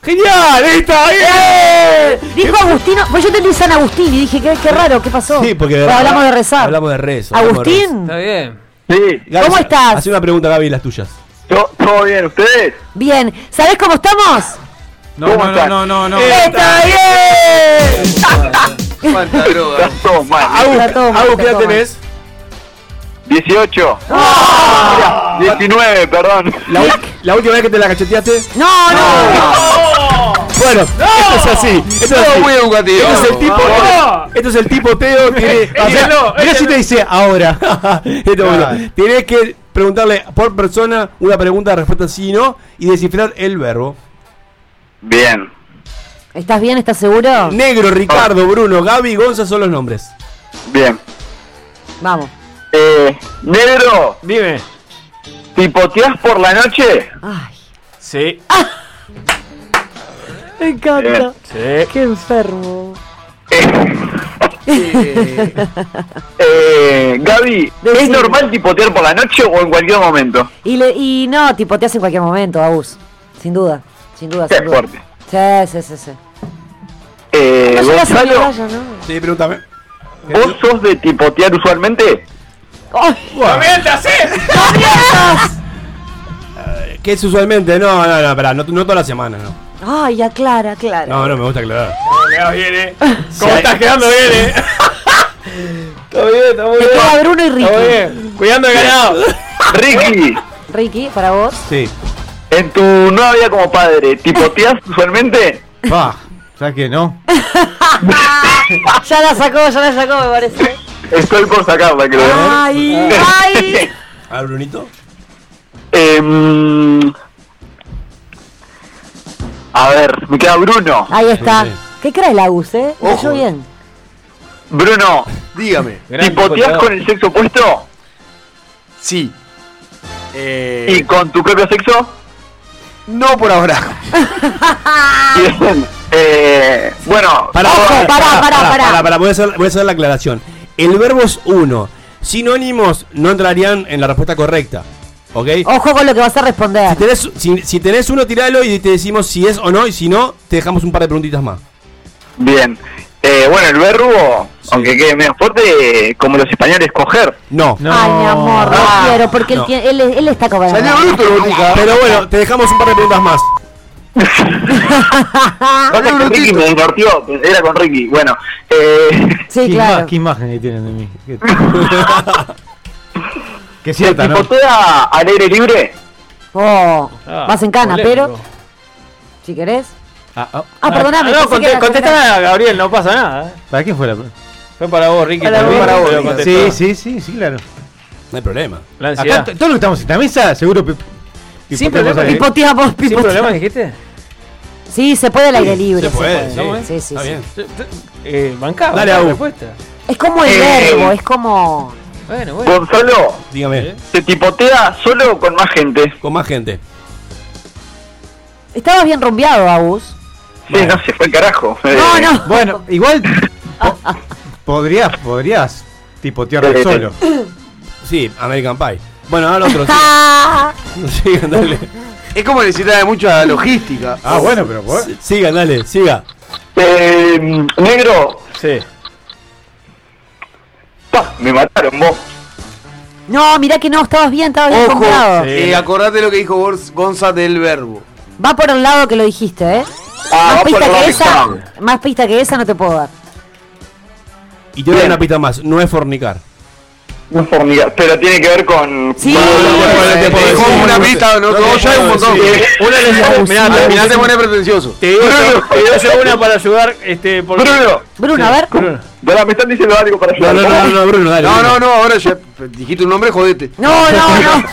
S7: ¡Genial! ¡Ahí está! ¡Bien!
S4: Dijo Agustino. Pues yo entendí San Agustín y dije, qué, qué raro, ¿qué pasó?
S7: Sí, porque
S4: Pero hablamos de rezar.
S7: Hablamos de rezar.
S4: Agustín.
S6: Está bien.
S10: Sí.
S4: ¿Cómo estás?
S7: Hace una pregunta, Gaby, las tuyas.
S10: ¿Todo bien? ¿Ustedes?
S4: Bien. ¿Sabés cómo estamos?
S3: No, no, no, no, no, no.
S4: ¡Está bien!
S10: ¿Cuánta droga? Todo mal.
S4: Está todo mal, está todo mal.
S10: 18. 19, perdón.
S7: La, u- la última vez que te la cacheteaste.
S4: No,
S7: Bueno, esto es así. Esto es
S10: No,
S7: así.
S10: muy educativo.
S7: Esto es el tipo.
S10: Ah,
S7: Esto es el tipo Teo que.
S6: Eh, échalo,
S7: mira si te dice ahora. Esto, bueno, Tenés que preguntarle por persona una pregunta, respuesta sí y no y descifrar el verbo.
S10: Bien.
S4: ¿Estás bien? ¿Estás seguro?
S7: Negro, Ricardo, Bruno, Gaby y Gonza son los nombres.
S10: Bien.
S4: Vamos.
S10: Eh, negro.
S6: Dime.
S10: ¿Tipoteás por la noche?
S6: Sí.
S4: Me encanta.
S6: Sí.
S4: Qué enfermo.
S10: Eh, Gaby, ¿es
S4: Decime.
S10: normal tipotear por la noche o en cualquier momento?
S4: Y, le, y no, tipo, te hace en cualquier momento, Abus. Sin duda. Sin duda.
S10: Qué
S4: sin duda.
S10: fuerte.
S4: Sí, sí, sí, sí.
S10: Eh,
S4: No llegas a
S10: Gonzalo,
S4: la playa, ¿no?
S7: Sí, pregúntame.
S10: ¿vos sos de tipotear usualmente?
S7: Bueno,
S6: ¡Mientas,
S7: que es usualmente. No, no, no, pará, no, no todas las semanas, no.
S4: Ay, aclara, aclara.
S7: No, no, me gusta aclarar.
S6: bien, eh.
S7: ¿Cómo estás
S6: quedando bien, eh? Está bien, está muy
S4: Te queda Bruno y
S6: Está
S4: Ricky.
S6: bien. Cuidando el ganado.
S10: Ricky,
S4: Ricky, para vos.
S7: Sí.
S10: en tu nueva vida como padre, ¿tipoteás usualmente?
S3: Pa, ¿sabes qué? No.
S4: Ya la sacó, ya la sacó, me parece.
S10: Estoy por sacarla, creo. ¿eh?
S4: Ay, ay.
S7: A ver, Brunito.
S10: Em, a ver, me queda Bruno.
S4: Ahí está. ¿Qué crees el Agus, eh? Me cayó bien.
S10: Bruno,
S5: Dígame.
S10: ¿tipoteás con el sexo opuesto?
S5: Sí. Eh,
S10: ¿Y con tu propio sexo?
S5: No por ahora.
S10: Bien. Eh, bueno,
S7: Pará,
S10: vamos a-
S7: pará, pará,
S10: pará, pará.
S7: voy, a hacer, voy a hacer la aclaración. El verbo es uno. Sinónimos no entrarían en la respuesta correcta. ¿Ok?
S4: Ojo con lo que vas a responder.
S7: Si tenés, si, si tenés uno, tiralo y te decimos si es o no. Y si no, te dejamos un par de preguntitas más.
S10: Bien. Eh, bueno, el verbo, aunque quede menos fuerte, eh, como los españoles, coger.
S7: No.
S4: Ay, mi amor, no
S10: Ah,
S4: quiero, porque él
S7: no.
S4: tiene- él, él está cobrando.
S7: Pero bueno, te dejamos un par de preguntas más.
S10: Pasa que Ricky me pues. divorció, era con Ricky. Bueno, eh,
S4: Sí,
S3: ¿Qué, ima-
S4: claro.
S3: qué imagen que tienen de mí? Qué, qué
S10: ¿se
S3: cierta, ¿no?
S10: tipotea al aire libre?
S4: Oh,
S10: Ah,
S4: vas en cana,
S10: polémico.
S4: pero. Si querés.
S7: Ah,
S4: Ah, perdóname.
S6: No,
S4: pensé que
S6: conté-
S4: era-
S6: contestá, Gabriel, no pasa nada. eh.
S3: ¿Para qué fue la
S6: Fue para vos, Ricky.
S3: Para
S6: también,
S3: vos,
S6: pero
S3: Ricky.
S6: contestó.
S3: Sí, sí, sí, sí, claro.
S7: No hay problema.
S6: La ansiedad.
S3: Acá t- todos los que estamos en esta mesa, seguro. pi- pipoteamos
S6: Sin problema,
S3: algo.
S4: Pipoteamos,
S6: ¿Sin
S4: pipoteamos.
S6: problema dijiste?
S4: Sí, se puede al aire libre.
S7: Se puede, sí.
S4: Sí, sí,
S7: Está
S4: sí.
S7: bien.
S6: Eh, bancaba.
S7: Dale,
S6: la
S7: Agus.
S6: respuesta.
S4: Es como el
S10: Eh.
S4: verbo, es como.
S6: Bueno, bueno.
S10: Gonzalo,
S7: Dígame.
S10: ¿se tipotea solo o con más gente?
S7: Con más gente.
S4: Estabas bien rumbeado, Agus.
S10: Sí, no se fue el carajo. Eh,
S4: No, no.
S3: Bueno, igual. po- podrías, podrías tipotearlo
S10: Eh,
S3: solo.
S7: Sí, American Pie. Bueno, ahora otro. sí. Sigan, dale.
S5: Es como necesitar de mucha logística.
S3: Ah, bueno, pero por-
S7: S- Sigan, dale, siga.
S10: eh, negro,
S6: Sí.
S10: pa, me mataron vos.
S4: No, mirá que no, estabas bien, estabas bien
S5: Ojo,
S4: rumbeado.
S5: eh, acordate lo que dijo Gors- Gonza del verbo.
S4: Va por el lado que lo dijiste, ¿eh?
S10: Ah,
S4: más
S10: va por
S4: pista
S10: el lado
S4: que
S10: que
S4: esa,
S10: estaba.
S4: más pista que esa no te puedo dar.
S7: Y te doy una pista más. No es fornicar.
S10: No es fornicar, pero tiene que ver con.
S4: Sí.
S10: con-
S7: Te puedo
S5: Dejó
S7: decir.
S5: una pista, no,
S7: No,
S5: no,
S7: no,
S5: ya hay un
S7: no,
S5: montón.
S7: sí.
S6: Una de las- mirá,
S5: Mirá,
S6: mirá,
S5: te pone pretencioso.
S6: Te digo, yo, te digo yo una para ayudar, este, por
S10: Bruno,
S4: Bruno, a ver.
S10: pará, me están diciendo algo para
S7: No,
S10: ayudar.
S7: no, no, no, Bruno, dale.
S5: No,
S7: Bruno.
S5: no, no, ahora ya dijiste un nombre, jodete.
S4: No, no, no.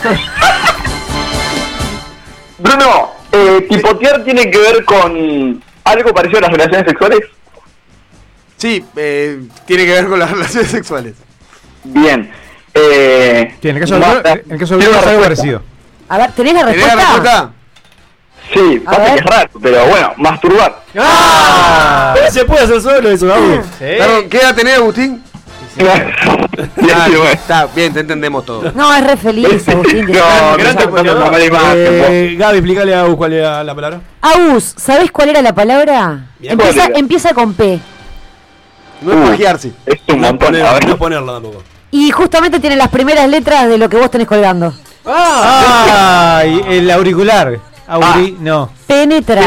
S10: Bruno, eh, tipotear tiene que ver con algo parecido a las relaciones sexuales.
S5: Sí, eh, tiene que ver con las relaciones sexuales.
S10: Bien. Eh,
S3: Sí, en el caso de
S10: no,
S3: Alberto, en el caso de Alberto es algo parecido.
S4: A ver, ¿tenés la
S5: ¿Tenés la
S4: respuesta?
S5: respuesta?
S10: Sí, pasa que es raro, pero bueno, masturbar.
S7: ¡Ah! Pero se puede hacer solo eso, Agus.
S5: Claro, Ah. ¿Qué edad tenés, Agustín? Ah, está bien, te entendemos todo.
S4: No, es re feliz, Agustín. te amo.
S7: Eh, Gaby, explícale a Agus cuál era la palabra.
S4: Agus, ¿sabés cuál era la palabra?
S7: Bien.
S4: Empieza,
S7: ¿Cuál era?
S4: empieza con P.
S5: No es magiarse.
S10: Es un
S7: montón. Poner, no ponerla tampoco.
S4: Y justamente tiene las primeras letras de lo que vos tenés colgando.
S3: Ah, y el auricular.
S10: Ah.
S3: Auri, no.
S4: Penetrar.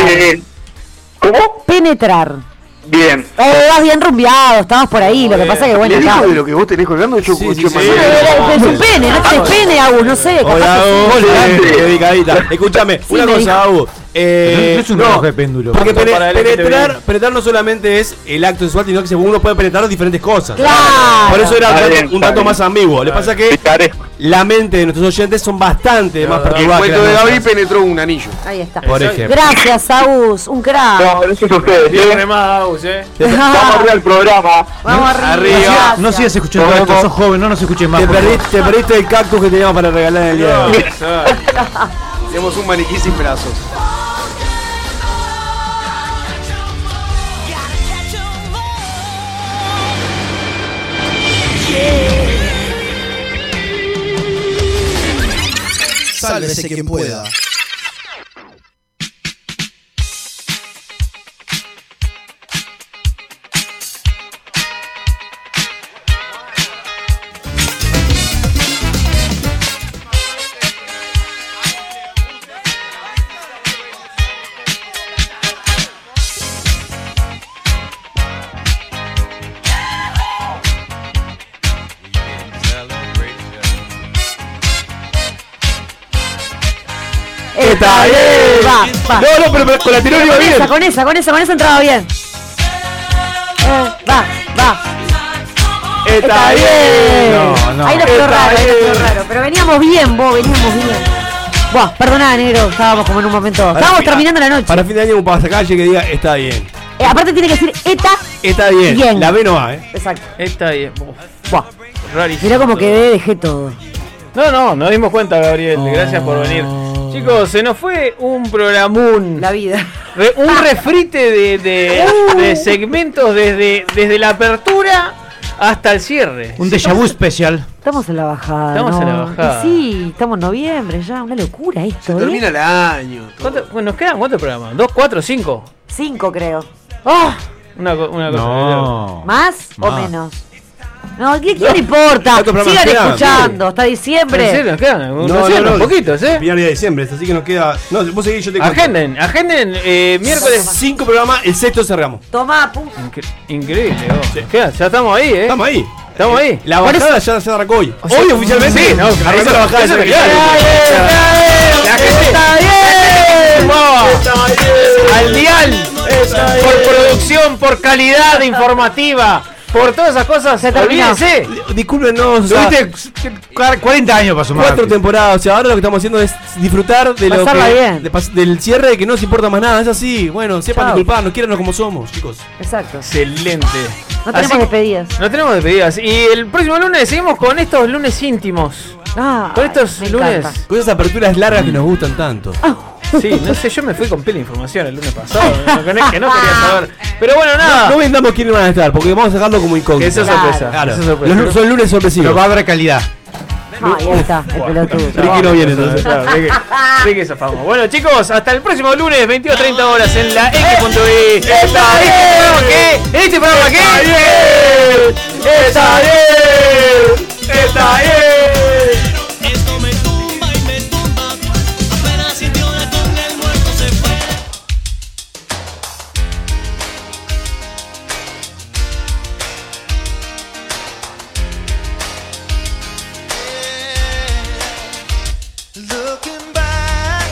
S10: ¿Cómo?
S4: Penetrar.
S10: Bien.
S4: Eh, vas bien rumbeado, estabas por ahí. Lo que pasa que bueno,
S5: ¿Le dijo
S4: claro.
S5: de lo que vos tenés colgando? Yo escuché
S7: sí,
S5: más-
S7: sí.
S4: Es un pene, no tenés pene, Agus, no sé. capaz
S7: Hola,
S4: que sí.
S7: Agus. eh, Dedicadita. Escúchame,
S4: Sí,
S7: una
S4: me dijo.
S7: cosa, Agus. Eh,
S3: No es un
S7: no,
S3: reloj de péndulo.
S7: Porque pene-
S3: Para el que te
S7: penetrar,
S3: viene.
S7: penetrar no solamente es el acto sexual, sino que uno puede penetrar diferentes cosas.
S4: Claro.
S7: Por eso era un
S10: Está
S7: tanto-
S10: bien,
S7: un
S10: está
S7: tanto
S10: bien.
S7: más ambiguo. Lo que pasa es que la mente de nuestros oyentes son bastante más
S5: El
S7: perturbadas. que
S5: cuento
S7: las
S5: de Gaby
S7: nuestras.
S5: penetró un anillo.
S4: Ahí está.
S7: Por ejemplo.
S4: Gracias, Agus, un crack.
S10: gracias a ustedes.
S6: Tiene más, Agus, eh.
S10: Vamos arriba al programa.
S4: Vamos
S3: No, no sigas escuchando
S7: Vamos.
S3: esto, sos joven, no nos escuches más.
S7: Te
S3: por favor.
S7: perdiste, te perdiste el cactus que teníamos para regalar en el día de hoy.
S5: Tenemos un maniquí sin brazos.
S2: Sálvese quien pueda.
S7: Está bien. No, no, pero, pero con la anterior iba
S4: con
S7: bien.
S4: Esa, con esa, con esa, con esa entraba bien. Eh, va, va.
S7: Está bien.
S3: No, no.
S4: Ahí lo quedó
S7: Está
S4: raro, ahí lo quedó
S7: bien.
S4: raro. Pero veníamos bien, vos, veníamos bien. Buah, perdoná, negro, estábamos como en un momento. Estábamos
S7: fin-
S4: terminando la noche.
S7: Para fin de año un pasacalle que diga está bien.
S4: Eh, aparte tiene que decir ETA.
S7: Está bien.
S4: Bien.
S7: La B no va, eh.
S4: Exacto.
S6: Está bien. Uf,
S4: Buah.
S6: rarísimo.
S4: Mirá como quedé, dejé todo. Oh.
S6: No, no, nos dimos cuenta, Gabriel. Gracias por venir. Chicos, se nos fue un programón.
S4: La vida. Uh.
S6: Re- un refrite de, de- de segmentos desde, desde la apertura hasta el cierre.
S3: Un déjà vu especial.
S4: Estamos en la bajada.
S6: Estamos
S4: ¿no?
S6: en la bajada.
S4: Y sí, estamos en noviembre ya, una locura esto. ¿eh?
S5: Termina el año.
S6: ¿Cuánto- bueno, ¿Nos quedan cuántos programas? ¿Dos, cuatro, cinco?
S4: Cinco, creo. ¡Ah!
S6: Una, co- una cosa.
S3: No.
S4: ¿Más, o
S3: Más.
S4: menos? No, ¿qué, qué le importa?
S7: ¿Cuántos programas
S4: Sigan
S7: quedan?
S4: escuchando, hasta
S6: ¿En serio?
S4: diciembre.
S6: ¿Nos quedan?
S7: No,
S6: Nos
S7: no,
S6: quedan
S7: no.
S6: poquitos, ¿eh?
S7: Final día de diciembre, así que nos queda. No, vos seguís, yo te cuento.
S6: Agenden, agenden eh, miércoles.
S7: Cinco programas, el sexto cerramos.
S4: Tomá, pum.
S6: Incre- increíble, vos. Queda, ya estamos ahí, ¿eh?
S7: Estamos ahí.
S6: Estamos ahí.
S7: La bajada ya se arrancó hoy.
S6: O sea,
S7: hoy oficialmente.
S6: Sí, no,
S7: arrancó
S6: eso-
S7: la bajada.
S6: eso
S7: de
S6: es genial. La gente está bien. Vamos. Al dial. Por producción, por calidad informativa, por todas esas cosas.
S4: Se terminó.
S6: Olvídense.
S7: Disculpen, no, o sea,
S3: Tuviste cu- 40 años para sumar.
S7: cuatro temporadas. O sea, ahora lo que estamos haciendo es disfrutar de lo
S4: Pasarla
S7: que,
S4: bien.
S7: de pas- del cierre de que no nos importa más nada. Es así. Bueno, sepan
S4: Chao.
S7: disculparnos, quiéranos como somos, chicos.
S4: Exacto.
S6: Excelente.
S4: No
S6: Así
S4: tenemos
S6: que-
S4: despedidas.
S6: No tenemos despedidas. Y el próximo lunes seguimos con estos lunes íntimos.
S4: Ah,
S6: Con estos
S4: me
S6: lunes.
S4: encanta.
S7: Con esas aperturas largas que nos gustan tanto.
S6: Sí, no sé, yo me fui con pila de información el lunes pasado. No, no, no, que no quería saber. Pero bueno, nada.
S7: No vendamos quiénes van a estar, porque vamos a dejarlo como incógnito.
S6: Eso es
S4: Claro.
S6: sorpresa.
S7: Claro.
S6: Eso es sorpresa.
S7: Los lu- son lunes sorpresivos.
S3: Pero va a haber calidad.
S4: Ah, ahí está, el pelotudo.
S7: Ricky no viene entonces.
S6: Claro, Ricky- Ricky es afamo. Bueno, chicos, hasta el próximo lunes, 22.30 horas en la X.E. ¿Está bien? ¿En este programa qué? ¡Está bien! ¡Está bien!
S1: Esto me tumba y me tumba. Apenas sintió la con el muerto se fue. Looking back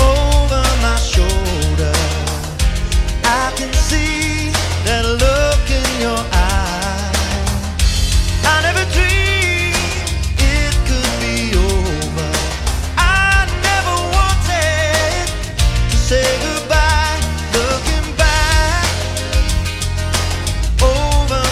S1: over my shoulder, I can see that look in your eye. I never dreamed. Oh,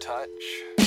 S4: touch.